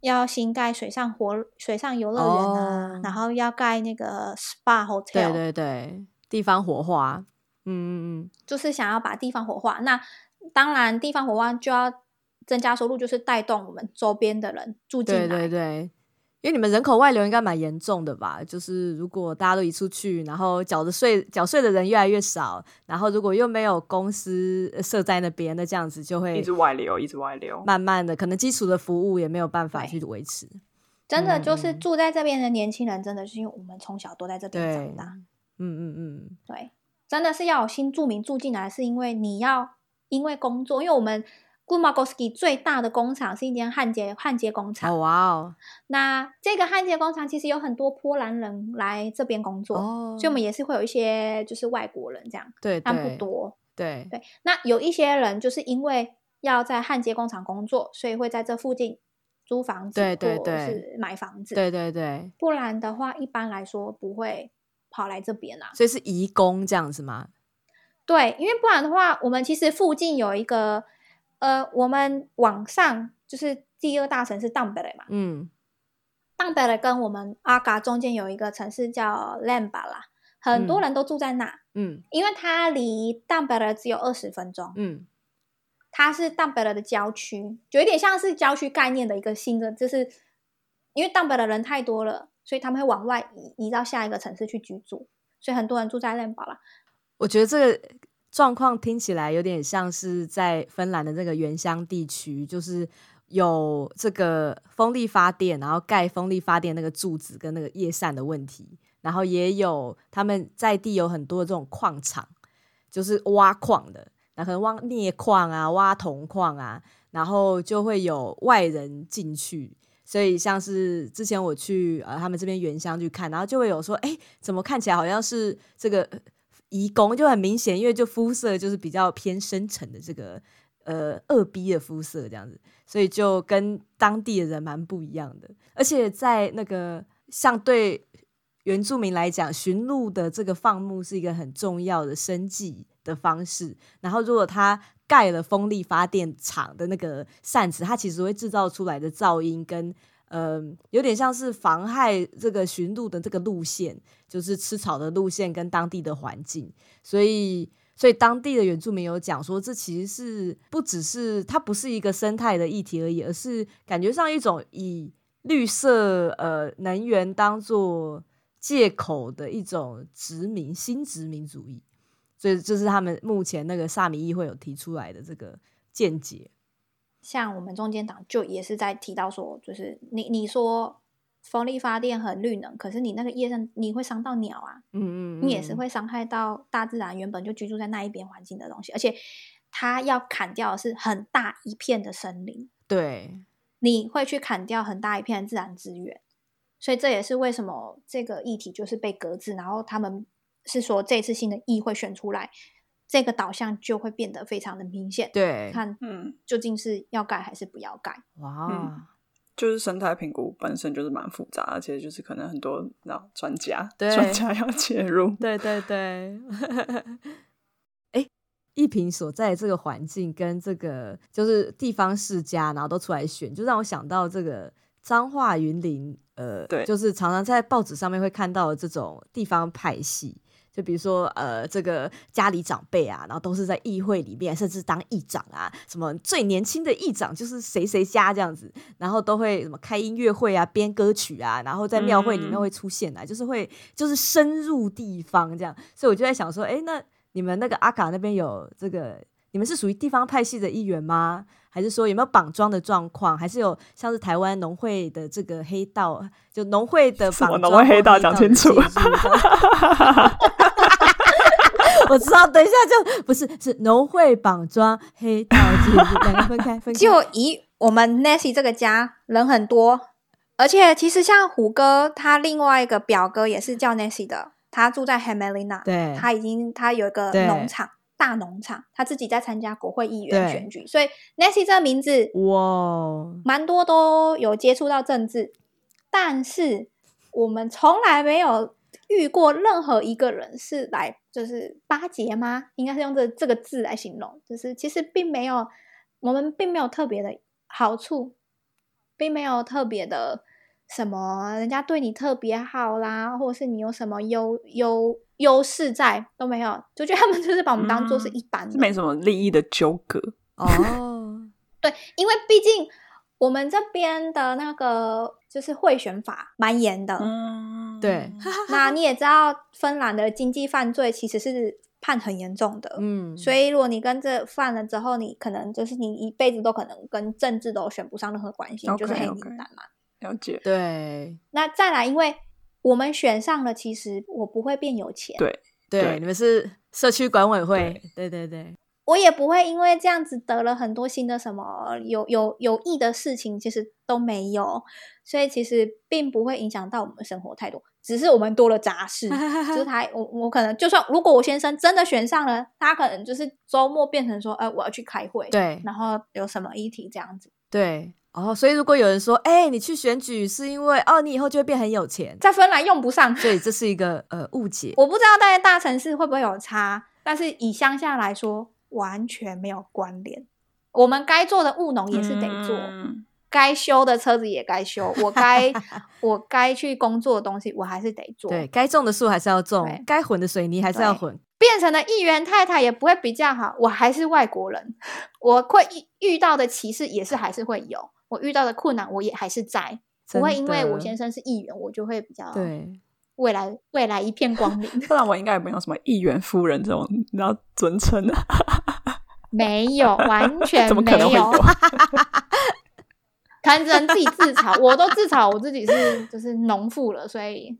Speaker 3: 要新盖水上活水上游乐园啊
Speaker 1: 哦
Speaker 3: 然后要盖那个 SPA hotel，
Speaker 1: 对对对，地方活化，嗯嗯
Speaker 3: 就是想要把地方活化。那当然，地方活化就要增加收入，就是带动我们周边的人住
Speaker 1: 嗯，
Speaker 3: 进来。
Speaker 1: 对对对，因为你们人口外流应该蛮严重的吧？就是如果大家都移出去，然后缴的税缴税的人越来越少，然后如果又没有公司呃设在那边，那这样子就
Speaker 2: 一
Speaker 1: 会
Speaker 2: 直外流，一直外流，
Speaker 1: 慢慢的，可能基础的服务也没有办法
Speaker 3: 对
Speaker 1: 去维持。
Speaker 3: 真的就是
Speaker 1: 嗯
Speaker 3: 住在这边的年轻人，真的是因为我们从小都在这边长
Speaker 1: 对
Speaker 3: 大，
Speaker 1: 嗯嗯
Speaker 3: 对，真的是要有新住民住进来，是因为你要因为工作，因为我们 g u m a g o s k i 最大的工厂是一间焊接焊接工
Speaker 1: 嗯，
Speaker 3: 厂。
Speaker 1: 哦哇哦，
Speaker 3: 那这个焊接工厂其实有很多波兰人来这边工作，
Speaker 1: 哦，
Speaker 3: 所以我们也是会有一些就是外国人这样，
Speaker 1: 对
Speaker 3: 但不
Speaker 1: 对
Speaker 3: 多。
Speaker 1: 对，
Speaker 3: 对，那有一些人就是因为要在焊接工厂工作，所以会在这附近租房子，
Speaker 1: 对对
Speaker 3: 或
Speaker 1: 对
Speaker 3: 是买房子。
Speaker 1: 对对对，
Speaker 3: 不然的话，一般来说不会跑来这边啊。
Speaker 1: 所以是移工这样子吗？
Speaker 3: 对，因为不然的话，我们其实附近有一个，呃，我们网上就是第二大城市当北雷嘛，
Speaker 1: 嗯，
Speaker 3: 当北雷跟我们阿嘎中间有一个城市叫 Lamba 啦，很
Speaker 1: 嗯
Speaker 3: 多人都住在那，
Speaker 1: 嗯
Speaker 3: 因为它离当北雷只有二十分钟，
Speaker 1: 嗯，
Speaker 3: 它是当北雷的郊区，就有点像是郊区概念的一个新的，就是因为当北的人太多了，所以他们会往外移移到下一个城市去居住，所以很多人住在 Lamba 啦。
Speaker 1: 我觉得这个状况听起来有点像是在芬兰的这个原乡地区，就是有这个风力发电，然后盖风力发电那个柱子跟那个叶扇的问题，然后也有他们在地有很多这种矿场，就是挖矿的，那可能挖镍矿啊，挖铜矿啊，然后就会有外人进去。所以像是之前我去呃他们这边原乡去看，然后就会有说，哎、怎么看起来好像是这个呃移工，就很明显，因为就肤色就是比较偏深沉的这个呃二 B 的肤色这样子，所以就跟当地的人蛮不一样的。而且在那个像对原住民来讲，驯鹿的这个放牧是一个很重要的生计的方式。然后如果它盖了风力发电厂的那个扇子，它其实会制造出来的噪音跟。呃，有点像是妨害这个驯鹿的这个路线，就是吃草的路线跟当地的环境，所以所以当地的原住民有讲说，这其实是不只是它不是一个生态的议题而已，而是感觉上一种以绿色呃能源当做借口的一种殖民新殖民主义，所以这是他们目前那个萨米议会有提出来的这个见解。
Speaker 3: 像我们中间党就也是在提到说，就是你你说风力发电很绿能，可是你那个叶扇你会伤到鸟啊，
Speaker 1: 嗯
Speaker 3: 你也是会伤害到大自然原本就居住在那一边环境的东西，而且它要砍掉的是很大一片的森林，
Speaker 1: 对，
Speaker 3: 你会去砍掉很大一片的自然资源，所以这也是为什么这个议题就是被搁置，然后他们是说这次性的议会选出来，这个导向就会变得非常的明显，
Speaker 1: 对，
Speaker 3: 看
Speaker 2: 嗯，
Speaker 3: 究竟是要盖还是不要盖。
Speaker 1: 哇，
Speaker 2: 嗯就是生态评估本身就是蛮复杂，而且就是可能很多然后专家
Speaker 1: 对
Speaker 2: 专家要介入，
Speaker 1: 对对 对，哎，一平所在的这个环境跟这个就是地方世家，然后都出来选，就让我想到这个彰化云林，呃，
Speaker 2: 对
Speaker 1: 就是常常在报纸上面会看到的这种地方派系。就比如说，呃，这个家里长辈啊，然后都是在议会里面，甚至当议长啊，什么最年轻的议长就是谁谁家这样子，然后都会什么开音乐会啊，编歌曲啊，然后在庙会里面
Speaker 2: 嗯
Speaker 1: 会出现啊，就是会就是深入地方这样，所以我就在想说，哎，那你们那个阿卡那边有这个，你们是属于地方派系的一员吗？还是说有没有绑桩的状况？还是有像是台湾农会的这个黑道，就农会的
Speaker 2: 什么
Speaker 1: 绑
Speaker 2: 农
Speaker 1: 桩
Speaker 2: 会
Speaker 1: 或
Speaker 2: 黑道讲
Speaker 1: 的
Speaker 2: 清楚
Speaker 1: 介入这样 我知道，等一下就不是是农会绑桩黑道介入，两个分开分开。
Speaker 3: 就以我们 Nancy 这个家人很多，而且其实像虎哥他另外一个表哥也是叫 Nancy 的，他住在 Hamelina，
Speaker 1: 对
Speaker 3: 他已经他有一个
Speaker 1: 对
Speaker 3: 农场大农场，他自己在参加国会议员
Speaker 1: 对
Speaker 3: 选举，所以 Nancy 这个名字
Speaker 1: 哇，哦
Speaker 3: 蛮多都有接触到政治，但是我们从来没有。遇过任何一个人是来就是巴结吗？应该是用这这个字来形容，就是其实并没有，我们并没有特别的好处，并没有特别的什么人家对你特别好啦，或者是你有什么优优优势在都没有，就觉得他们就是把我们当做是
Speaker 2: 嗯
Speaker 3: 一般
Speaker 2: 是
Speaker 3: 人，
Speaker 2: 没什么利益的纠葛。
Speaker 1: 哦，
Speaker 3: 对，因为毕竟我们这边的那个就是贿选法蛮严的，
Speaker 2: 嗯，
Speaker 1: 对，
Speaker 3: 那你也知道，芬兰的经济犯罪其实是判很严重的。
Speaker 1: 嗯，
Speaker 3: 所以，如果你跟这犯了之后，你可能就是你一辈子都可能跟政治都选不上任何关系你就是
Speaker 2: OK，
Speaker 3: 黑名
Speaker 2: OK
Speaker 3: 单嘛。
Speaker 2: 了解，
Speaker 1: 对
Speaker 3: 那再来，因为我们选上了，其实我不会变有钱，
Speaker 2: 对对
Speaker 1: 对，你们是社区管委会，对对对，
Speaker 3: 我也不会因为这样子得了很多新的什么有有有益的事情，其实都没有，所以其实并不会影响到我们生活太多，只是我们多了 杂事。就是他，我我可能就算如果我先生真的选上了，他可能就是周末变成说，呃，我要去开会，，
Speaker 1: 对
Speaker 3: 然后有什么议题这样子，
Speaker 1: 对。哦，所以如果有人说，哎、你去选举是因为哦，你以后就会变很有钱，
Speaker 3: 在芬兰用不上。
Speaker 1: 所以这是一个呃误解。
Speaker 3: 我不知道在大城市会不会有差，但是以乡下来说，完全没有关联。我们该做的务农也是得做，
Speaker 2: 嗯。
Speaker 3: 该修的车子也该修，我 该我该去工作的东西我还是得做。
Speaker 1: 对，该种的树还是要
Speaker 3: 对
Speaker 1: 种，该混的水泥还是要
Speaker 3: 对
Speaker 1: 混。
Speaker 3: 变成了议员太太也不会比较好，我还是外国人，我会遇遇到的歧视也是还是会有，我遇到的困难我也还是在，不会因为我先
Speaker 1: 生
Speaker 3: 生是议员，我就会比较
Speaker 1: 对，
Speaker 3: 未来未来一片 光明
Speaker 2: 不然我应该也没有什么议员夫人这种你知道尊称啊，
Speaker 3: 没有，完全
Speaker 2: 怎么
Speaker 3: 没
Speaker 2: 可能会
Speaker 3: 有
Speaker 2: 有，
Speaker 3: 可能只能自己自嘲。我都自嘲我自己是就是农妇了，所以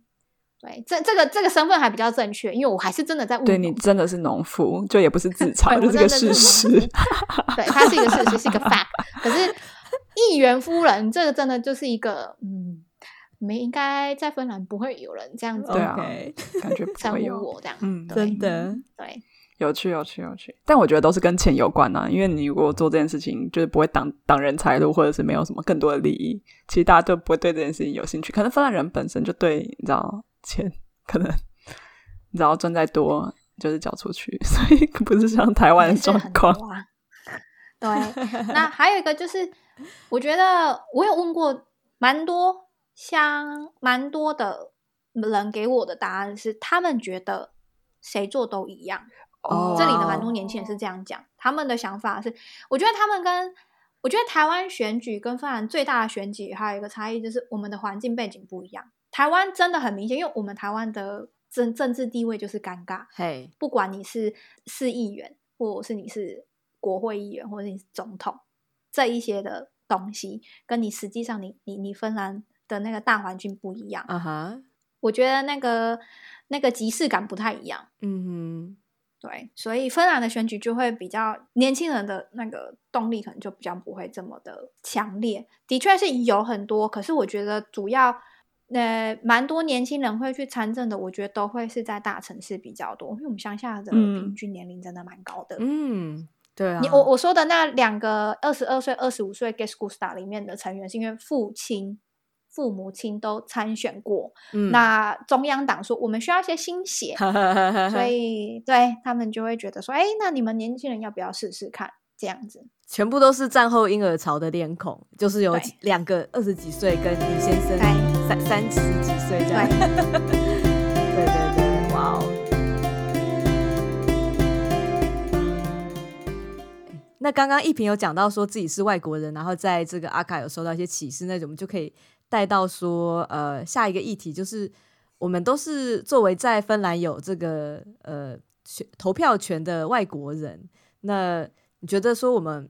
Speaker 3: 对这这个这个身份还比较正确，因为我还是真的在务
Speaker 2: 对
Speaker 3: 农
Speaker 2: 你真的是农夫，就也不是自
Speaker 3: 对
Speaker 2: 嘲，就
Speaker 3: 嗯哎我
Speaker 2: 是个
Speaker 3: 真的
Speaker 2: 事
Speaker 3: 是
Speaker 2: 实
Speaker 3: 农。 对，它是一个事 实，是一个 fact。可是议员夫人这个真的就是一个，嗯，你们应该在芬兰不会有人这样子
Speaker 2: 对啊
Speaker 1: OK
Speaker 2: 感觉不
Speaker 3: 称
Speaker 2: 会
Speaker 3: 呼
Speaker 2: 有，
Speaker 3: 我这样，
Speaker 2: 嗯，
Speaker 3: 对
Speaker 1: 啊真的
Speaker 3: 对
Speaker 2: 有趣，有趣，有趣。但我觉得都是跟钱有关啊，因为你如果做这件事情，就是不会挡挡人财路，或者是没有什么更多的利益，其实大家都不会对这件事情有兴趣。可能芬兰人本身就对你知道钱，可能你知道赚再多就是缴出去， 所以不是像台湾
Speaker 3: 还
Speaker 2: 的
Speaker 3: 是
Speaker 2: 状
Speaker 3: 很
Speaker 2: 况。
Speaker 3: 多啊。对，那还有一个就是，我觉得我有问过蛮多像蛮多的人给我的答案是，他们觉得谁做都一样。
Speaker 1: 哦
Speaker 3: 这里的蛮多年轻人是这样讲，他们的想法是，我觉得他们跟我觉得台湾选举跟芬兰最大的选举还有一个差异就是我们的环境背景不一样。台湾真的很明显，因为我们台湾的政政治地位就是尴尬，
Speaker 1: 嘿，
Speaker 3: 不管你是市议员，或是你是国会议员，或者你是总统，这一些的东西，跟你实际上你你你芬兰的那个大环境不一样。
Speaker 1: 啊哈，
Speaker 3: 我觉得那个那个即视感不太一样。
Speaker 1: 嗯
Speaker 3: 对，所以芬兰的选举就会比较年轻人的那个动力可能就比较不会这么的强烈。的确是有很多，可是我觉得主要呃蛮多年轻人会去参政的，我觉得都会是在大城市比较多，因为我们乡下的
Speaker 2: 嗯
Speaker 3: 平均年龄真的蛮高的。
Speaker 1: 哼，嗯，对啊，
Speaker 3: 你我我说的那两个二十二岁、二十五岁 g e s g u s t a 里面的成员，是因为父亲、父母亲都参选过。
Speaker 1: 嗯
Speaker 3: 那中央党说我们需要一些新血，所以对他们就会觉得说，哎，那你们年轻人要不要试试看？这样子，
Speaker 1: 全部都是战后婴儿潮的脸孔，就是有
Speaker 3: 对
Speaker 1: 几两个二十几岁跟李先生
Speaker 3: 对
Speaker 1: 三三十几岁这
Speaker 3: 对，
Speaker 1: 样， 对对对，哇哦。那刚刚一平有讲到说自己是外国人，然后在这个阿卡有受到一些歧视，那种就可以带到说，呃，下一个议题就是我们都是作为在芬兰有这个呃选投票权的外国人，那你觉得说我们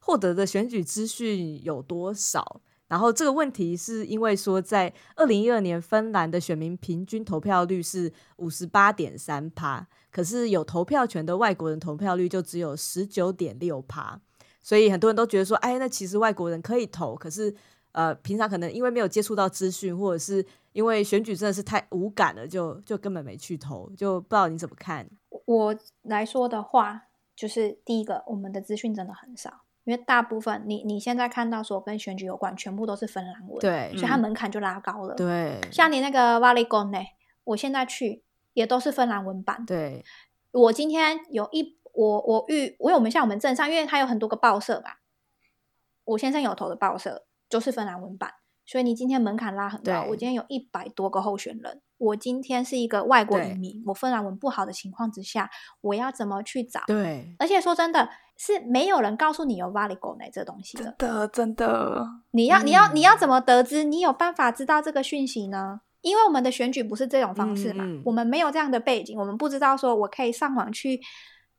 Speaker 1: 获得的选举资讯有多少？然后这个问题是因为说，在二零一二年芬兰的选民平均投票率是五十八点三趴，可是有投票权的外国人投票率就只有十九点六趴，所以很多人都觉得说，哎，那其实外国人可以投，可是呃，平常可能因为没有接触到资讯，或者是因为选举真的是太无感了，就就根本没去投，就不知道你怎么看。
Speaker 3: 我来说的话，就是第一个，我们的资讯真的很少，因为大部分你你现在看到说跟选举有关，全部都是芬兰文，，
Speaker 1: 对
Speaker 3: 所以它门槛就拉
Speaker 5: 嗯
Speaker 3: 高了。，
Speaker 1: 对
Speaker 3: 像你那个 v a l i g o n 呢，我现在去也都是芬兰文版。
Speaker 1: 对，
Speaker 3: 我今天有一我我遇我有我们像我们镇上，因为它有很多个报社嘛，我先生有投的报社就是芬兰文版，所以你今天门槛拉很高。
Speaker 1: 对
Speaker 3: 我今天有一百多个候选人，我今天是一个外国移
Speaker 1: 对
Speaker 3: 民，我芬兰文不好的情况之下，我要怎么去找？
Speaker 1: 对，
Speaker 3: 而且说真的，是没有人告诉你有 Valigo 呢这东 西
Speaker 2: 真
Speaker 3: 的。
Speaker 2: 的真的，
Speaker 3: 你要你要
Speaker 1: 嗯
Speaker 3: 你要怎么得知？你有办法知道这个讯息呢？因为我们的选举不是这种方式嘛，
Speaker 1: 嗯嗯
Speaker 3: 我们没有这样的背景，我们不知道说我可以上网去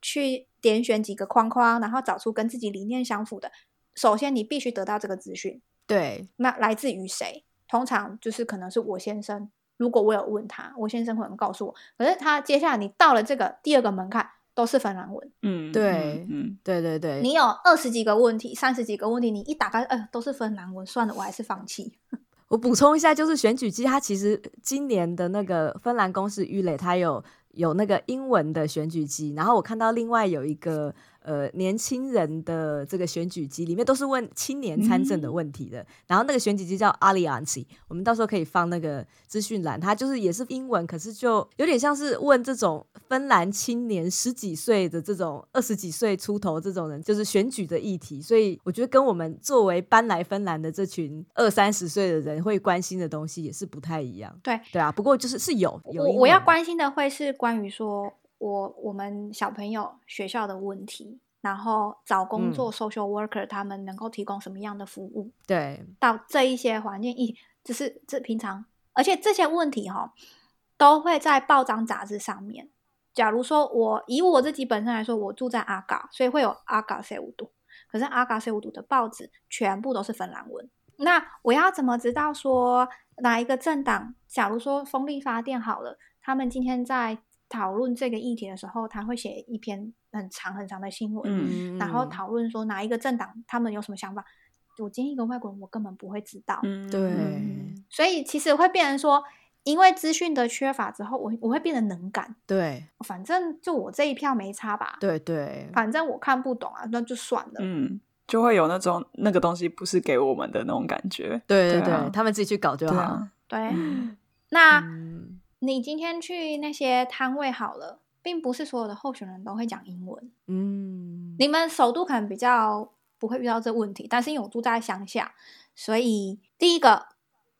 Speaker 3: 去点选几个框框，然后找出跟自己理念相符的。首先，你必须得到这个资讯，
Speaker 1: 对，
Speaker 3: 那来自于谁？
Speaker 5: 通常就是可能是我先生，如果我有问他，我先生可能告诉我，可是他接下来你到了这个第二个门槛都是芬兰文，
Speaker 2: 嗯，
Speaker 1: 对
Speaker 2: 嗯，
Speaker 1: 对对对，
Speaker 5: 你有二十几个问题、三十几个问题，你一打开，呃，都是芬兰文，算了，我还是放弃。
Speaker 1: 我补充一下，就是选举季，它其实今年的那个芬兰公司预垒，它有有那个英文的选举机，然后我看到另外有一个呃年轻人的这个选举机，里面都是问青年参政的问题的，然后那个选举机叫 Allianz，我们到时候可以放那个资讯栏，它就是也是英文，可是就有点像是问这种芬兰青年十几岁的这种二十几岁出头这种人，就是选举的议题，所以我觉得跟我们作为搬来芬兰的这群二三十岁的人会关心的东西也是不太一样。
Speaker 5: 对
Speaker 1: 对啊，不过就是是有有
Speaker 5: 我
Speaker 1: 英
Speaker 5: 我要
Speaker 1: 文的
Speaker 5: 关心的会是关于说我我们小朋友学校的问题，然后找工
Speaker 1: 嗯
Speaker 5: 作 social worker 他们能够提供什么样的服务，
Speaker 1: 对
Speaker 5: 到这一些环境，咦，只是这平常，而且这些问题哈、都会在报章杂志上面。假如说我以我自己本身来说，我住在阿嘎，所以会有阿嘎塞五度，可是阿嘎塞五度的报纸全部都是芬兰文。那我要怎么知道说哪一个政党？假如说风力发电好了，他们今天在讨论这个议题的时候，他会写一篇很长很长的新闻，
Speaker 2: 嗯
Speaker 5: 然后讨论说哪一个政党他们有什么想法。我今天一个外国人，我根本不会知道，
Speaker 2: 嗯
Speaker 1: 对
Speaker 2: 嗯
Speaker 5: 所以其实会变成说，因为资讯的缺乏之后，我我会变得能感，
Speaker 1: 对
Speaker 5: 反正就我这一票没差吧，
Speaker 1: 对对
Speaker 5: 反正我看不懂啊，那就算了。
Speaker 2: 嗯，就会有那种那个东西不是给我们的那种感觉，
Speaker 1: 对对
Speaker 2: 对啊
Speaker 1: 对，他们自己去搞就
Speaker 2: 对
Speaker 1: 好。
Speaker 2: 啊，
Speaker 5: 对，
Speaker 2: 嗯
Speaker 5: 那、
Speaker 1: 嗯
Speaker 5: 你今天去那些摊位好了，并不是所有的候选人都会讲英文，
Speaker 1: 嗯，
Speaker 5: 你们首都可能比较不会遇到这问题，但是因为我住在乡下，所以第一个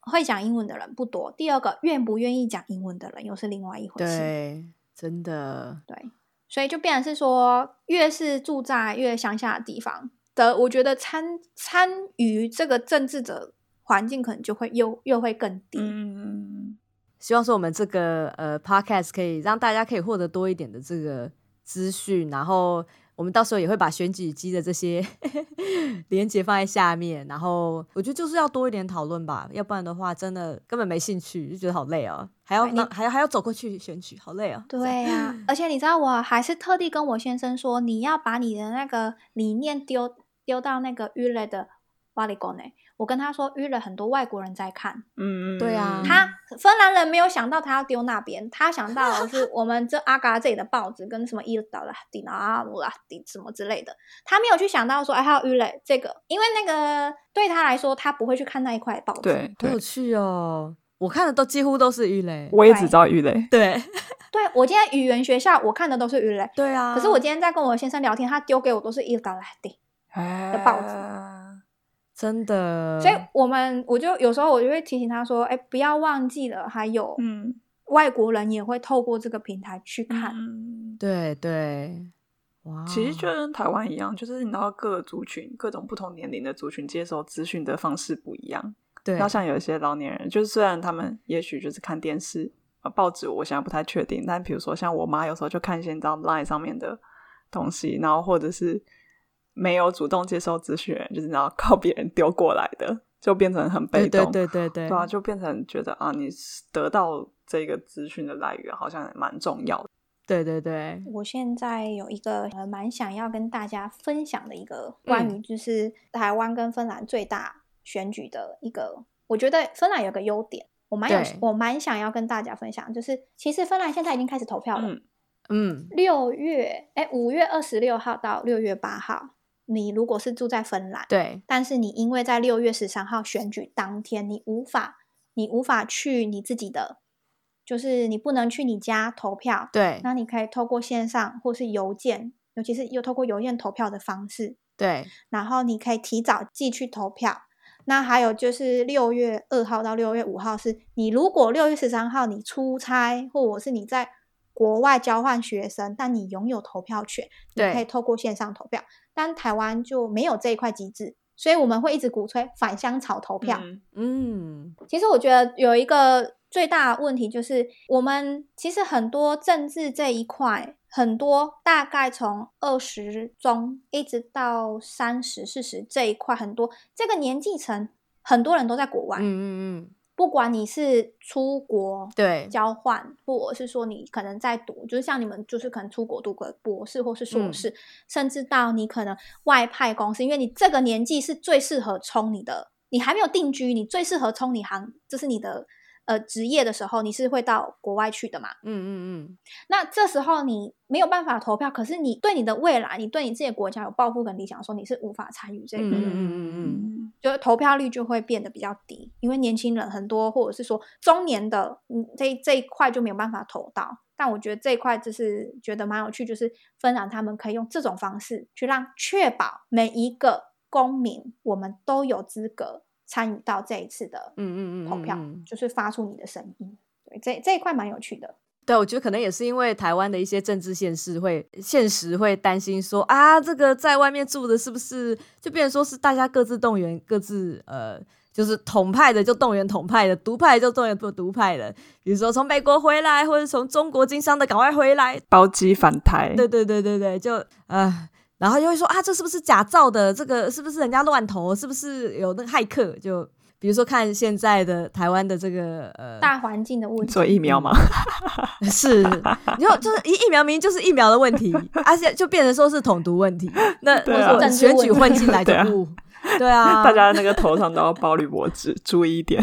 Speaker 5: 会讲英文的人不多，第二个愿不愿意讲英文的人又是另外一回事。
Speaker 1: 对，真的
Speaker 5: 对，所以就变成是说，越是住在越乡下的地方的，我觉得参参与这个政治的环境，可能就会又又会更低。
Speaker 2: 嗯，
Speaker 1: 希望说我们这个呃 podcast 可以让大家可以获得多一点的这个资讯，然后我们到时候也会把选举机的这些 连接放在下面，然后我觉得就是要多一点讨论吧，要不然的话真的根本没兴趣，就觉得好累哦，还要
Speaker 5: 对
Speaker 1: 那还要还要走过去选举，好累哦。
Speaker 5: 对呀、而且你知道，我还是特地跟我先生说，你要把你的那个理念丢丢到那个 Yle 的 v a l i g o n 我跟他说，Yle 很多外国人在看，
Speaker 2: 嗯，
Speaker 1: 对啊
Speaker 2: 他
Speaker 5: 他芬兰人没有想到他要丢那边，他想到的 是我们这阿嘎这里的报纸跟什么伊达拉迪啊姆拉迪什么之类的，他没有去想到说哎还有鱼雷这个，因为那个对他来说他不会去看那一块报纸。
Speaker 2: 对
Speaker 1: 好有
Speaker 2: 对，
Speaker 1: 趣哦，我看的都几乎都是鱼雷，
Speaker 2: 我也只知道鱼雷，
Speaker 1: 对
Speaker 5: 对，我今天语言学校我看的都是鱼雷，
Speaker 1: 对啊，
Speaker 5: 可是我今天在跟我先生聊天，他丢给我都是伊达拉迪，
Speaker 2: 的
Speaker 5: 报纸
Speaker 1: 哎真的，
Speaker 5: 所以我们我就有时候我就会提醒他说，哎，不要忘记了，还有
Speaker 2: 嗯，
Speaker 5: 外国人也会透过这个平台去看。
Speaker 2: 嗯
Speaker 1: 对对，哇，
Speaker 2: 其实就跟台湾一样，就是你知道各族群、各种不同年龄的族群接受资讯的方式不一样。
Speaker 1: 对
Speaker 2: 然后像有一些老年人，就是虽然他们也许就是看电视、呃报纸，我现在不太确定，但比如说像我妈有时候就看一些你知道 Line 上面的东西，然后或者是没有主动接受资讯的人，就是你知道靠别人丢过来的，就变成很
Speaker 1: 对
Speaker 2: 被
Speaker 1: 对
Speaker 2: 动。
Speaker 1: 对对对
Speaker 2: 对啊，就变成觉得啊，你得到这个资讯的来源好像也蛮重要的。
Speaker 1: 对对对，
Speaker 5: 我现在有一个呃蛮想要跟大家分享的一个
Speaker 2: 嗯
Speaker 5: 关于就是台湾跟芬兰最大选举的一个，我觉得芬兰有个优点，我蛮有
Speaker 1: 对
Speaker 5: 我蛮想要跟大家分享，就是其实芬兰现在已经开始投票了，
Speaker 2: 嗯
Speaker 1: 嗯，
Speaker 5: 六、月哎五月二十六号到六月八号，你如果是住在芬兰，
Speaker 1: 对
Speaker 5: 但是你因为在六月十三号选举当天，你无法你无法去你自己的，就是你不能去你家投票，
Speaker 1: 对
Speaker 5: 那你可以透过线上或是邮件，尤其是又透过邮件投票的方式，
Speaker 1: 对
Speaker 5: 然后你可以提早寄去投票。那还有就是六月二号到六月五号是，你如果六月十三号你出差，或者是你在国外交换学生，但你拥有投票权，你
Speaker 1: 对
Speaker 5: 可以透过线上投票。但台湾就没有这一块机制，所以我们会一直鼓吹返乡潮投票。
Speaker 2: 嗯
Speaker 1: 嗯，
Speaker 5: 其实我觉得有一个最大的问题就是，我们其实很多政治这一块，很多大概从二十中一直到三十、四十这一块，很多这个年纪层，很多人都在国外。
Speaker 1: 嗯嗯嗯，
Speaker 5: 不管你是出国
Speaker 1: 对
Speaker 5: 交换，或者是说你可能在读，就是像你们就是可能出国读个博士或是硕士，甚至到你可能外派公司，因为你这个年纪是最适合冲你的，你还没有定居，你最适合冲你行，这是你的呃职业的时候，你是会到国外去的嘛？
Speaker 1: 嗯嗯
Speaker 5: 那这时候你没有办法投票，可是你对你的未来，你对你自己的国家有抱负跟理想的时候，说你是无法参与这
Speaker 1: 嗯
Speaker 5: 个
Speaker 1: 嗯
Speaker 5: 的。
Speaker 1: 嗯嗯嗯
Speaker 5: 嗯，就是投票率就会变得比较低，因为年轻人很多，或者是说中年的，嗯，这这一块就没有办法投到。但我觉得这一块就是觉得蛮有趣，就是芬兰他们可以用这种方式去让确保每一个公民，我们都有资格参与到这一次的
Speaker 1: 嗯嗯嗯，
Speaker 5: 投票，就是发出你的声音。对，这这一块蛮有趣的。
Speaker 1: 对，我觉得可能也是因为台湾的一些政治现实会现实会担心说啊，这个在外面住的是不是就变成说是大家各自动员，各自呃，就是统派的就动员统派的，独派的就动员独派的。比如说从美国回来，或者从中国经商的赶快回来。
Speaker 2: 包机返台，
Speaker 1: 对对对对对，就呃，然后就会说啊，这是不是假造的？这个是不是人家乱投？是不是有那个骇客？就比如说看现在的台湾的这个呃
Speaker 5: 大环境的问题，
Speaker 2: 做疫苗嘛，
Speaker 1: 是， 你就就是疫疫苗明明就是疫苗的问题，而且就变成说是统独问题，那
Speaker 2: 对
Speaker 1: 或
Speaker 2: 啊
Speaker 1: 者我们选举混进来就
Speaker 2: 对啊
Speaker 1: 不，对啊，
Speaker 2: 大家那个头上都要包铝箔纸，注意一点。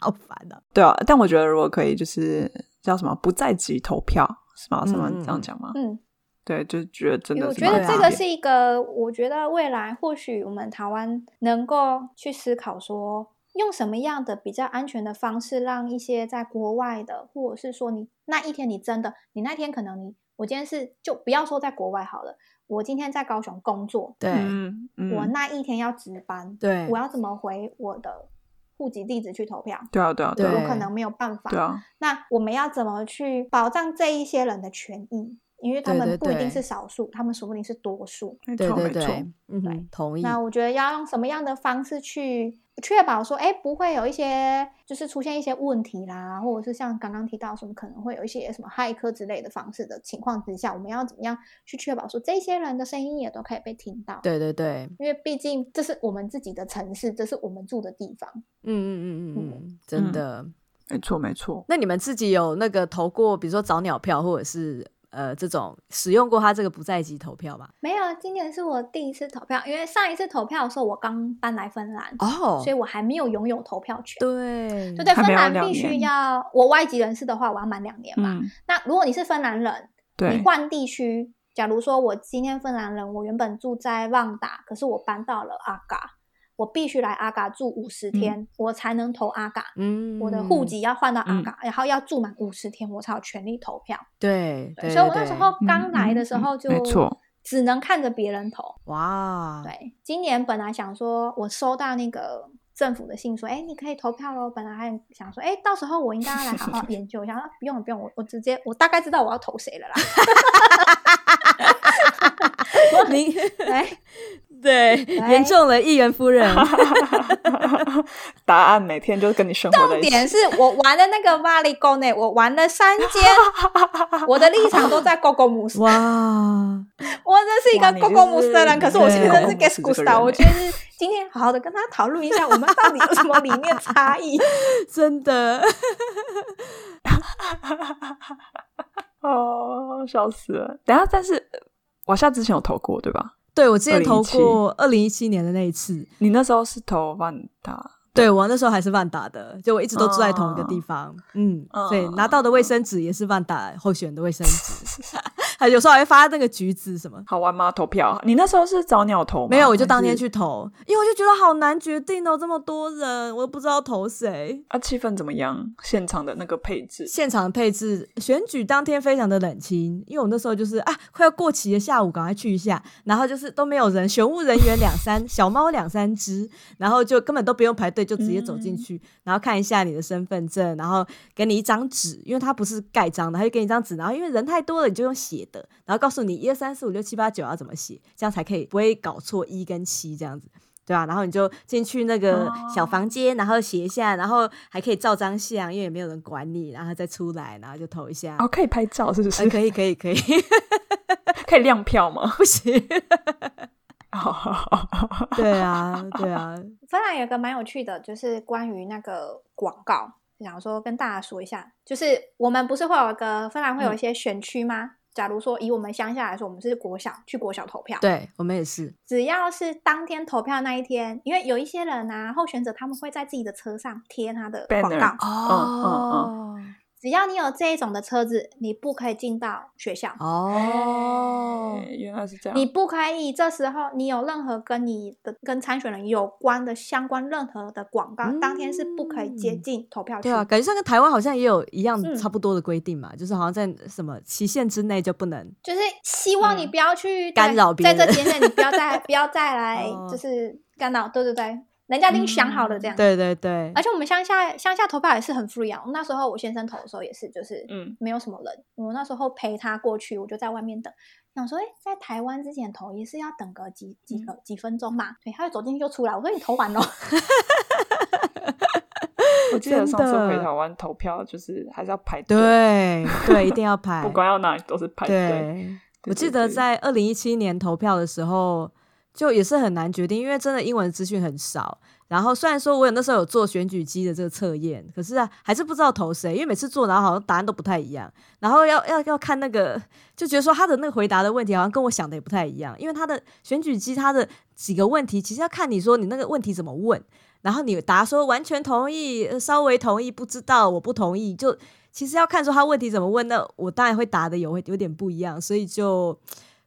Speaker 1: 好烦啊，
Speaker 2: 对啊，但我觉得如果可以，就是叫什么不在籍投票是吗？是吗
Speaker 1: 嗯嗯？
Speaker 2: 这样讲吗？
Speaker 5: 嗯，
Speaker 2: 对，就觉得真的
Speaker 5: 我
Speaker 2: 是
Speaker 5: 觉
Speaker 2: 蛮
Speaker 5: 得
Speaker 2: 方便，
Speaker 5: 这个是一个，我觉得未来或许我们台湾能够去思考说，用什么样的比较安全的方式，让一些在国外的，或者是说你那一天你真的，你那天可能你，我今天是就不要说在国外好了，我今天在高雄工作，
Speaker 1: 对
Speaker 2: 嗯嗯，
Speaker 5: 我那一天要
Speaker 1: 嗯
Speaker 5: 值班，
Speaker 1: 对
Speaker 5: 我要怎么回我的户籍地址去投票？
Speaker 2: 对啊对啊
Speaker 1: 对
Speaker 2: 啊
Speaker 5: 我可能没有办法，
Speaker 2: 对啊，
Speaker 5: 那我们要怎么去保障这一些人的权益？因为他
Speaker 1: 对
Speaker 5: 们
Speaker 1: 对
Speaker 5: 不一定
Speaker 1: 对
Speaker 5: 是少数，他们说不定是多数。
Speaker 2: 没
Speaker 1: 对
Speaker 2: 错
Speaker 1: 对
Speaker 2: 没错，
Speaker 1: 对，嗯
Speaker 5: 对
Speaker 1: 哼，同意，
Speaker 5: 那我觉得要用什么样的方式去确保说，哎，不会有一些就是出现一些问题啦，或者是像刚刚提到什么可能会有一些什么骇客之类的方式的情况之下，我们要怎么样去确保说这些人的声音也都可以被听到？
Speaker 1: 对对对，
Speaker 5: 因为毕竟这是我们自己的城市，这是我们住的地方。
Speaker 1: 嗯嗯嗯嗯嗯，真的。
Speaker 2: 没错没错。
Speaker 1: 那你们自己有那个投过，比如说早鸟票，或者是呃这种使用过它这个不在籍投票吗？
Speaker 5: 没有，啊今年是我第一次投票，因为上一次投票的时候我刚搬来芬兰，
Speaker 1: 哦
Speaker 5: 所以，我还没有拥有投票权。
Speaker 1: 对，
Speaker 5: 就对，
Speaker 2: 还
Speaker 5: 芬
Speaker 2: 没有
Speaker 5: 兰
Speaker 2: 两
Speaker 5: 必须
Speaker 2: 年
Speaker 5: 要我外籍人士的话，我要满两年嘛。
Speaker 2: 嗯，
Speaker 5: 那如果你是芬兰人，你
Speaker 2: 对，
Speaker 5: 换地区，假如说我今天芬兰人，我原本住在旺达，可是我搬到了阿嘎，我必须来阿嘎住五
Speaker 2: 嗯
Speaker 5: 十天，我才能投阿嘎。
Speaker 1: 嗯，
Speaker 5: 我的户籍要换到阿
Speaker 2: 嗯
Speaker 5: 嘎，然后要住满五十天，我才有权利投票。
Speaker 1: 对，
Speaker 5: 对
Speaker 1: 对，
Speaker 5: 所以我那
Speaker 1: 对
Speaker 5: 时
Speaker 1: 对
Speaker 5: 候刚
Speaker 2: 嗯
Speaker 5: 来的
Speaker 2: 嗯
Speaker 5: 时候
Speaker 2: 嗯
Speaker 5: 就
Speaker 2: 没 错
Speaker 5: 只能看着别人投。
Speaker 1: 哇，
Speaker 5: 对，今年本来想说，我收到那个政府的信说，哎，你可以投票喽。本来还想说，哎，到时候我应该要来好好研究一下。 啊不用了，不用，我我直接我大概知道我要投谁了啦。
Speaker 1: 你
Speaker 5: 对，
Speaker 1: 对，严重了议员夫 人。
Speaker 2: 答案每天就跟你生活在
Speaker 5: 重
Speaker 2: 一起。
Speaker 5: 点是我玩的那个 Valley Go 呢，我玩了三 间，我的立场都在 Go Go Moose。
Speaker 1: 哇，
Speaker 5: 我真是一
Speaker 2: 哇
Speaker 5: 个
Speaker 2: 你
Speaker 5: 狗
Speaker 2: 就
Speaker 5: 狗牧师的
Speaker 2: 是
Speaker 5: 人，可是我
Speaker 1: 对
Speaker 5: 真的是
Speaker 2: 狗狗牧
Speaker 5: get
Speaker 2: 师
Speaker 5: g
Speaker 2: 这
Speaker 5: u s
Speaker 2: 个
Speaker 5: t
Speaker 2: 人
Speaker 5: 我
Speaker 2: 欸
Speaker 5: 觉得是今天好好的跟他讨论一下，我们到底有什么理念差异。
Speaker 1: 真的，
Speaker 2: 哦，笑死了！等一下，但是呃瓦夏之前有投过对吧？
Speaker 1: 对我之前
Speaker 2: 2017
Speaker 1: 投过二零一七年的那一次，
Speaker 2: 你那时候是投万 达，
Speaker 1: 对我那时候还是万达的，就我一直都住在同一个地方，嗯，
Speaker 2: 嗯
Speaker 1: 所以拿到的卫生纸也是万达候选人的卫生纸，还有时候还会发那个橘子什么。
Speaker 2: 好玩吗？投票？你那时候是早鸟投吗？
Speaker 1: 没有，我就当
Speaker 2: 还
Speaker 1: 天
Speaker 2: 是
Speaker 1: 去投，因为我就觉得好难决定哦，这么多人，我又不知道投谁。
Speaker 2: 啊，气氛怎么样？现场的那个配置，
Speaker 1: 现场配置选举当天非常的冷清，因为我那时候就是啊，快要过期的下午，赶快去一下，然后就是都没有人，选务人员两三，小猫两三只，然后就根本都不用排队，就直接走进去，然后看一下你的身份证，然后给你一张纸，因为它不是盖章的，它就给你一张纸，然后因为人太多了，你就用写的，然后告诉你一二三四五六七八九要怎么写，这样才可以不会搞错一跟七这样子。对啊，然后你就进去那个小房间，然后写一下，然后还可以照张相，因为也没有人管你，然后再出来，然后就投一下。呃
Speaker 2: 哦，可以拍照是不是？
Speaker 1: 呃可以可以可以，
Speaker 2: 可以亮票吗？
Speaker 1: 不行，
Speaker 2: 哦
Speaker 1: 对啊，对啊，
Speaker 5: 芬兰有个蛮有趣的，就是关于那个广告，想说跟大家说一下，就是我们不是会有一个芬兰
Speaker 1: 嗯
Speaker 5: 会有一些选区吗？假如说以我们乡下来说，我们是国小去国小投票，
Speaker 1: 对我们也是，
Speaker 5: 只要是当天投票那一天，因为有一些人啊，候选者他们会在自己的车上贴他的广
Speaker 2: Banner
Speaker 5: 告，
Speaker 1: 哦
Speaker 5: 只要你有这一种的车子，你不可以进到学校。
Speaker 1: 哦，
Speaker 2: 哎原来是这样。
Speaker 5: 你不可以，这时候你有任何跟你的跟参选人有关的相关任何的广告，当天是不可以接
Speaker 1: 嗯
Speaker 5: 近投票区。
Speaker 1: 对啊，感觉上跟台湾好像也有一样
Speaker 5: 嗯
Speaker 1: 差不多的规定嘛，就是好像在什么期限之内就不能
Speaker 5: 就是希望你不要去
Speaker 1: 嗯干
Speaker 5: 在
Speaker 1: 扰别
Speaker 5: 在这
Speaker 1: 人
Speaker 5: 期间你不要 再不要再来
Speaker 1: 哦嗯
Speaker 5: 就是干扰，对对对，人家已经想好了这样。
Speaker 1: 对对 对
Speaker 5: 而，且我们乡下乡下投票也是很 free 啊，那时候我先生投的时候也是，就是
Speaker 2: 嗯
Speaker 5: 没有什么人，我那时候陪他过去，我就在外面等。想说，哎、在台湾之前投也是要等个几
Speaker 1: 嗯
Speaker 5: 几个、几分钟嘛，对，他就走进去就出来，我说你投完了，
Speaker 2: 我记得上次
Speaker 1: 真
Speaker 2: 回
Speaker 1: 的
Speaker 2: 台湾投票，就是还是要排队，
Speaker 1: 对对，一定要排，
Speaker 2: 不管要哪里都是排队。
Speaker 1: 对，
Speaker 2: 对
Speaker 1: 我记
Speaker 2: 对
Speaker 1: 得
Speaker 2: 对
Speaker 1: 在二零一七年投票的时候，就也是很难决定，因为真的英文资讯很少。然后虽然说我有那时候有做选举机的这个测验，可是啊还是不知道投谁，因为每次做然后好像答案都不太一样，然后要要要看那个，就觉得说他的那个回答的问题好像跟我想的也不太一样，因为他的选举机他的几个问题其实要看你说你那个问题怎么问，然后你答说完全同意、呃稍微同意、不知道、我不同意，就其实要看说他问题怎么问，那我当然会答的有会有点不一样，所以就，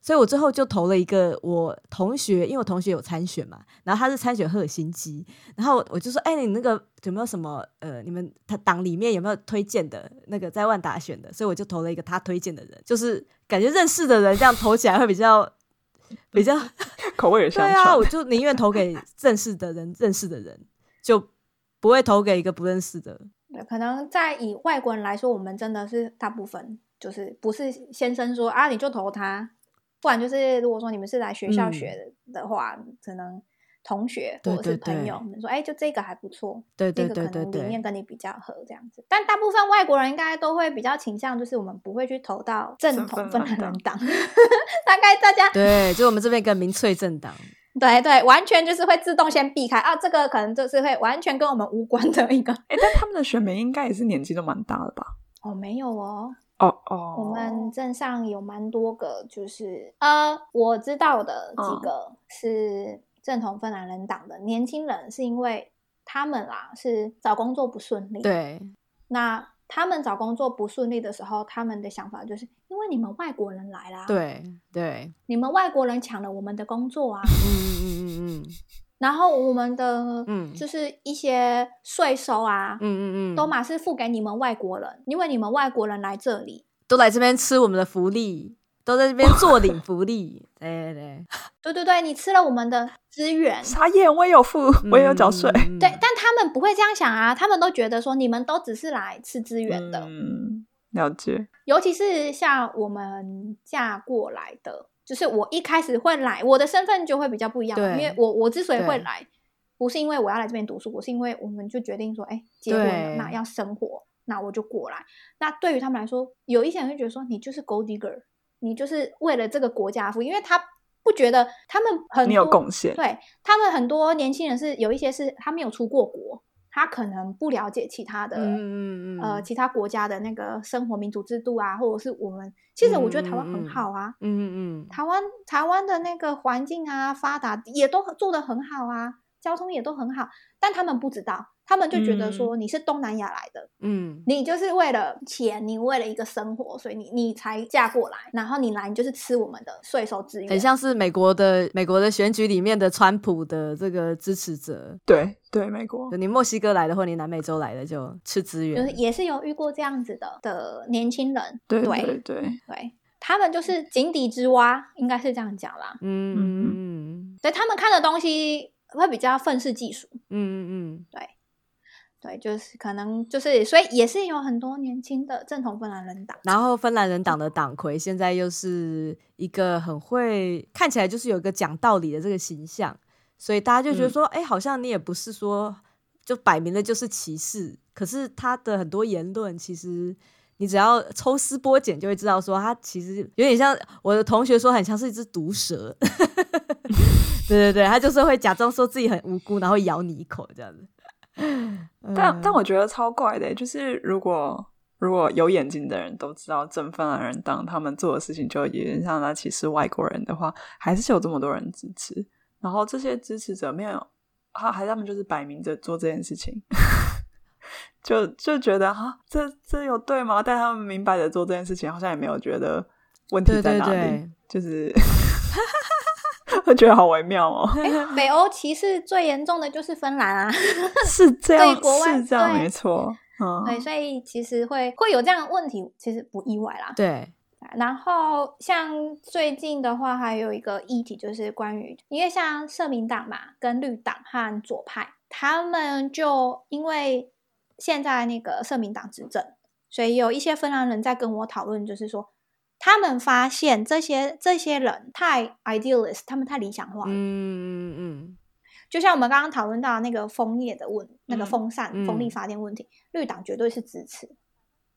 Speaker 1: 所以我最后就投了一个我同学，因为我同学有参选嘛，然后他是参选赫尔辛基，然后我就说，哎、你那个有没有什么呃，你们他党里面有没有推荐的那个在万达选的？所以我就投了一个他推荐的人，就是感觉认识的人这样投起来会比较比较
Speaker 2: 口味也相
Speaker 1: 对啊，
Speaker 2: 传
Speaker 1: 我。就宁愿投给正式的人，认识的人就不会投给一个不认识的。
Speaker 5: 对，可能在以外国人来说，我们真的是大部分就是不是先生说啊你就投他，不然就是如果说你们是来学校
Speaker 1: 嗯
Speaker 5: 学的话，可能同学
Speaker 1: 对
Speaker 5: 或者是
Speaker 1: 对
Speaker 5: 朋友，
Speaker 1: 对
Speaker 5: 我们说哎就这个还不错，
Speaker 1: 对
Speaker 5: 这
Speaker 1: 对
Speaker 5: 个
Speaker 1: 对
Speaker 5: 可
Speaker 1: 对
Speaker 5: 能理念
Speaker 1: 对，
Speaker 5: 跟你比较合这样子。但大部分外国人应该都会比较倾向，就是我们不会去投到正
Speaker 2: 正
Speaker 5: 统
Speaker 2: 芬
Speaker 5: 芬
Speaker 2: 兰
Speaker 5: 兰人党， 大概大 家
Speaker 1: 对，就我们这边一个民粹政 党，
Speaker 5: 对对，完全就是会自动先避开啊，这个可能就是会完全跟我们无关的一个。
Speaker 2: 哎，但他们的选民应该也是年纪都蛮大的吧？
Speaker 5: 哦，没有哦，
Speaker 2: 哦哦，
Speaker 5: 我们镇上有蛮多个，就是呃，我知道的几
Speaker 1: 嗯
Speaker 5: 个是正统芬兰人党的年轻人，是因为他们啦是找工作不顺利。，
Speaker 1: 对
Speaker 5: 那他们找工作不顺利的时候，他们的想法就是因为你们外国人来啦，，
Speaker 1: 对对，
Speaker 5: 你们外国人抢了我们的工作 啊，
Speaker 1: 嗯嗯嗯嗯
Speaker 5: 然后我们的
Speaker 1: 嗯
Speaker 5: 就是一些税收啊，
Speaker 1: 嗯嗯嗯，
Speaker 5: 都嘛是付给你们外国人，因为你们外国人来这里，
Speaker 1: 都来这边吃我们的福利，都在这边坐领福 利，对对对，
Speaker 5: 对对对，你吃了我们的资源，
Speaker 2: 傻眼，我也有付，我也有缴税。
Speaker 1: 嗯，嗯嗯嗯
Speaker 5: 对，但他们不会这样想啊，他们都觉得说你们都只是来吃资源的，
Speaker 2: 嗯，了解。
Speaker 5: 尤其是像我们嫁过来的，就是我一开始会来，我的身份就会比较不一样嘛，因
Speaker 1: 对
Speaker 5: 为我我之所以
Speaker 1: 对
Speaker 5: 会来，不是因为我要来这边读书，我是因为我们就决定说，哎，结婚了，
Speaker 1: 对
Speaker 5: 那要生活，那我就过来。那对于他们来说，有一些人会觉得说，你就是 gold digger，你就是为了这个国家服务，因为他不觉得他们很
Speaker 2: 你有
Speaker 5: 多
Speaker 2: 贡献，
Speaker 5: 对他们很多年轻人是有一些是他没有出过国，他可能不了解其他的、
Speaker 1: 嗯嗯嗯嗯，
Speaker 5: 呃其他国家的那个生活民主制度啊，或者是我们其实我觉得台湾
Speaker 1: 嗯
Speaker 5: 很好啊，
Speaker 1: 嗯嗯嗯，
Speaker 5: 台湾台湾的那个环境啊发达也都做得很好啊，交通也都很好，但他们不知道，他们就觉得说你是东南亚来的，
Speaker 1: 嗯
Speaker 5: 你就是为了钱，你为了一个生活，所以你你才嫁过来，然后你来你就是吃我们的税收资源，
Speaker 1: 很像是美国的美国的选举里面的川普的这个支持者，
Speaker 2: 对对，美国
Speaker 1: 就你墨西哥来的或你南美洲来的就吃资源，
Speaker 5: 就是也是有遇过这样子的的年轻人，
Speaker 2: 对
Speaker 5: 对
Speaker 2: 对对，
Speaker 5: 对他们就是井底之蛙，应该是这样讲啦。
Speaker 1: 嗯嗯嗯
Speaker 5: 对他们看的东西会比较愤世嫉俗，
Speaker 1: 嗯嗯
Speaker 5: 对，就是可能就是所以也是有很多年轻的正统芬兰人党，
Speaker 1: 然后芬兰人党的党魁现在又是一个很会，看起来就是有一个讲道理的这个形象，所以大家就觉得说，哎、好像你也不是说就摆明了就是歧视，可是他的很多言论其实。你只要抽丝剥茧就会知道，说它其实有点像我的同学说，很像是一只毒蛇。 对对对，它就是会假装说自己很无辜，然后咬你一口这样子。嗯
Speaker 2: 但但我觉得超怪的，欸就是如果如果有眼睛的人都知道正芬兰人当他们做的事情就有点像在歧视外国人的话，还是有这么多人支持。然后这些支持者没有，啊，还他们就是摆明着做这件事情， 就就觉得哈、啊，这这有对吗？但他们明摆着做这件事情，好像也没有觉得问题在哪里，
Speaker 1: 对对对
Speaker 2: 就是 我觉得好微妙 哦。
Speaker 5: 哎，北欧歧视最严重的就是芬兰啊，
Speaker 2: 是这样，
Speaker 5: 对国外
Speaker 2: 是这样，
Speaker 5: 对
Speaker 2: 没错。嗯，
Speaker 5: 对，所以其实会会有这样的问题，其实不意外啦。
Speaker 1: 对，
Speaker 5: 然后像最近的话，还有一个议题就是关于，因为像社民党嘛，跟绿党和左派，他们就因为现在那个社民党执政，所以有一些芬兰人在跟我讨论，就是说他们发现这些这些人太 idealist，他们太理想化了。
Speaker 1: 嗯嗯嗯，
Speaker 5: 就像我们刚刚讨论到那个枫叶的问，那个风扇、
Speaker 1: 嗯
Speaker 5: 风力发电问题，绿党绝对是支持，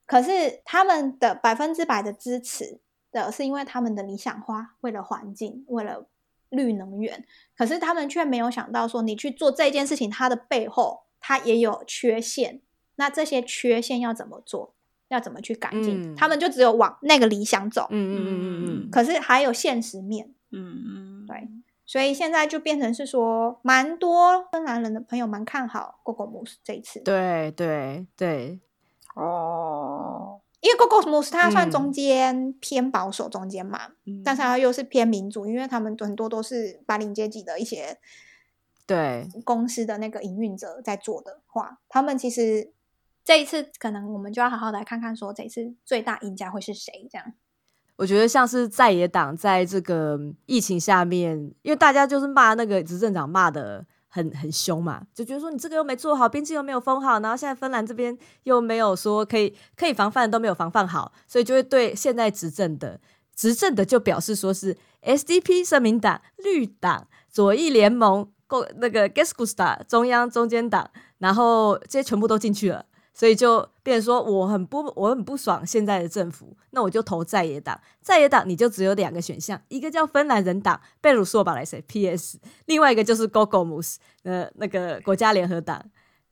Speaker 5: 可是他们的百分之百的支持的是因为他们的理想化，为了环境，为了绿能源，可是他们却没有想到说，你去做这件事情，它的背后它也有缺陷，那这些缺陷要怎么做，要怎么去改进，
Speaker 1: 嗯
Speaker 5: 他们就只有往那个理想走，
Speaker 1: 嗯嗯嗯嗯嗯，
Speaker 5: 可是还有现实面。
Speaker 2: 嗯嗯，
Speaker 5: 对所以现在就变成是说，蛮多芬兰人的朋友蛮看好 Google Moose 这一次，
Speaker 1: 对对对，
Speaker 2: 哦，
Speaker 5: 因为 Google Moose 它算
Speaker 1: 嗯
Speaker 5: 中间偏保守中间嘛，
Speaker 2: 嗯
Speaker 5: 但是它又是偏民主，因为他们很多都是白领阶级的一些
Speaker 1: 对，
Speaker 5: 公司的那个营运者在做的话，他们其实这一次可能我们就要好好来看看，说这一次最大赢家会是谁这样。
Speaker 1: 我觉得像是在野党在这个疫情下面，因为大家就是骂那个执政党骂的很很凶嘛，就觉得说你这个又没做好，边境又没有封好，然后现在芬兰这边又没有说可以可以防范的都没有防范好，所以就会对现在执政的执政的就表示说是 SDP 社民党、绿党、左翼联盟、共那个 g e s k u s t a 中央中间党，然后这些全部都进去了。所以就变成说我很不我很不爽现在的政府，那我就投在野党。在野党你就只有两个选项，一个叫芬兰人党贝鲁索巴莱塞 （PS），另外一个就是 g o g o m u s 呃那个国家联合党，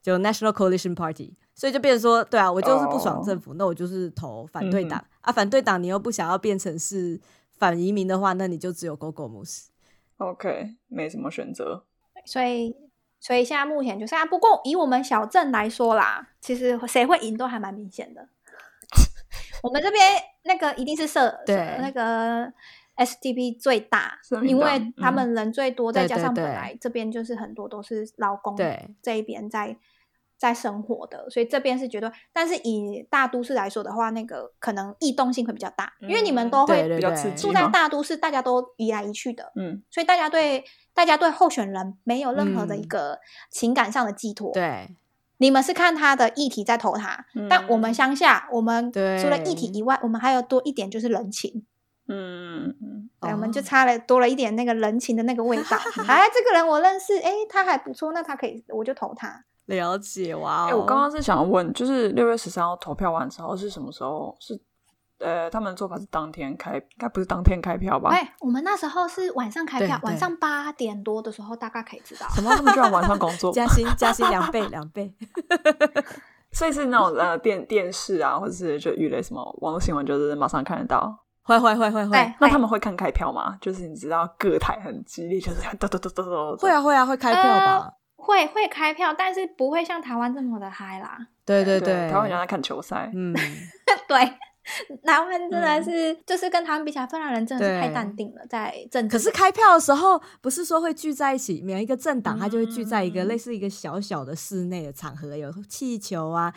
Speaker 1: 就 National Coalition Party。所以就变成说，对啊，我就是不爽政府那我就是投
Speaker 2: 嗯
Speaker 1: 反对党、啊。反对党你又不想要变成是反移民的话，那你就只有 g o g o m u s
Speaker 2: OK，没什么选择。
Speaker 5: 所以，所以现在目前就是啊，不过以我们小镇来说啦，其实谁会赢都还蛮明 显的。我们这边那个一定是社
Speaker 1: 对
Speaker 5: 社那个 SDP 最大
Speaker 2: 社，民
Speaker 5: 因
Speaker 2: 党
Speaker 5: 为他们人最多，再
Speaker 1: 嗯对
Speaker 5: 加
Speaker 1: 对
Speaker 5: 上本
Speaker 1: 对
Speaker 5: 来这边就是很多都是劳
Speaker 2: 哦
Speaker 5: 工
Speaker 1: 对
Speaker 5: 这一边在在生活的，所以这边是绝对。但是以大都市来说的话，那个可能异动性会比较大，因为你们
Speaker 2: 嗯
Speaker 5: 都
Speaker 1: 对
Speaker 5: 会
Speaker 1: 对
Speaker 2: 比较刺
Speaker 1: 对，
Speaker 2: 激
Speaker 5: 住在大都市，大家都移来移去的，
Speaker 2: 嗯，
Speaker 5: 所以大家对大家对候选人没有任何的一
Speaker 1: 嗯
Speaker 5: 个情感上的寄托。，
Speaker 1: 对
Speaker 5: 你们是看他的议题在投他，
Speaker 2: 嗯
Speaker 5: 但我们乡下，我们
Speaker 1: 嗯对
Speaker 5: 除了议题以外，我们还有多一点就是人情。
Speaker 2: 嗯嗯
Speaker 5: 对，我
Speaker 1: 哦
Speaker 5: 们就差了多了一点那个人情的那个味 道。哎，这个人我认识，哎，他还不错，那他可以，我就投他。
Speaker 1: 了解哇、哦！
Speaker 2: 哎、我刚刚是想问，就是六月十三号投票完之后是什么时候？是呃，他们的做法是当天开，应该不是当天开票吧？
Speaker 5: 哎，我们那时候是晚上开
Speaker 1: 对
Speaker 5: 票，晚
Speaker 1: 对？
Speaker 5: 上八点多的时候大概可以知道。
Speaker 2: 什么？他们居然晚上工作
Speaker 1: 加薪加薪两倍两倍。
Speaker 2: 所以是那种呃电电视啊，或者是就娱乐什么网络新闻，就是马上看得到。
Speaker 1: 会会会会
Speaker 5: 对
Speaker 1: 会，，
Speaker 2: 那
Speaker 5: 会
Speaker 2: 他们会看开票吗？就是你知道各台很激烈，就是嘟嘟嘟嘟嘟。
Speaker 1: 会啊会啊会开票
Speaker 2: 呃
Speaker 1: 吧？
Speaker 5: 会会开票，但是不会像台湾这么的嗨啦。
Speaker 1: 对对
Speaker 2: 对
Speaker 1: 对，
Speaker 2: 台湾人在啊看球 赛。
Speaker 1: 嗯，
Speaker 5: 对，台湾真的
Speaker 2: 嗯
Speaker 5: 是、就是跟台湾比起来，芬兰人真的是太
Speaker 1: 对
Speaker 5: 淡定了，在政治
Speaker 1: 可
Speaker 5: 里
Speaker 1: 是开票的时候不是说会聚在一起，每一个政党它就会聚在一个
Speaker 2: 嗯
Speaker 1: 类似一个小小的室内的场合，有气球啊，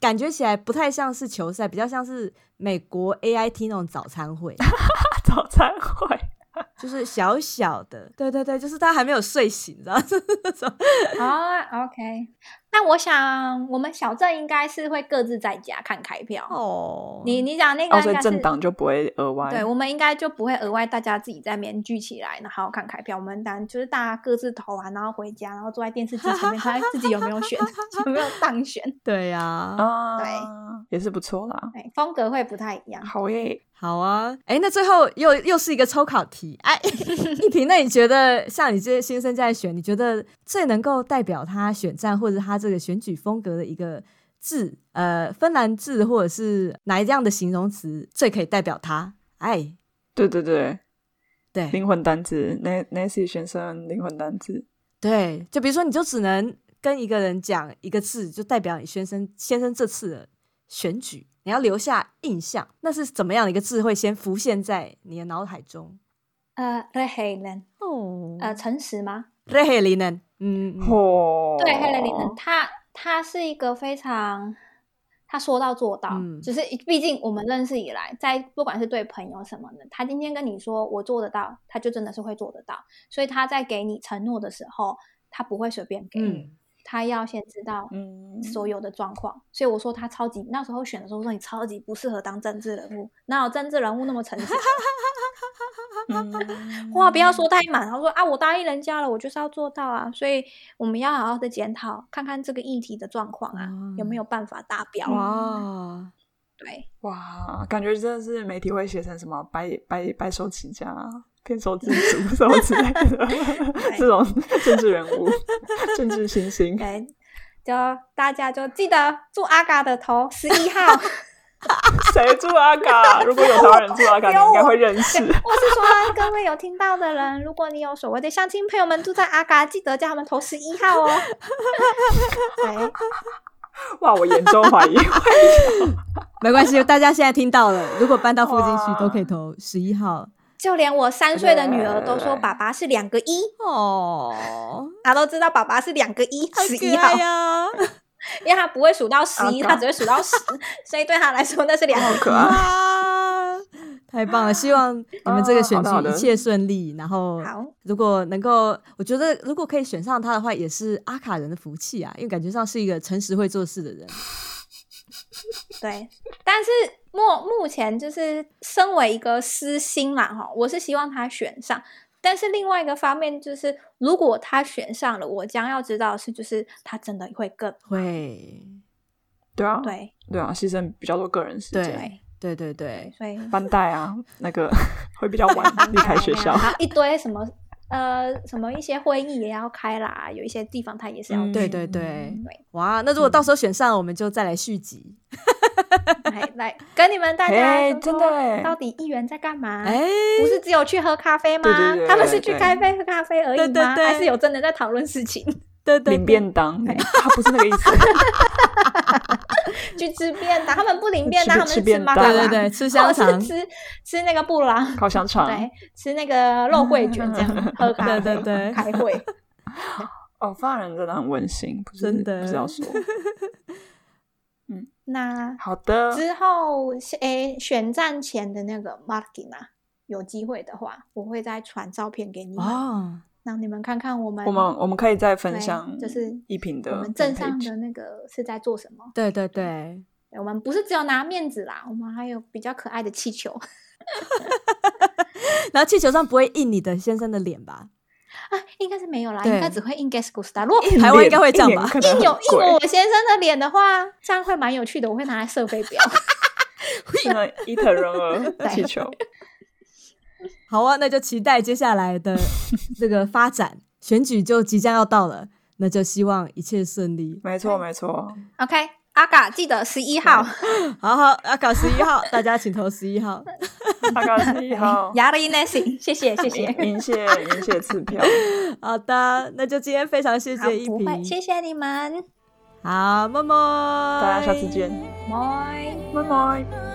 Speaker 1: 感觉起来不太像是球赛，比较像是美国 AIT 那种早餐会。
Speaker 2: 早餐会，
Speaker 1: 就是小小的， 对对对，就是他还没有睡醒，你知道就是那种
Speaker 5: 啊，OK。那我想我们小镇应该是会各自在家看开票。
Speaker 1: 哦，
Speaker 5: 你你讲那个
Speaker 2: 哦，
Speaker 5: 应
Speaker 2: 所以
Speaker 5: 该是
Speaker 2: 政党就不会额外。
Speaker 5: 对，我们应该就不会额外大家自己在面聚起来，然后看开票。我们当然就是大家各自投啊完，然后回家，然后坐在电视机前面看自己有没有 选，有没有当选。
Speaker 1: 对呀、
Speaker 2: 啊，
Speaker 5: 对，嗯
Speaker 2: 也是不错啦。
Speaker 5: 对，哎风格会不太一样。
Speaker 2: 好耶，
Speaker 1: 好啊，哎，那最后又又是一个抽考题，哎， 一平，那你觉得像你这些新生在选，你觉得最能够代表他选战或者他这个选举风格的一个字，呃，芬兰字或者是哪一样的形容词最可以代表他？哎，
Speaker 2: 对对对，
Speaker 1: 对
Speaker 2: 灵魂单词，Na-，Nancy 先生灵魂单词，
Speaker 1: 对，就比如说，你就只能跟一个人讲一个字，就代表你先生先生这次的选举，你要留下印象，那是怎么样的一个字会先浮现在你的脑海中？
Speaker 5: 呃 r e h e l e n
Speaker 1: 哦
Speaker 5: 呃，诚实吗？
Speaker 1: rehellinen，嗯，嗯
Speaker 2: 嚯，
Speaker 5: 对 h e l e n 她她是一个非常。她说到做到，
Speaker 1: 嗯
Speaker 5: 就是毕竟我们认识以来，在不管是对朋友什么的，她今天跟你说我做得到，她就真的是会做得到。所以她在给你承诺的时候，她不会随便给你，
Speaker 1: 嗯
Speaker 5: 她要先知道
Speaker 2: 嗯，
Speaker 5: 所有的状况。所以我说他超级那时候选的时候我说你超级不适合当政治人物，哪有政治人物那么诚实？
Speaker 2: 嗯
Speaker 5: 话不要说太满，他说啊，我答应人家了，我就是要做到啊，所以我们要好好的检讨，看看这个议题的状况啊，有没有办法达标？
Speaker 1: 哦哇，哦
Speaker 5: 对，
Speaker 2: 哇，感觉真的是媒体会写成什么白白白手起家、偏手自足什么之类的，这种政治人物、政治新星，
Speaker 5: 对，就大家就记得祝阿嘎的 头十一号，
Speaker 2: 谁住阿嘎？如果有台湾人住阿嘎，你应该会认识。
Speaker 1: 啊
Speaker 5: 我是说各位有听到的人，如果你有所谓的相亲朋友们住在阿嘎，记得叫他们投十一号哦。对。
Speaker 2: 哇，我严重怀疑，
Speaker 1: 没关系，大家现在听到了，如果搬到附近去
Speaker 2: 哇
Speaker 1: 都可以投十一号
Speaker 5: 就连我三岁的女儿都
Speaker 2: 对
Speaker 5: 说
Speaker 2: 对对
Speaker 5: 爸爸是两个一，
Speaker 1: 哦，
Speaker 5: 她都知道爸爸是两个一，
Speaker 1: 好
Speaker 5: 十
Speaker 1: 可
Speaker 5: 一号
Speaker 1: 爱，呀，
Speaker 5: 因为她不会数到十一，
Speaker 2: 啊
Speaker 5: 她只会数到十， 所以对她来说那是两
Speaker 2: 好
Speaker 5: 个
Speaker 2: 可爱。
Speaker 1: 啊，太棒了！希望你们这个选
Speaker 2: 啊好
Speaker 1: 举
Speaker 2: 的好的
Speaker 1: 一切顺利，然后
Speaker 5: 一。好，
Speaker 1: 如果能够，我觉得如果可以选上他的话，也是阿卡人的福气啊，因为感觉上是一个诚实会做事的人。
Speaker 5: 对。 但是目目前就是身为一个私心啦，哈，我是希望她选上。但是另外一个方面就是，如果她选上了，我将要知道的是，就是她真的会
Speaker 2: 哦
Speaker 5: 更
Speaker 1: 会，
Speaker 2: 对啊，
Speaker 5: 对
Speaker 2: 对啊，牺牲比较多个人时间，
Speaker 1: 对对对对，
Speaker 5: 所以
Speaker 2: 班带啊，那个会比较晚离开学校。
Speaker 5: 然后一堆什么呃什么一些会议也要开啦，有一些地方她也是要
Speaker 2: 嗯
Speaker 1: 对对对
Speaker 5: 对，
Speaker 1: 哇！那如果到时候选上了，我们就再来续集。
Speaker 5: 来来跟你们大家
Speaker 2: 哎
Speaker 5: 说
Speaker 2: 真
Speaker 5: 说
Speaker 2: 的耶
Speaker 5: 到底议员在干嘛？
Speaker 1: 哎、
Speaker 5: 不是只有去喝咖啡吗？
Speaker 2: 对对对
Speaker 5: 他们是去
Speaker 2: 对
Speaker 5: 开啡喝咖啡而已吗？
Speaker 1: 对对对
Speaker 5: 还是有真的在讨论事情？
Speaker 1: 对对
Speaker 2: 领
Speaker 1: 对，
Speaker 2: 便当，他不是那个意思。
Speaker 5: 去吃便当？他们不领便当，
Speaker 2: 吃
Speaker 5: 他们是
Speaker 2: 吃便
Speaker 5: 麻
Speaker 2: 当啊哦
Speaker 1: 对
Speaker 5: 辣烫，
Speaker 1: 对对，吃香
Speaker 5: 或者
Speaker 1: 肠
Speaker 5: 是，吃吃那个布朗，
Speaker 2: 烤香肠，
Speaker 5: 对，吃那个肉桂卷这样喝咖啡，
Speaker 1: 对对对
Speaker 5: 开会。
Speaker 2: 哦，法人真的很温馨，不是
Speaker 1: 真的
Speaker 2: 不是要说。
Speaker 5: 那
Speaker 2: 好的，
Speaker 5: 之后诶，选战前的那个 marking 啊，有机会的话，我会再传照片给你们，
Speaker 1: 哦，
Speaker 5: 让你们看看我们
Speaker 2: 我们我们可以再分享，
Speaker 5: 对就是
Speaker 2: 一品的
Speaker 5: 我们镇上
Speaker 2: homepage
Speaker 5: 的那个是在做什么。
Speaker 1: 对对对，
Speaker 5: 对我们不是只有拿面子啦，我们还有比较可爱的气球 啊，
Speaker 1: 然后气球上不会印你的先生的脸吧？
Speaker 5: 啊应该是没有啦，
Speaker 1: 对
Speaker 5: 应该只会印 Guess Who Star。如果
Speaker 1: 台湾应该会这样吧
Speaker 2: 一年一年可
Speaker 5: 印
Speaker 2: 能
Speaker 5: 有
Speaker 2: 很
Speaker 5: 印
Speaker 2: 贵
Speaker 5: 我先生的脸的话，这样会蛮有趣的，我会拿来射飞镖。
Speaker 2: 印了 伊藤润二气球，
Speaker 1: 好啊，那就期待接下来 的这个发展，选举就即将要到了，那就希望一切顺利。
Speaker 2: 没错没错，
Speaker 5: OK，阿嘎记得十一号，，
Speaker 1: 好好，要搞十一号，大家请投十一 号。
Speaker 2: 大概是一号
Speaker 5: 亚历 Nancy，谢谢 谢谢
Speaker 2: 银，银蟹银蟹刺票，
Speaker 1: 好的，那就今天非常谢
Speaker 5: 好
Speaker 1: 谢一
Speaker 5: 不会，
Speaker 1: 平，
Speaker 5: 谢谢你们，
Speaker 1: 好，么么，
Speaker 2: 大家下次见，
Speaker 5: 拜。
Speaker 2: 拜拜。
Speaker 1: 拜